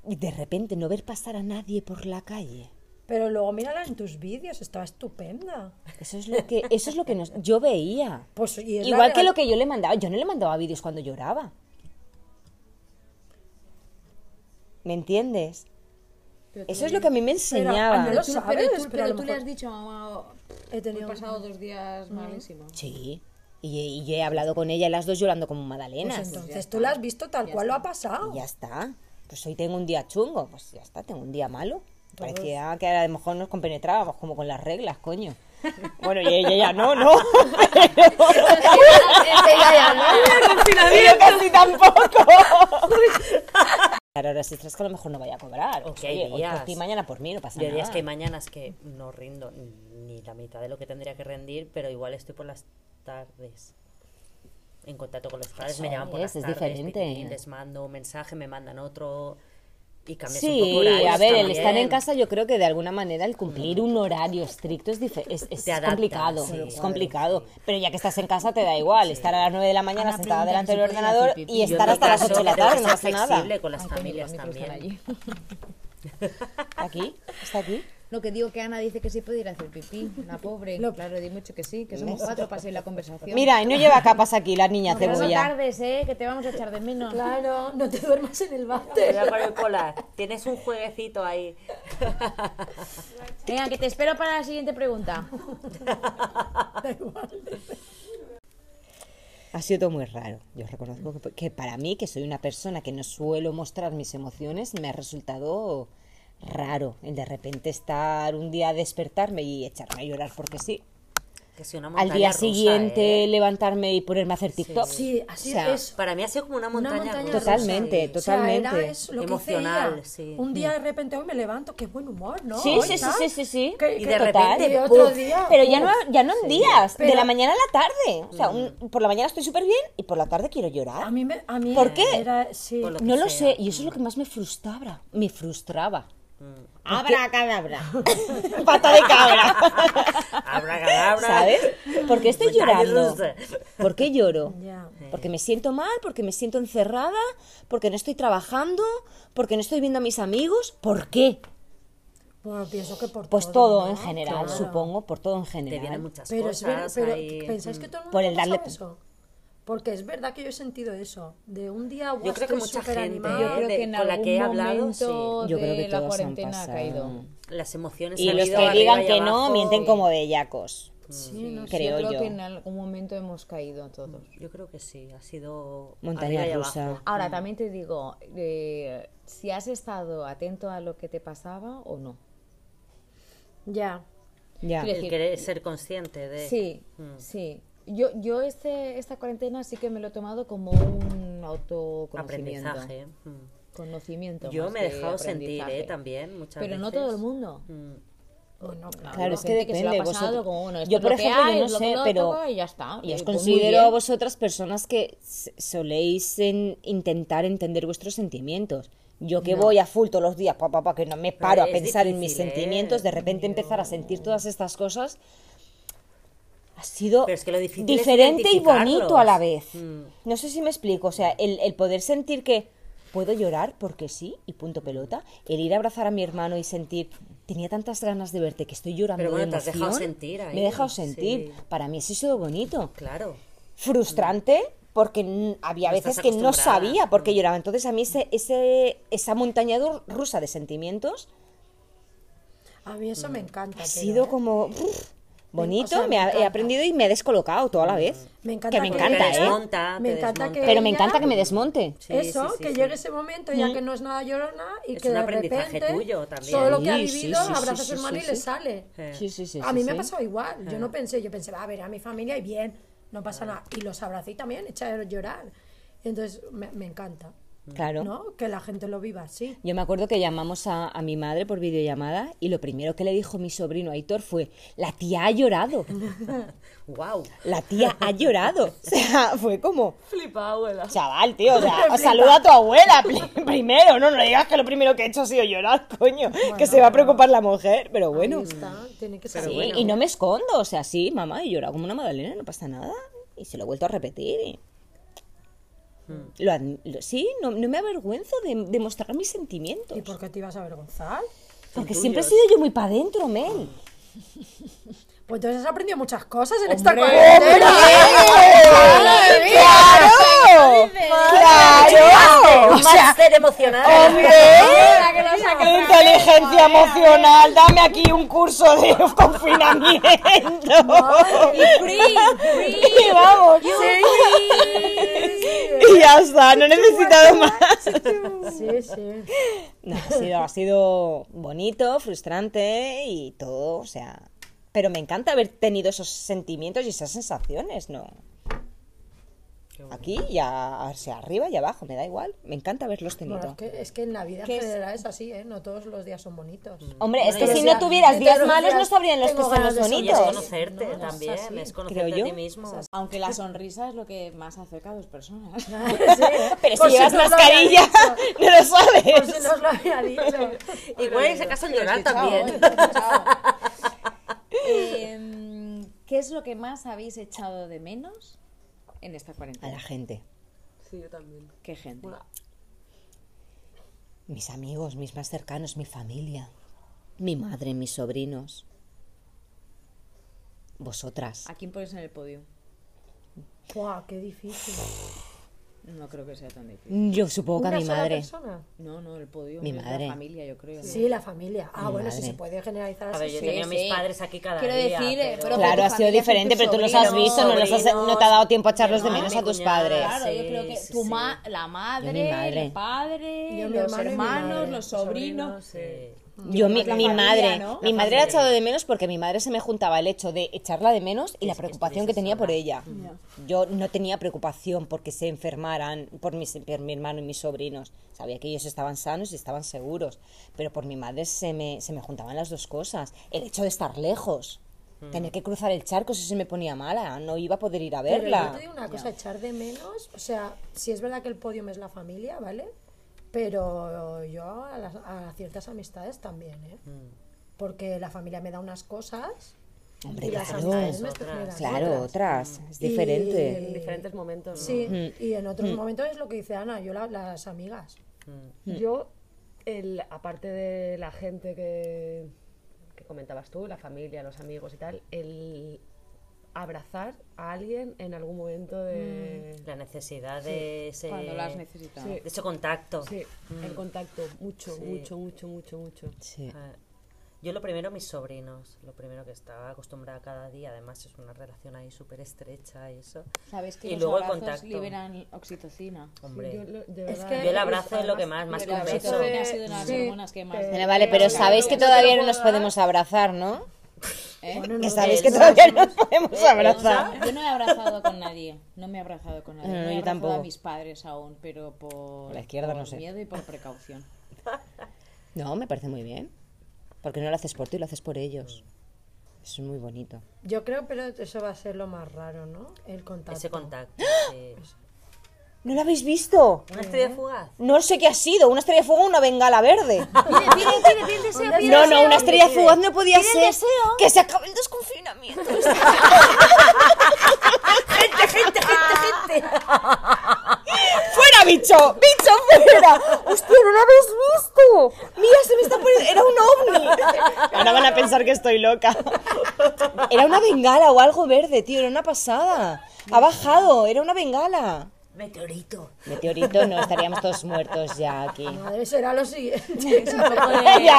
S4: Y de repente no ver pasar a nadie por la calle.
S7: Pero luego mírala en tus vídeos, estaba estupenda.
S4: Eso es lo que, eso es lo que nos, yo veía.
S7: Pues, y es la
S4: Igual que
S7: real-
S4: lo que yo le mandaba. Yo no le mandaba vídeos cuando lloraba. ¿Me entiendes?
S8: Pero tú
S4: Eso es lo que a mí me
S7: ah,
S4: enseñaba.
S7: no
S8: Pero
S7: lo
S8: tú,
S7: sabes,
S8: pero tú-
S7: pero a lo
S8: pero tú le
S7: mejor-
S8: has dicho a mamá,
S7: He
S8: he
S7: tenido
S8: pasado dos días malísimos.
S4: Sí. Y, y yo he hablado con ella y las dos llorando
S7: Pues
S4: como magdalenas.
S7: Entonces tú la has visto tal cual lo ha pasado.
S4: Y ya está. Pues hoy tengo un día chungo. Pues ya está, tengo un día malo. Parecía que a lo mejor nos compenetrábamos como con las reglas, coño. (laughs) Bueno, y ella ya no,
S5: (laughs)
S4: ¿no? Pero... ella ya no. Yo casi tampoco. Claro, ahora sí, es que a lo mejor no vaya a cobrar. Pues,
S5: que hay
S4: oye, hoy por
S5: días.
S4: ti, mañana por mí, no pasa
S5: Yo
S4: nada.
S5: diría que hay mañanas que no rindo ni la mitad de lo que tendría que rendir, pero igual estoy por las tardes en contacto con los padres, me
S4: Eso
S5: llaman por
S4: es,
S5: las
S4: es
S5: tardes,
S4: diferente.
S5: pipirín, les mando un mensaje, me mandan otro y cambias un poco
S4: Sí,
S5: horarios
S4: a ver, el
S5: también.
S4: estar en casa yo creo que de alguna manera el cumplir un horario estricto es, dife- es, es
S5: Te adaptas,
S4: complicado,
S5: sí.
S4: es complicado. Pero ya que estás en casa te da igual, estar a las 9 de la mañana
S8: Ana,
S4: sentada
S8: pregunta
S4: delante
S8: si
S4: del
S8: puede ir a
S4: ordenador
S8: hacer pipí.
S4: y
S8: Yo
S4: estar
S5: en
S4: hasta
S5: mi
S4: las
S5: caso
S4: 8 de la
S5: creo que
S4: tarde, no pasa
S5: ser
S4: nada.
S5: flexible con las familias también.
S4: Aquí, está aquí.
S8: Lo que digo que Ana dice que sí puede ir a hacer pipí, la
S4: (laughs)
S8: pobre. Claro, di mucho que sí, que somos cuatro para seguir la conversación.
S4: Mira, y no lleva capas aquí la niña
S8: Por eso
S4: cebolla.
S8: tardes, ¿eh? Que te vamos a echar de menos.
S7: Claro, no te duermas en el
S5: (laughs)
S7: váter.
S5: Te voy a poner cola. Tienes un jueguecito ahí.
S8: Venga, que te espero para la siguiente pregunta.
S4: Ha sido todo muy raro. Yo reconozco que, que para mí, que soy una persona que no suelo mostrar mis emociones, me ha resultado raro el de repente estar un día despertarme y echarme a llorar porque sí.
S5: Que si una
S4: al
S5: montaña
S4: día
S5: rusa,
S4: siguiente
S5: ¿eh?
S4: levantarme y ponerme a hacer TikTok.
S7: Sí, así
S4: O sea,
S7: es.
S5: Para mí ha sido como una
S7: Una
S5: montaña,
S7: montaña
S5: rusa.
S4: Totalmente,
S5: Sí.
S7: O sea,
S4: totalmente. Mm.
S7: era eso, lo que hice
S5: Emocional,
S7: ella.
S5: sí.
S7: Un día de repente hoy me levanto, qué buen humor, ¿no?
S4: Sí,
S7: Hoy,
S4: sí, sí,
S7: ¿sabes?
S4: sí, sí, sí.
S7: Que-
S5: Y
S7: que
S5: de
S7: total,
S5: repente,
S7: y otro
S5: ¡puf!
S7: día.
S4: Pero ya
S7: ¡puf!
S4: no, ya no en días, de
S7: Pero- Mm.
S4: la mañana a la tarde. O sea, un- por la mañana estoy súper bien y por la tarde quiero
S7: A
S4: llorar.
S7: mí, me, a mí
S4: ¿Por qué?
S7: Era, sí.
S5: Por lo que
S4: No lo
S5: sea.
S4: sé, y eso es lo que más me frustraba. Me frustraba. Abracadabra. (laughs) Pata de cabra.
S5: Abracadabra.
S4: ¿Sabes? ¿Por qué estoy
S5: Montaña
S4: llorando?
S5: rusa.
S4: ¿Por qué lloro?
S7: Ya.
S4: Porque me siento mal, porque me siento encerrada, porque no estoy trabajando, porque no estoy viendo a mis amigos. ¿por qué?
S7: Bueno, pienso que por
S4: Pues
S7: todo,
S4: todo
S7: ¿no?
S4: en general,
S7: Claro.
S4: supongo, por todo en
S5: Te vienen
S4: general.
S5: muchas
S7: Pero, es ver-
S5: cosas
S7: pero
S5: ahí.
S7: ¿pensáis que todo el mundo
S4: mm, Por
S7: por
S4: el darle-
S7: eso? Porque es verdad que yo he sentido eso. De un día
S5: Yo creo que mucha gente
S8: Yo creo
S5: de-
S7: ¿eh?
S8: que en
S5: con la
S8: algún
S5: que he hablado, sí.
S8: momento
S4: Yo creo
S8: de
S4: que
S8: la
S4: todas han
S8: cuarentena ha
S4: pasado.
S8: caído.
S5: Las emociones
S4: Y
S5: han
S4: los
S5: ido
S4: que
S5: arriba
S4: digan
S5: y
S4: que no,
S5: abajo.
S4: mienten como bellacos.
S1: Sí, no sé.
S4: Creo
S1: creo
S4: yo.
S1: que en algún momento hemos caído todos.
S5: Yo creo que sí, ha sido
S4: Montaña
S5: arriba y
S4: rusa.
S5: abajo.
S1: Ahora, también te digo, eh, si has estado atento a lo que te pasaba o no.
S3: Ya.
S4: Ya.
S1: Quiero
S5: El
S1: decir,
S5: querer ser consciente de...
S1: Sí,
S5: Mm.
S1: sí. Yo, yo este, esta cuarentena sí que me lo he tomado como un autoconocimiento.
S5: Aprendizaje. Mm.
S1: Conocimiento.
S5: Yo
S1: más
S5: me he
S1: que
S5: dejado sentir,
S1: aprendizaje.
S5: ¿eh? También, muchas
S1: Pero
S5: veces.
S1: no todo el mundo.
S5: Mm.
S4: Claro, es que
S1: gente que se lo ha
S4: depende.
S1: pasado
S4: vosotros-
S1: como, bueno, esto
S4: yo,
S1: es
S4: por
S1: lo que
S4: ejemplo,
S1: hay,
S4: yo no
S1: es lo que
S4: sé,
S1: lo
S4: pero
S1: toco y ya está.
S4: yo os
S1: Eh, pues muy
S4: considero
S1: bien.
S4: a vosotras personas que s- soléis en- intentar entender vuestros sentimientos. Yo que voy a full todos los días, papá, que no me paro a
S5: es
S4: pensar en mis
S5: difícil, ¿eh?
S4: sentimientos, de repente empezar a sentir todas estas cosas, ha sido
S5: Pero es que lo difícil es
S4: diferente y bonito a la vez.
S5: identificarlos. Mm.
S4: No sé si me explico, o sea, el, el poder sentir que puedo llorar porque sí y punto pelota, el ir a abrazar a mi hermano y sentir tenía tantas ganas de verte que estoy llorando
S5: Pero bueno,
S4: de
S5: te has dejado
S4: emoción".
S5: sentir ahí,
S4: Me he dejado sentir.
S5: sí.
S4: Para mí eso ha sido bonito.
S5: Claro.
S4: Frustrante porque n- había
S5: No
S4: veces
S5: estás
S4: que no
S5: acostumbrada. Mm.
S4: sabía por qué lloraba. Entonces a mí ese, ese- esa montaña dur- rusa de sentimientos
S3: A mí eso me encanta.
S4: Mm. ha
S3: tío,
S4: sido
S3: ¿eh?
S4: como uf, bonito,
S3: sea, me
S4: me ha- he
S3: encanta.
S4: aprendido y me he descolocado toda la vez.
S3: Me encanta
S4: que me
S3: que-
S4: encanta,
S5: te
S4: ¿eh?
S5: desmonta, te
S3: Me encanta que
S5: desmonta.
S4: Pero me
S3: Mm. ella-
S4: encanta que me desmonte.
S5: Sí,
S3: eso,
S5: sí, sí,
S3: que
S5: sí.
S3: llegue ese momento
S4: Mm.
S3: ya que no es nada llorona y
S5: Es
S3: que
S5: un
S3: de
S5: aprendizaje
S3: repente
S5: tuyo también.
S3: todo lo que ha
S4: Sí,
S3: vivido
S4: sí, sí,
S3: abraza
S4: sí,
S3: a su
S4: sí,
S3: hermano
S4: sí,
S3: y le
S4: sí.
S3: sale.
S5: Eh,
S4: Sí, sí, sí.
S3: a
S4: sí,
S3: mí me
S4: sí. Ah.
S3: ha pasado igual. Yo no pensé, yo pensé, va a ver a mi familia y bien, no pasa nada. Y los abracé y también eché a llorar. Entonces me, me encanta,
S4: Claro.
S3: ¿no? Que la gente lo viva así.
S4: Yo me acuerdo que llamamos a, a mi madre por videollamada y lo primero que le dijo mi sobrino Aitor fue, la tía ha llorado,
S5: Wow.
S4: la tía ha llorado. O sea, (laughs) fue como,
S6: Flipa, abuela.
S4: chaval, tío, o sea, saluda a tu abuela pli- (laughs) primero, no, no le digas que lo primero que he hecho ha sido llorar, (laughs) coño, que se va a preocupar la mujer, pero bueno.
S3: Ahí está, tiene que
S4: Sí,
S3: ser.
S4: y no me escondo, o sea, sí, mamá, he llorado como una madalena, no pasa nada, y se lo he vuelto a repetir. y- Lo adm- lo- sí, no, no me avergüenzo de, de mostrar mis sentimientos.
S3: ¿Y por qué te ibas a avergonzar?
S4: Porque
S5: tuyos.
S4: siempre he sido yo muy para adentro, Mel.
S3: Pues entonces has aprendido muchas cosas en esta cuarentena.
S4: (laughs) ¡Claro! ¡Claro!
S5: Un máster emocional.
S4: ¡Hombre! ¡Inteligencia emocional! ¡Dame aquí un curso de (laughs) confinamiento! Y vamos. Y ya está, no he necesitado más.
S3: Sí, sí.
S4: No, ha sido, ha sido bonito, frustrante y todo, o sea. Pero me encanta haber tenido esos sentimientos y esas sensaciones, ¿no? Aquí y a- hacia arriba y abajo, me da igual. Me encanta haberlos tenido.
S3: Bueno, es, que, es que en la vida en general es así, ¿eh? No todos los días son bonitos. (laughs)
S4: Hombre, es que
S3: Pero
S4: si
S3: sí,
S4: no tuvieras
S3: entonces
S4: días malos, no
S3: decías,
S4: sabrían los que
S3: tengo
S4: son
S3: ganas
S4: los
S3: de
S5: Y es
S3: soñar.
S4: bonitos.
S5: conocerte
S3: No, es
S5: también,
S3: así.
S5: es conocerte
S4: yo.
S5: a ti mismo.
S1: Aunque la sonrisa es lo que más acerca a dos
S3: (laughs)
S1: personas. (laughs)
S4: Pero
S3: Ah, Por
S4: si llevas
S3: no os lo había
S4: mascarilla,
S3: dicho,
S4: no lo sabes.
S3: Por si no os lo había dicho.
S5: Igual en ese caso llorar también.
S1: Em, ¿Qué es lo que más habéis echado de menos en esta
S4: A la
S1: cuarentena?
S4: gente.
S6: Sí, yo también.
S1: ¿Qué gente?
S4: Mis amigos, mis más cercanos, mi familia. Mi madre, mis sobrinos. Vosotras.
S1: ¿A quién pones en el podio?
S3: Buah, qué difícil.
S1: No creo que sea tan difícil.
S4: Yo supongo que a
S3: ¿Una
S4: mi
S3: sola
S4: madre.
S3: persona?
S1: No, no, el podio
S4: Mi
S1: es
S4: madre.
S1: la familia, yo creo. ¿no?
S3: Sí, la familia. Ah,
S4: Mi
S3: bueno, si
S4: madre.
S3: se puede generalizar
S5: A
S3: así.
S5: ver, yo
S3: sí.
S5: tenía a mis
S1: sí.
S5: padres aquí cada
S1: Quiero
S5: día.
S1: decir, eh, pero-
S4: Claro,
S1: tu
S4: ha sido
S1: familia,
S4: diferente,
S1: con tus
S4: pero tú los has
S1: sobrinos,
S4: visto, no, los has- no te ha dado tiempo a echarlos de menos a tus
S5: cuñada,
S4: padres.
S1: Claro, yo
S5: Sí,
S1: creo que
S5: sí,
S1: tu
S5: sí.
S1: ma- la
S4: Yo mi
S1: madre,
S4: madre.
S1: el padre,
S3: Yo mi
S1: los
S3: hermano y mi
S1: hermanos,
S3: madre,
S1: los sobrinos.
S5: pues Sí.
S4: Yo, mi, mi
S1: familia,
S4: madre,
S1: ¿no?
S4: mi madre la he echado de menos porque mi madre se me juntaba el hecho de echarla de menos y la preocupación que tenía por ella. Yo no tenía preocupación porque se enfermaran por, mis- por mi hermano y mis sobrinos. Sabía que ellos estaban sanos y estaban seguros, pero por mi madre se me, se me juntaban las dos cosas. El hecho de estar lejos, tener que cruzar el charco si se me ponía mala, no iba a poder ir a
S3: Pero yo
S4: verla.
S3: te digo una cosa, echar de menos, o sea, si es verdad que el podium es la familia, ¿vale? Pero yo a, las- a ciertas amistades también, ¿eh? Porque la familia me da unas cosas
S4: Hombre,
S3: y las
S4: claro,
S3: amistades me generan
S4: claro,
S3: otras.
S4: otras, es
S3: Y-
S4: diferente.
S6: En diferentes momentos. ¿no?
S3: Sí, y en otros momentos es lo que dice Ana, yo la- las amigas.
S6: Mm. Yo, el, aparte de la gente que, que comentabas tú, la familia, los amigos y tal, el abrazar a alguien en algún momento de...
S5: La necesidad de ese...
S1: Cuando las necesitas.
S6: Sí.
S5: De ese contacto.
S6: Sí, el contacto, mucho, mucho, mucho, mucho, mucho.
S4: Sí.
S5: Eh, Yo lo primero, mis sobrinos, lo primero que estaba acostumbrada cada día, además es una relación ahí súper estrecha y eso.
S7: Sabes que
S5: y
S7: los
S5: luego el
S7: abrazos
S5: contacto.
S7: liberan oxitocina.
S5: Hombre,
S6: Yo, lo- de
S3: Es
S6: verdad,
S3: que-
S6: ¿eh?
S5: yo el abrazo es lo que más, más
S6: el
S5: que un beso.
S6: abrazo de-
S7: Ha sido una de las
S6: sí,
S7: hormonas que más-
S6: te-
S4: Bueno, vale, pero
S6: te-
S4: sabéis que
S6: te lo
S4: todavía no
S6: puedo
S4: nos
S6: dar.
S4: podemos abrazar, ¿no?
S7: ¿eh?
S4: Que sabéis que todavía no nos podemos abrazar.
S7: Yo no he abrazado con nadie, no me he abrazado con nadie.
S4: No,
S7: No, he
S4: yo
S7: abrazado
S4: tampoco.
S7: a mis padres aún, pero por,
S4: Por la izquierda
S7: por
S4: no sé.
S7: miedo y por precaución.
S4: No, me parece muy bien. Porque no lo haces por ti, lo haces por ellos. Eso es muy bonito.
S3: Yo creo, pero eso va a ser lo más raro, ¿no? El contacto.
S5: Ese contacto. sí.
S4: ¿No lo habéis visto?
S5: Una estrella fugaz.
S4: No sé qué ha sido, una estrella de fuego o una bengala (laughs) verde.
S1: Pide, pide, pide, pide deseo, pide
S4: No, no,
S1: deseo.
S4: una estrella fugaz no podía
S1: Pide
S4: ser.
S1: deseo.
S4: Que se acabe el (laughs) desconfinamiento. gente, gente, gente, gente. ¡Fuera, bicho! ¡Bicho, fuera! ¡Hostia, no lo habéis visto! ¡Mira, se me está poniendo! ¡Era un ovni! Ahora van a pensar que estoy loca. Era una bengala o algo verde, tío. Era una pasada. Ha bajado. Era una bengala.
S5: Meteorito.
S4: Meteorito, no. Estaríamos todos muertos ya aquí.
S3: Madre, será lo siguiente.
S7: Es un poco de,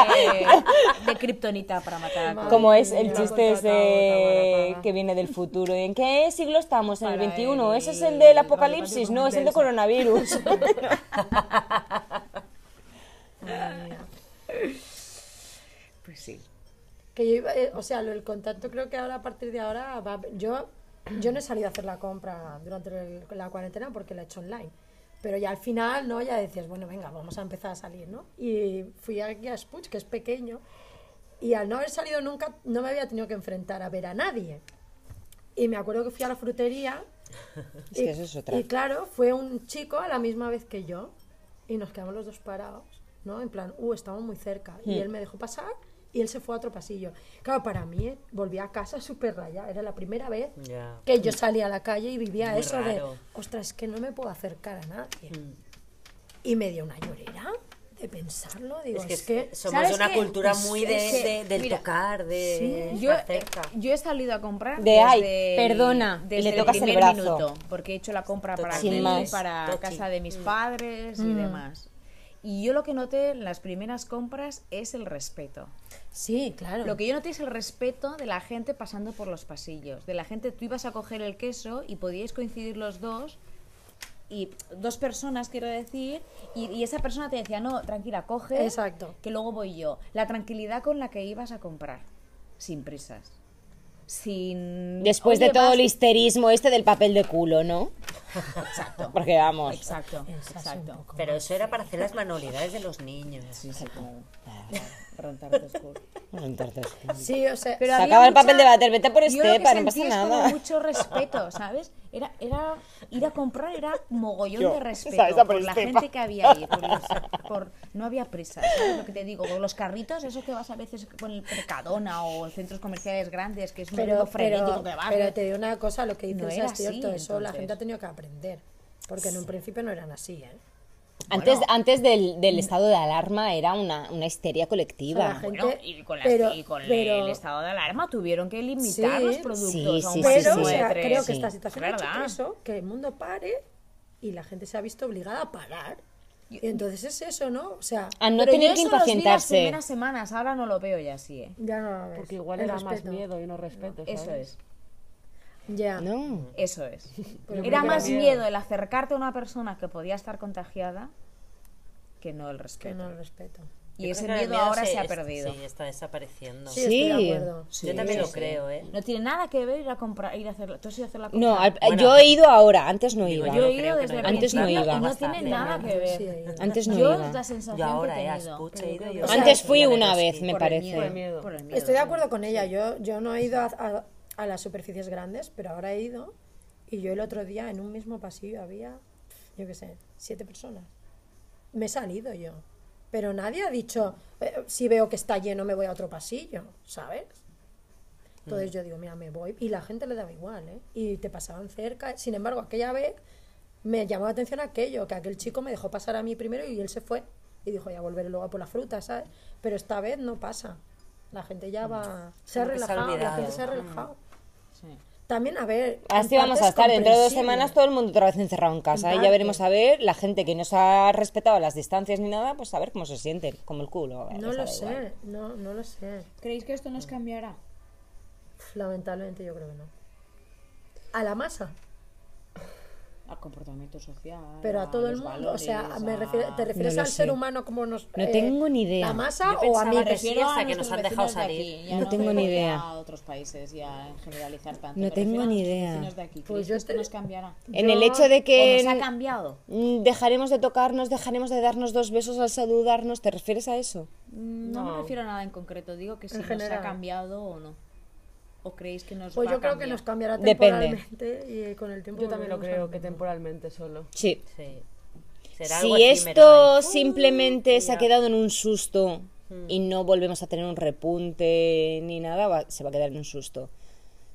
S7: de kriptonita para matar a
S4: Ah, Como es el chiste
S6: contratado
S4: ese
S6: Tamara
S4: que viene del futuro. ¿En qué siglo estamos? ¿En el
S6: Para
S4: 21?
S6: el-
S4: ¿Ese es el del
S6: el
S4: apocalipsis?
S6: apocalipsis
S4: No, es el de coronavirus.
S3: Que yo iba- eh, o sea, lo del contacto creo que ahora a partir de ahora va- yo yo no he salido a hacer la compra durante el- la cuarentena porque la he hecho online. Pero ya al final, ¿no? Ya decías, bueno, venga, vamos a empezar a salir, ¿no? Y fui aquí a Spuch, que es pequeño, y al no haber salido nunca no me había tenido que enfrentar a ver a nadie. Y me acuerdo que fui a la frutería
S4: Es que eso es otra.
S3: y claro, fue un chico a la misma vez que yo y nos quedamos los dos parados, ¿no? En plan, uh, estamos muy cerca. Y él me dejó pasar y él se fue a otro pasillo. Claro, para mí eh, volví a casa súper rayada. Era la primera vez
S5: Ya.
S3: que yo salía a la calle y vivía
S5: Muy
S3: eso
S5: raro.
S3: de, ostras, es que no me puedo acercar a nadie. Y me dio una llorera de pensarlo. Digo,
S5: Es que,
S3: es que...
S5: somos de
S1: ¿sabes
S5: una
S1: qué?
S5: cultura
S1: Es-
S5: muy de,
S1: es que,
S5: de- del
S1: mira,
S5: tocar, de
S1: Yo, eh,
S5: estar cerca.
S1: (laughs) yo he salido a comprar.
S4: De
S1: desde
S4: ay,
S1: el-
S4: perdona, y
S1: desde
S4: le tocas el
S1: primer
S4: brazo.
S1: minuto, porque he hecho la compra para
S5: Tochi.
S4: Sin
S1: mí,
S4: más. Mm.
S1: para
S5: Tochi. Mm.
S1: casa de mis padres y demás. Y yo lo que noté en las primeras compras es el respeto.
S3: Sí, claro.
S1: Lo que yo noté es el respeto de la gente pasando por los pasillos. De la gente, tú ibas a coger el queso y podíais coincidir los dos. Y dos personas, quiero decir, y, y esa persona te decía, no, tranquila, coge,
S3: Exacto.
S1: que luego voy yo. La tranquilidad con la que ibas a comprar, sin prisas, sin...
S4: Después de
S1: "Oye,
S4: todo
S1: vas-
S4: el histerismo este del papel de culo, ¿no? Exacto. Porque vamos.
S1: Exacto, exacto.
S5: Pero eso era para hacer las manualidades de los niños.
S1: Preguntar a tu school.
S4: Bueno, entonces,
S3: Sí, o sea...
S1: Pero
S4: Se
S1: había
S4: acaba el
S1: mucha-
S4: papel de váter, vete por
S1: yo lo que
S4: Estepa, no
S1: sentí
S4: pasa
S1: es como
S4: nada.
S1: mucho respeto, ¿sabes? Era, era ir a comprar era mogollón
S4: Yo,
S1: de respeto
S4: ¿sabes? A
S1: por,
S4: por
S1: la
S4: Estepa.
S1: gente que había ahí, por los- por- no había prisa, ¿sabes lo que te digo? Con los carritos, esos que vas a veces con el Mercadona o centros comerciales grandes, que es un
S3: pero,
S1: mundo frenético
S3: pero,
S1: que vas.
S3: pero te digo una cosa, lo que
S1: No
S3: dices
S1: era
S3: es cierto,
S1: así,
S3: eso la
S1: entonces.
S3: gente ha tenido que aprender, porque en un principio no eran así, ¿eh?
S4: Antes, antes del, del estado de alarma era una, una histeria
S3: La
S4: colectiva.
S3: gente-
S1: Bueno, y con, las-
S3: pero-
S1: y con
S3: pero-
S1: el estado de alarma tuvieron que limitar
S3: Sí,
S1: los productos
S4: sí,
S1: a
S4: sí,
S1: un
S4: sí,
S3: Pero
S4: sí.
S3: o sea,
S4: Puede,
S3: creo que
S4: sí.
S3: esta situación ha hecho
S1: ¿Verdad?
S3: que eso, que el mundo pare y la gente se ha visto obligada a parar. Y entonces es eso, ¿no? O sea,
S4: A no
S1: Pero yo
S4: tener que
S1: eso los vi las
S4: impacientarse.
S1: primeras semanas, ahora no lo veo ya así, ¿eh?
S3: ya no lo ves.
S6: Porque igual
S3: El
S6: era más
S3: respeto.
S6: miedo y no respeto. ¿sabes?
S1: Eso es.
S3: Ya.
S4: No.
S1: Eso es.
S3: Pero
S1: Era
S3: porque
S1: más
S3: era
S1: miedo.
S3: miedo.
S1: el acercarte a una persona que podía estar contagiada que no el
S3: Que
S1: respeto.
S3: no el respeto.
S1: Y
S5: Yo
S1: ese
S5: creo que
S1: miedo,
S5: el
S1: ahora se, ha
S5: es-
S1: perdido.
S5: Sí, está desapareciendo.
S3: Sí, estoy de acuerdo.
S5: Yo también lo creo, ¿eh?
S1: No tiene nada que ver ir a comprar, ir a hacer, tú has ido a hacer la compra.
S4: No, al-
S5: Bueno.
S4: yo he ido ahora, antes no
S5: Digo,
S4: iba.
S1: yo he
S5: creo
S1: ido
S5: que
S1: desde
S5: no
S1: el
S5: iba.
S4: Antes no
S1: principio
S4: iba.
S1: y no
S5: Bastante.
S1: tiene nada que ver.
S3: Sí, ahí.
S4: Antes no
S1: yo
S4: iba.
S1: la sensación
S5: Yo ahora
S1: que he
S5: ya
S1: tenido.
S5: escuché, he ido yo.
S4: Antes fui
S5: Yo creo
S4: una
S5: que
S4: vez,
S5: sí.
S4: me
S1: por el
S4: parece.
S1: miedo,
S6: Por miedo.
S1: por el miedo.
S3: Estoy de acuerdo con ella. Yo, yo no he ido a, a- a las superficies grandes, pero ahora he ido. Y yo el otro día en un mismo pasillo había, yo qué sé, siete personas. Me he salido yo. Pero nadie ha dicho, "Eh, si veo que está lleno me voy a otro pasillo, ¿sabes? Entonces yo digo, mira, me voy. Y la gente le daba igual, ¿eh? Y te pasaban cerca. Sin embargo, aquella vez me llamó la atención aquello, que aquel chico me dejó pasar a mí primero y él se fue. Y dijo, ya volveré luego a por la fruta, ¿sabes? Pero esta vez no pasa. La gente ya va... Se ha
S5: Como que se ha
S3: relajado, la
S5: olvidado.
S3: gente se ha relajado.
S7: También, a ver. en
S4: Así vamos
S7: parte
S4: a
S7: es
S4: estar dentro de dos
S7: comprensible.
S4: semanas todo el mundo otra vez encerrado en casa.
S7: En
S4: Y ya
S7: parte.
S4: veremos a ver la gente que no se ha respetado las distancias ni nada, pues a ver cómo se sienten, como el culo. a ver,
S7: No
S4: les
S7: lo
S4: da igual.
S7: sé, no, no lo sé.
S8: ¿Creéis que esto nos cambiará?
S7: Lamentablemente yo creo que no. A la masa,
S8: Al comportamiento social.
S7: pero a todo el mundo. o sea, me refiero- ¿te refieres
S4: lo
S7: al
S4: sé.
S7: ser humano como nos...
S4: No tengo ni idea.
S7: Eh, ¿La masa o a mí?
S5: me refiero hasta que nos han dejado salir.
S4: No tengo ni idea.
S8: A otros países y a generalizar tanto.
S4: No
S8: me
S4: tengo
S8: refiero a
S4: ni
S8: nuestros
S4: idea.
S8: vecinos de aquí.
S7: Pues
S8: ¿Creéis
S7: yo
S8: que esto
S7: te-
S8: nos cambiará?
S4: En el hecho de que
S9: ¿O nos ha cambiado?
S4: mm, dejaremos de tocarnos, dejaremos de darnos dos besos al saludarnos, ¿te refieres a eso?
S8: No, me refiero a nada en concreto. Digo que si nos ha
S7: general.
S8: cambiado o no. ¿O creéis que nos
S7: Pues
S8: va
S7: yo
S8: a
S7: creo que
S8: cambiar?
S7: nos cambiará
S4: Depende.
S7: temporalmente y con el tiempo...
S6: Yo también lo
S7: volveremos a
S6: creo, que temporalmente solo.
S4: Sí.
S5: Sí. Será algo
S4: Si
S5: efímero ahí.
S4: esto simplemente se ha quedado en un susto y no volvemos a tener un repunte ni nada, va- se va a quedar en un susto.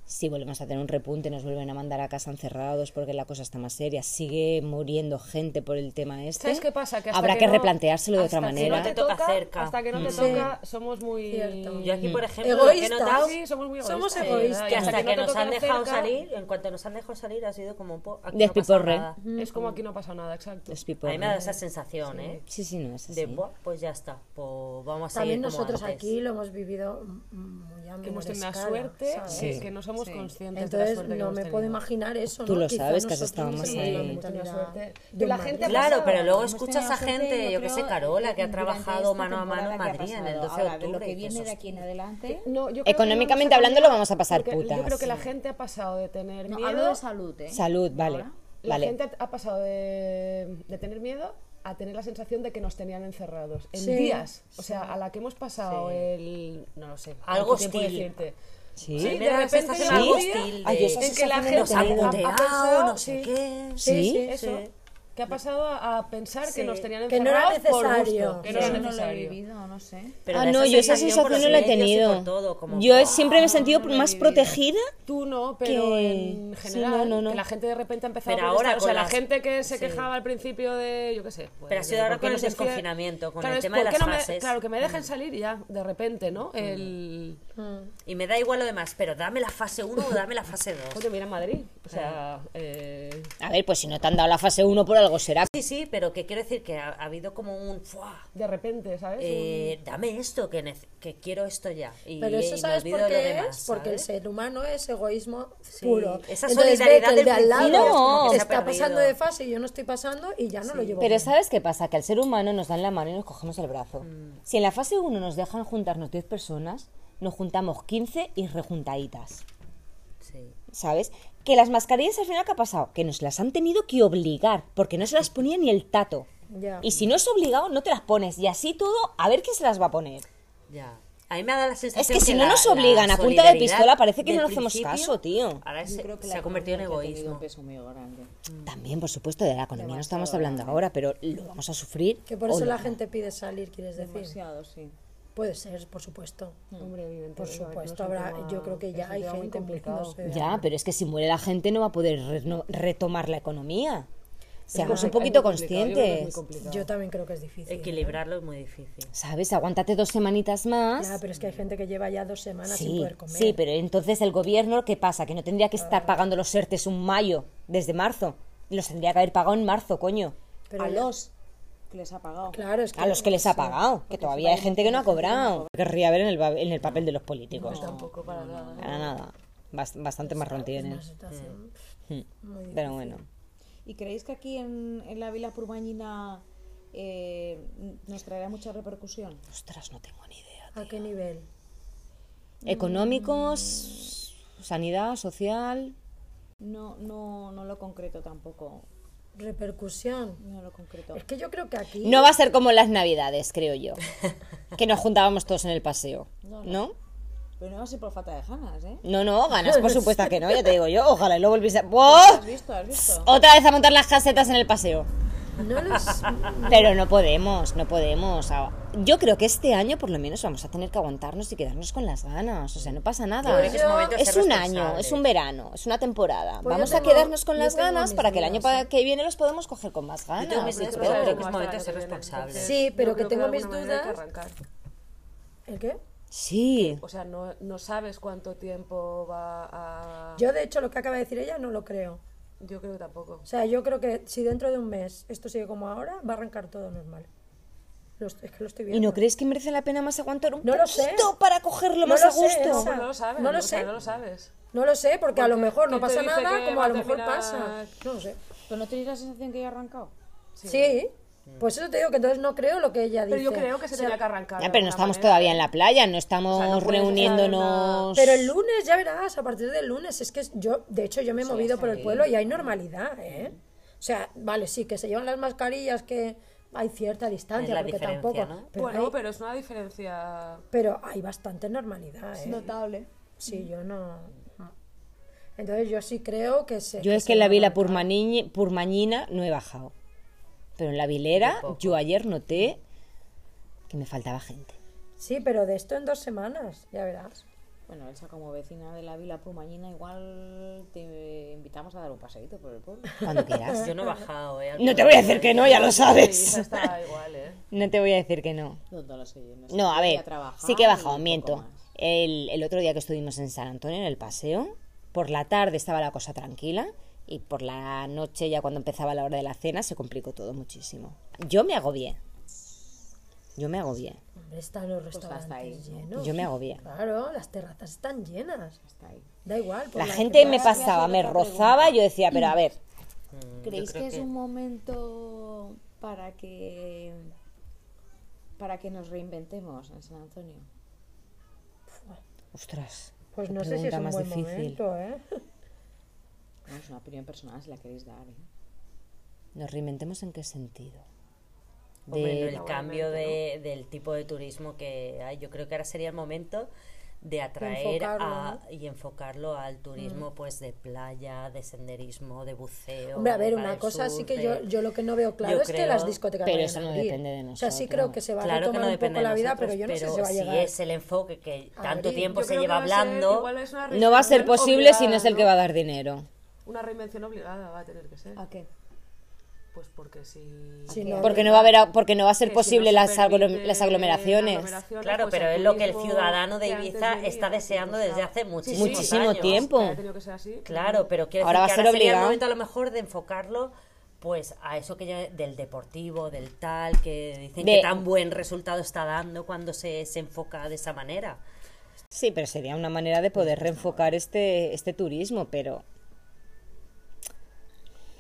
S4: Si volvemos a tener un repunte, nos vuelven a mandar a casa encerrados porque la cosa está más seria, sigue muriendo gente por el tema este.
S6: ¿Sabes qué pasa? Que hasta
S4: Habrá que,
S6: no-
S4: replanteárselo de
S6: hasta
S4: otra
S6: que no
S4: manera. Mm.
S5: Te toca cerca.
S6: Hasta que no te toca, somos muy...
S7: Cierto.
S5: Yo aquí, por ejemplo, lo que he
S7: Egoístas.
S5: notado
S6: Sí, somos muy
S7: Somos
S6: egoístas.
S7: egoístas.
S5: que
S6: Y
S5: hasta que
S6: no
S5: nos
S6: te
S5: han
S6: tocan
S5: dejado
S6: cerca,
S5: salir, en cuanto nos han dejado salir, ha sido como un po- aquí no pasa
S4: Despiporre.
S5: nada.
S6: Es
S4: Mm.
S6: como aquí no pasa nada, exacto.
S4: Es
S5: A mí me ha
S4: piporre.
S5: dado esa sensación, ¿eh?
S4: Sí, sí, no es así.
S5: De, "Buah, pues ya está, pues vamos a
S7: También
S5: seguir como
S7: nosotros
S5: antes".
S7: aquí lo hemos vivido mm, mm, muy a
S6: Que
S7: menor
S6: hemos tenido la
S7: escala,
S6: suerte
S7: ¿sabes?
S6: que- que no somos conscientes de la
S7: Entonces
S6: suerte que
S7: no
S6: hemos
S7: me
S6: tenido.
S7: puedo imaginar eso.
S4: Tú
S7: ¿no?
S4: lo
S7: Quizá
S4: sabes, que has
S7: nosotros
S4: estado más ahí.
S7: sí, la
S4: Hemos
S6: tenido
S7: mentalidad
S6: suerte.
S7: de
S6: Que la
S7: Madrid.
S6: gente-
S5: Claro,
S6: pasado.
S5: pero luego
S8: Hemos
S5: escuchas
S8: tenido
S5: a gente,
S8: suerte,
S5: yo que sé,
S8: creo,
S5: Carola, que ha
S8: durante
S5: trabajado
S8: esta
S5: mano a mano en
S8: temporada que ha
S5: Madrid en el
S8: pasado.
S5: 12 de
S8: Ahora, de lo
S5: octubre. pues
S8: que
S5: y
S8: viene de
S5: cosas.
S8: aquí en adelante.
S6: No, yo creo que
S4: Económicamente
S6: no nos ha
S4: hablando lo
S6: cambiado,
S4: vamos a pasar
S6: porque
S4: putas.
S6: Yo creo que la gente ha pasado de tener
S8: No,
S6: miedo...
S8: hablo de salud, ¿eh?
S4: Salud, vale.
S6: La
S4: Vale. Ah,
S6: gente ha pasado de, de tener miedo a tener la sensación de que nos tenían encerrados en días. O sea, a la que hemos pasado el. No lo sé.
S5: Algo
S6: ¿cuánto tiempo
S5: hostil.
S6: decirte?
S4: Sí.
S5: Sí,
S6: de
S5: me da esa
S6: repente
S5: sensación
S6: llega un
S5: hostil
S6: día
S5: de-
S4: Ay, esa
S6: en que
S4: sensación
S6: la gente
S5: Nos
S4: de
S5: ha
S4: tener-
S6: ha-
S5: puteado,
S6: pensado,
S5: Ah, no sé
S6: sí.
S5: qué.
S4: Sí,
S6: Sí,
S4: sí,
S6: eso. Que ha pasado a pensar que nos tenían
S7: Que no era
S6: encerrados por gusto.
S7: necesario.
S6: Que no era
S8: Yo no lo he
S6: necesario.
S8: vivido, no sé.
S5: Pero
S4: ah,
S5: da
S4: no, yo esa
S5: por
S4: sensación
S5: los
S4: no la he
S5: medios y por
S4: tenido.
S5: todo, como,
S4: yo
S5: "Buah".
S4: siempre me he sentido más protegida.
S6: Tú no, pero
S4: Que-
S6: en
S4: sí,
S6: general,
S4: no, no, no.
S6: que la gente de repente ha empezado
S5: Pero
S6: a
S5: ahora
S6: protestar. O sea,
S5: con
S6: la
S5: las-
S6: gente que se
S5: sí.
S6: quejaba al principio de, yo qué sé. pues,
S5: Pero ha sido
S6: de
S5: ahora
S6: por qué
S5: con el
S6: nos encierran.
S5: desconfinamiento, con
S6: Claro,
S5: el
S6: es,
S5: tema de
S6: ¿por qué
S5: las
S6: no me-
S5: fases. Mm.
S6: Claro, que me dejen salir ya, de repente, ¿no? El...
S5: Y me da igual lo demás, pero dame la fase 1 o dame la fase 2.
S6: Oye, mira Madrid. O sea,
S5: Mm.
S6: eh,
S4: A ver, pues si no te han dado la fase 1 por algo será.
S5: Sí, sí, pero que quiero decir que ha, ha habido como un... ¡fua!
S6: de repente, ¿sabes?
S5: Eh, dame esto, que, nece- que quiero esto ya. Y,
S7: Pero
S5: y
S7: eso
S5: me
S7: sabes
S5: olvido
S7: por
S5: de
S7: qué
S5: lo demás,
S7: es, porque el
S5: ¿sabes?
S7: ser humano es egoísmo puro.
S5: esa
S7: Entonces ve
S5: solidaridad
S7: que el de al
S5: del
S7: lado
S5: vecino No.
S7: te
S5: se ha
S7: está pasando
S5: perdido.
S7: de fase y yo no estoy pasando y ya no lo llevo.
S4: Pero
S7: bien.
S4: ¿sabes qué pasa? Que al ser humano nos dan la mano y nos cogemos el brazo.
S7: Mm.
S4: Si en la fase 1 nos dejan juntarnos 10 personas, nos juntamos 15 y rejuntaditas.
S5: Sí.
S4: ¿Sabes? Que las mascarillas al final, ¿qué ha pasado? Que nos las han tenido que obligar, porque no se las ponía ni el tato.
S7: Ya.
S4: Y si no es obligado, no te las pones. Y así todo, a ver quién se las va a poner.
S5: Ya. A mí me ha dado la sensación
S4: Es que si
S5: que
S4: no
S5: la-
S4: nos
S5: la
S4: obligan a punta de
S5: solidaridad
S4: pistola, parece que
S5: del
S4: no nos hacemos
S5: principio,
S4: caso, tío.
S5: Ahora
S8: Yo
S5: se,
S8: creo que
S5: se
S8: la
S5: ha convertido en
S8: economía aquí ha tenido
S5: egoísmo.
S8: un peso muy grande.
S7: Mm.
S4: También, por supuesto, de la economía no estamos hablando ahora, pero lo vamos a sufrir.
S7: Que por
S4: o
S7: eso
S4: lo-
S7: la gente pide salir, quieres decir.
S8: Demasiado, sí.
S7: Puede ser, por supuesto.
S6: Hombre, evidentemente,
S7: Por
S6: a ver, no
S7: supuesto,
S6: es un
S7: habrá,
S6: tema-
S7: yo creo que
S6: es
S7: ya
S6: un
S7: hay
S6: tema muy
S7: gente
S6: complicado.
S7: muriéndose.
S4: Ya, pero es que si muere la gente no va a poder reno- retomar la economía. Seamos un
S6: complicado,
S4: poquito
S6: es complicado, yo creo que es muy
S4: conscientes.
S6: complicado.
S7: Yo también creo que es difícil.
S5: Equilibrarlo es muy difícil.
S4: ¿Sabes? Aguántate dos semanitas más.
S7: Ya, Ah, pero es que hay gente que lleva ya dos semanas sin
S4: Sí,
S7: poder comer.
S4: sí, pero entonces el gobierno, ¿qué pasa? Que no tendría que
S6: Ah.
S4: estar pagando los ERTES un mayo, desde marzo. Los tendría que haber pagado en marzo, coño.
S7: Pero
S8: a
S7: ya-
S8: los que les ha pagado.
S7: Claro, es que
S4: A los que les ha
S7: sí.
S4: pagado, que todavía hay gente que no ha cobrado. Querría ver en el, ba- en el papel de los políticos.
S6: Tampoco para nada.
S4: Para nada. Bast- bastante marrón tienes.
S7: Situación.
S4: Pero bueno.
S8: ¿Y creéis que aquí en, en la Vila Purbañina eh, nos traerá mucha repercusión?
S4: Ostras, no tengo ni idea.
S7: ¿A qué nivel?
S4: Económicos, sanidad, social.
S8: No, no, no lo concreto tampoco.
S7: Repercusión.
S8: No lo concreto.
S7: Es que yo creo que aquí.
S4: No va a ser como las navidades, creo yo. Que nos juntábamos todos en el paseo. ¿No?
S8: Pero no va a ser por falta de ganas, ¿eh?
S4: No, no, ganas, por supuesto que no, ya te digo yo. Ojalá y lo volviese a. ¡Oh!
S8: ¿Has visto? ¿Has visto?
S4: Otra vez a montar las casetas en el paseo.
S7: No lo sé.
S4: Pero no podemos, no podemos. Ah, Yo creo que este año por lo menos vamos a tener que aguantarnos y quedarnos con las ganas. O sea, no pasa nada.
S5: creo que es momento de
S4: es
S5: ser
S4: un año, es
S5: responsables.
S4: un verano, es una temporada.
S7: Pues yo
S4: vamos
S7: tengo-
S4: a quedarnos con
S7: yo
S4: las
S7: tengo
S4: ganas
S7: mis
S4: para que el año
S7: dudas,
S4: pa- que viene los podemos coger con más ganas.
S5: Yo mis
S4: yo
S5: dudas,
S4: creo.
S5: pero creo que
S6: Hasta
S5: es momento de
S6: que
S5: ser
S6: viene,
S5: responsable.
S6: entonces,
S7: Sí, pero
S6: yo
S7: que
S6: creo
S7: tengo
S6: de
S7: mis
S6: alguna manera hay que
S7: dudas.
S6: arrancar.
S7: ¿El qué?
S4: Sí.
S7: Pues
S6: O sea, no, no sabes cuánto tiempo va a...
S7: Yo, de hecho, lo que acaba de decir ella no lo creo.
S6: Yo creo que tampoco.
S7: O sea, yo creo que si dentro de un mes esto sigue como ahora, va a arrancar todo normal. Lo est- es que lo estoy viendo.
S4: ¿Y no crees que merece la pena más aguantar un
S7: No lo sé.
S4: poquito para cogerlo
S7: No
S4: más
S7: lo
S4: a
S7: sé,
S4: gusto?
S7: Elsa.
S6: No lo sabes.
S7: No lo
S6: o sea,
S7: sé.
S6: no lo sabes.
S7: No lo sé, porque a lo mejor no
S6: ¿quién te
S7: pasa
S6: dice
S7: nada,
S6: que
S7: como
S6: va
S7: a
S6: a
S7: lo mejor
S6: terminar?
S7: pasa. No lo sé.
S8: ¿Pero no tenéis la sensación que ya ha arrancado?
S7: Sí. Pues eso te digo que entonces no creo lo que ella dice.
S6: Pero yo creo que se tenía que arrancar.
S4: Ya,
S6: de
S4: pero no
S7: ¿eh?
S6: alguna
S4: estamos
S6: manera.
S4: todavía en la playa, no estamos
S6: no puedes
S4: reuniéndonos.
S7: Pero el lunes, ya verás, a partir del lunes, es que yo, de hecho, yo me he movido por el pueblo y hay normalidad, ¿eh? O sea, vale, sí, que se llevan las mascarillas, que hay cierta distancia,
S5: la
S7: porque
S5: diferencia,
S7: tampoco.
S5: ¿no?
S7: Pero,
S6: bueno,
S7: hay,
S6: pero es una
S4: (laughs)
S6: diferencia...
S7: pero hay bastante normalidad, ¿eh?
S10: Notable.
S7: Sí, yo no. Entonces, yo sí creo que se.
S4: Yo es que
S7: se
S4: en la
S7: va a
S4: vila
S7: arrancar.
S4: purmañi- purmañina no he bajado. Pero en la vilera yo ayer noté que me faltaba gente.
S7: Sí, pero de esto en dos semanas, ya verás.
S8: Bueno, Elsa, como vecina de la Vila Prumañina, igual te invitamos a dar un paseíto por el pueblo.
S7: (laughs)
S4: Cuando quieras.
S5: Yo no he bajado, ¿eh? al
S4: No te voy a decir que no, ya lo
S6: Esa
S4: sabes.
S6: está igual, ¿eh?
S4: No te voy a decir que no.
S8: (laughs) No, no lo sé yo, no sé.
S4: No, a
S8: Voy
S4: ver,
S8: trabajar
S4: sí que he
S8: y
S4: bajado,
S8: poco
S4: miento.
S8: más.
S4: El, el otro día que estuvimos en San Antonio, en el paseo, por la tarde estaba la cosa tranquila y por la noche, ya cuando empezaba la hora de la cena, se complicó todo muchísimo. Yo me agobié. Yo me agobié.
S7: Hombre, están los
S4: Pues
S7: restaurantes llenos.
S4: Yo me agobié.
S3: Pues
S7: Claro, las terrazas están llenas. Da igual. por
S4: La
S7: que
S4: gente me
S7: vayas.
S4: pasaba, me rozaba, yo decía, pero a ver,
S9: ¿Creéis
S5: creo
S9: que es
S5: que-
S9: un momento para que para que nos reinventemos en San Antonio?
S4: ostras.
S7: Pues
S4: qué
S7: no sé si es
S4: pregunta
S7: un
S4: más
S7: buen
S4: difícil.
S7: momento, ¿eh?
S8: No, es una opinión personal si la queréis dar. ¿eh?
S4: ¿Nos reinventemos en qué sentido? De-
S5: Hombre, no, el cambio de- del tipo de turismo que hay, yo creo que ahora sería el momento de atraer
S7: enfocarlo, Mm.
S5: a- y enfocarlo al turismo pues de playa, de senderismo, de buceo.
S7: Hombre, a ver,
S5: de
S7: una
S5: paddle
S7: cosa sí
S5: surf,
S7: que
S5: de-
S7: yo, yo lo que no veo claro
S5: Yo
S7: es que
S5: creo-
S7: las discotecas
S4: Pero
S7: vayan
S4: eso
S7: a
S4: no
S7: abrir.
S4: depende de
S7: O sea, sí
S4: nosotros.
S7: creo que se va a
S5: Claro que
S7: retomar
S5: no
S7: un poco
S5: depende
S7: la
S5: de
S7: vida,
S5: nosotros,
S7: pero yo no sé
S5: pero
S7: si va a
S5: si
S7: llegar.
S5: es el enfoque que tanto
S7: Abrir,
S5: tiempo
S6: Yo
S5: se
S6: creo que
S5: lleva
S6: va a ser-
S5: hablando,
S6: igual es una
S4: No va a ser
S6: reinvención
S4: posible si no
S6: obligada,
S4: es el que va a dar dinero.
S6: Una reinvención obligada va a tener que ser.
S9: ¿A qué?
S6: Pues porque si...
S7: Sí, no,
S4: Porque no va a haber, porque no va a ser
S6: que si
S4: posible
S6: no se
S4: las, aglo-
S6: permite
S4: las aglomeraciones.
S6: aglomeraciones,
S5: claro,
S6: pues
S5: pero es lo que el
S6: turismo
S5: ciudadano de
S6: que antes
S5: Ibiza
S6: venía,
S5: está
S6: pues,
S5: deseando
S6: o sea,
S5: desde hace muchísimos
S4: Muchísimo
S5: años.
S4: tiempo.
S6: que ha tenido que ser así.
S5: Claro, pero quiero
S4: Ahora va a
S5: decir que
S4: ser
S5: ahora sería
S4: obligado.
S5: el momento a lo mejor de enfocarlo pues a eso que ya del deportivo, del tal, que dicen
S4: De-
S5: que tan buen resultado está dando cuando se, se enfoca de esa manera.
S4: Sí, pero sería una manera de poder reenfocar este, este turismo, pero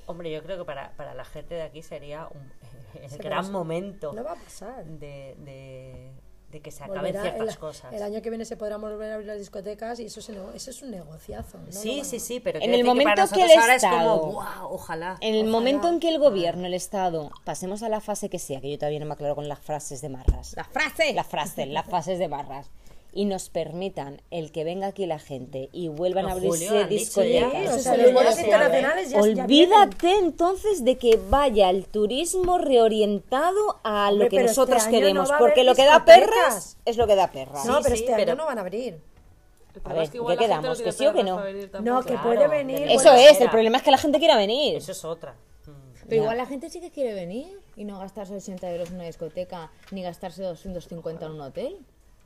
S5: Hombre, yo creo que para, para la gente de aquí sería un, (laughs) el gran momento
S7: No va a pasar.
S5: de, de- de que se acaben
S7: Volverá
S5: ciertas
S7: el,
S5: cosas.
S7: el año que viene se podrán volver a abrir las discotecas y eso, se no- eso es un negociazo. ¿no?
S5: sí,
S7: No,
S5: sí, sí, pero
S4: En
S5: quiero
S4: el
S5: decir
S4: momento
S5: para
S4: que
S5: nosotros
S4: el
S5: ahora
S4: Estado-
S5: es como, wow, ojalá.
S4: en el momento en que el gobierno, el Estado, pasemos a la fase que sea, que yo todavía no me aclaro con las frases de marras. Las frases. Las frases, las fases de marras. Y nos permitan el que venga aquí la gente y vuelvan
S5: No,
S4: a abrirse
S5: Julio, han dicho ya.
S4: discotecas.
S7: O
S5: Eso
S7: sea,
S5: sí
S7: los
S5: lo
S7: vuelos
S5: veo, ¿eh?
S7: internacionales ya, ya vienen.
S4: Olvídate entonces de que vaya el turismo reorientado a lo
S7: Hombre,
S4: que
S7: pero este
S4: nosotros
S7: año
S4: queremos,
S7: no va a
S4: porque
S7: haber
S4: lo que da
S7: discotecas.
S4: perras es lo que da perras.
S7: No,
S5: Sí,
S7: pero
S5: sí,
S7: este año
S5: pero-
S7: no van a abrir.
S6: El
S4: A
S6: problema
S4: ver,
S6: es que igual
S4: ¿ya
S6: la gente
S4: quedamos?
S6: tiene
S4: ¿Que sí o que
S6: perras
S4: no?
S6: para venir
S7: No,
S6: tampoco.
S7: que
S5: Claro,
S7: puede venir. este
S5: de
S4: Eso
S5: Bueno,
S4: es, el
S5: mira.
S4: problema es que la gente quiera venir.
S5: Eso es otra. Mm.
S9: Pero igual la gente sí que quiere venir y no gastarse 80 euros en una discoteca ni gastarse 250 en un hotel.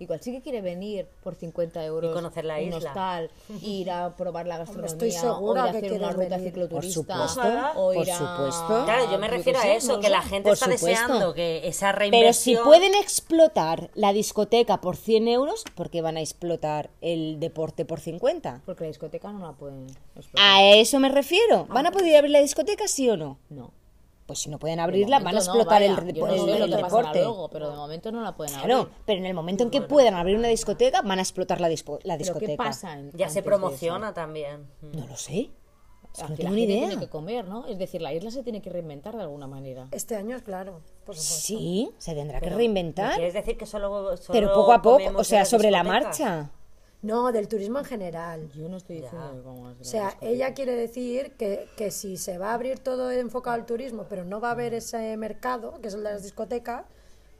S9: Igual sí que quiere venir por 50 euros.
S5: Y conocer la
S9: a un
S5: isla.
S9: hostal, ir a probar la gastronomía.
S7: estoy segura
S9: o ir a
S7: que
S9: hacer una
S7: quieren
S9: ruta
S7: venir.
S9: cicloturista.
S4: Por supuesto,
S9: o
S4: por
S9: ir a-
S4: supuesto.
S5: Claro, yo me
S9: qué
S5: refiero a
S9: sé,
S5: eso,
S9: no lo
S5: que la
S9: sé.
S5: gente
S4: Por
S5: está
S4: supuesto.
S5: deseando que esa reinversión...
S4: Pero si pueden explotar la discoteca por 100 euros, ¿por qué van a explotar el deporte por 50?
S9: Porque la discoteca no la pueden explotar.
S4: A eso me refiero. ¿Van a poder abrir la discoteca, sí o no?
S9: No.
S4: Pues si no pueden abrirla, van a explotar el,
S9: deporte.
S4: depo- el- el deporte.
S9: pero de momento no la pueden abrir.
S4: Claro, pero en el momento en que puedan abrir una discoteca, van a explotar la, dispo- la
S9: ¿Pero
S4: discoteca.
S9: qué pasa? en-
S5: Ya se
S9: antes de eso?
S5: promociona también.
S4: No lo sé. Es que
S9: Aquí
S4: no
S9: la
S4: tengo ni
S9: gente
S4: idea.
S9: tiene que comer, ¿no? Es decir, la isla se tiene que reinventar de alguna manera.
S7: Este año es claro, por supuesto.
S4: Sí, se tendrá que
S5: ¿Me
S4: reinventar,
S5: ¿Quieres decir que solo, solo
S4: pero poco a poco,
S5: comemos
S4: o
S5: en
S4: sea,
S5: las
S4: sobre la
S5: discotecas?
S4: marcha.
S7: No, del turismo en general.
S9: Yo no estoy diciendo que cómo
S7: O sea, ella quiere decir que, que si se va a abrir todo enfocado al turismo, pero no va a haber ese mercado, que es el de las discotecas,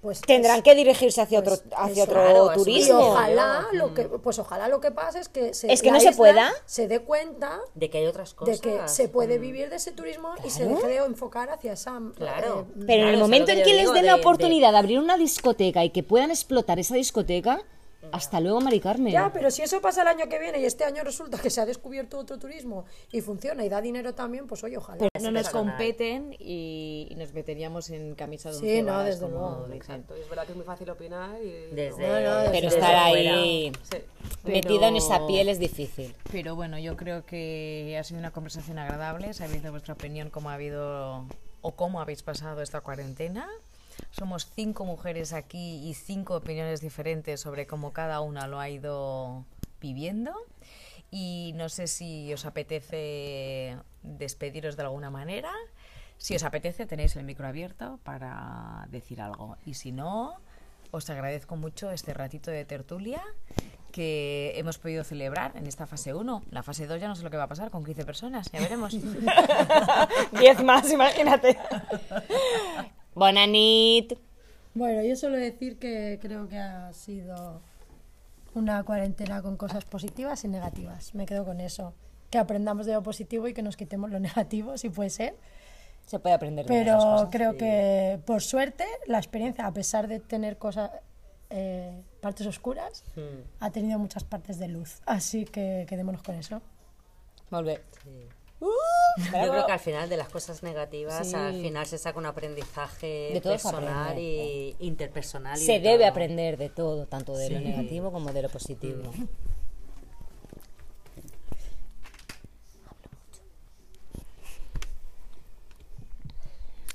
S7: pues...
S4: Tendrán
S7: es-
S4: que dirigirse hacia otro,
S7: Pues
S4: hacia
S7: eso.
S4: otro
S5: Claro, es un
S7: Y
S4: turismo.
S7: ojalá lo que, pues ojalá lo que pase es que se,
S4: Mm. Es que
S7: la
S4: no se
S7: isla
S4: pueda.
S7: se dé cuenta
S5: De que hay otras
S7: de
S5: cosas.
S7: que se puede
S5: mm.
S7: vivir de ese turismo y se deje de enfocar hacia esa
S5: Claro.
S7: eh,
S4: Pero en
S5: Claro,
S4: el
S5: eso es
S4: momento
S5: lo
S4: en
S5: yo
S4: que les
S5: digo
S4: den
S5: de-
S4: la
S5: de-
S4: oportunidad de abrir una discoteca y que puedan explotar esa discoteca, Hasta luego, Mari Carmen.
S3: Ya, pero si eso pasa el año que viene y este año resulta que se ha descubierto otro turismo y funciona y da dinero también, pues oye, ojalá.
S1: Pero no nos competen y, y nos meteríamos en camisa de un
S3: ¿eh? Sí, no, desde luego.
S6: Exacto, y es verdad que es muy fácil opinar y...
S5: Desde,
S4: Pero
S5: desde
S4: estar
S5: fuera.
S4: ahí
S6: Sí.
S4: metido en esa piel es difícil.
S1: Pero bueno, yo creo que ha sido una conversación agradable, sabiendo vuestra opinión cómo ha habido o cómo habéis pasado esta cuarentena. Somos cinco mujeres aquí y cinco opiniones diferentes sobre cómo cada una lo ha ido viviendo. Y no sé si os apetece despediros de alguna manera. Si os apetece, tenéis el micro abierto para decir algo. Y si no, os agradezco mucho este ratito de tertulia que hemos podido celebrar en esta fase 1. La fase 2 ya no sé lo que va a pasar con 15 personas, ya veremos.
S2: 10 más, imagínate.
S4: Bonanit.
S7: Bueno, yo suelo decir que creo que ha sido una cuarentena con cosas positivas y negativas. Me quedo con eso. Que aprendamos de lo positivo y que nos quitemos lo (laughs) negativo, si puede ser.
S4: Se puede aprender de esas
S7: Pero
S4: cosas.
S7: creo que, por suerte, la experiencia, a pesar de tener cosas, eh, partes oscuras,
S4: Hmm.
S7: ha tenido muchas partes de luz. Así que quedémonos con eso.
S4: Volver.
S5: Yo creo que al final de las cosas negativas, al final se saca un aprendizaje
S4: De todo se
S5: personal
S4: aprende,
S5: y interpersonal. y
S4: Se
S5: de
S4: debe
S5: todo.
S4: aprender de todo, tanto de lo negativo como de lo positivo.
S1: (laughs)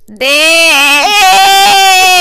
S1: ¡De!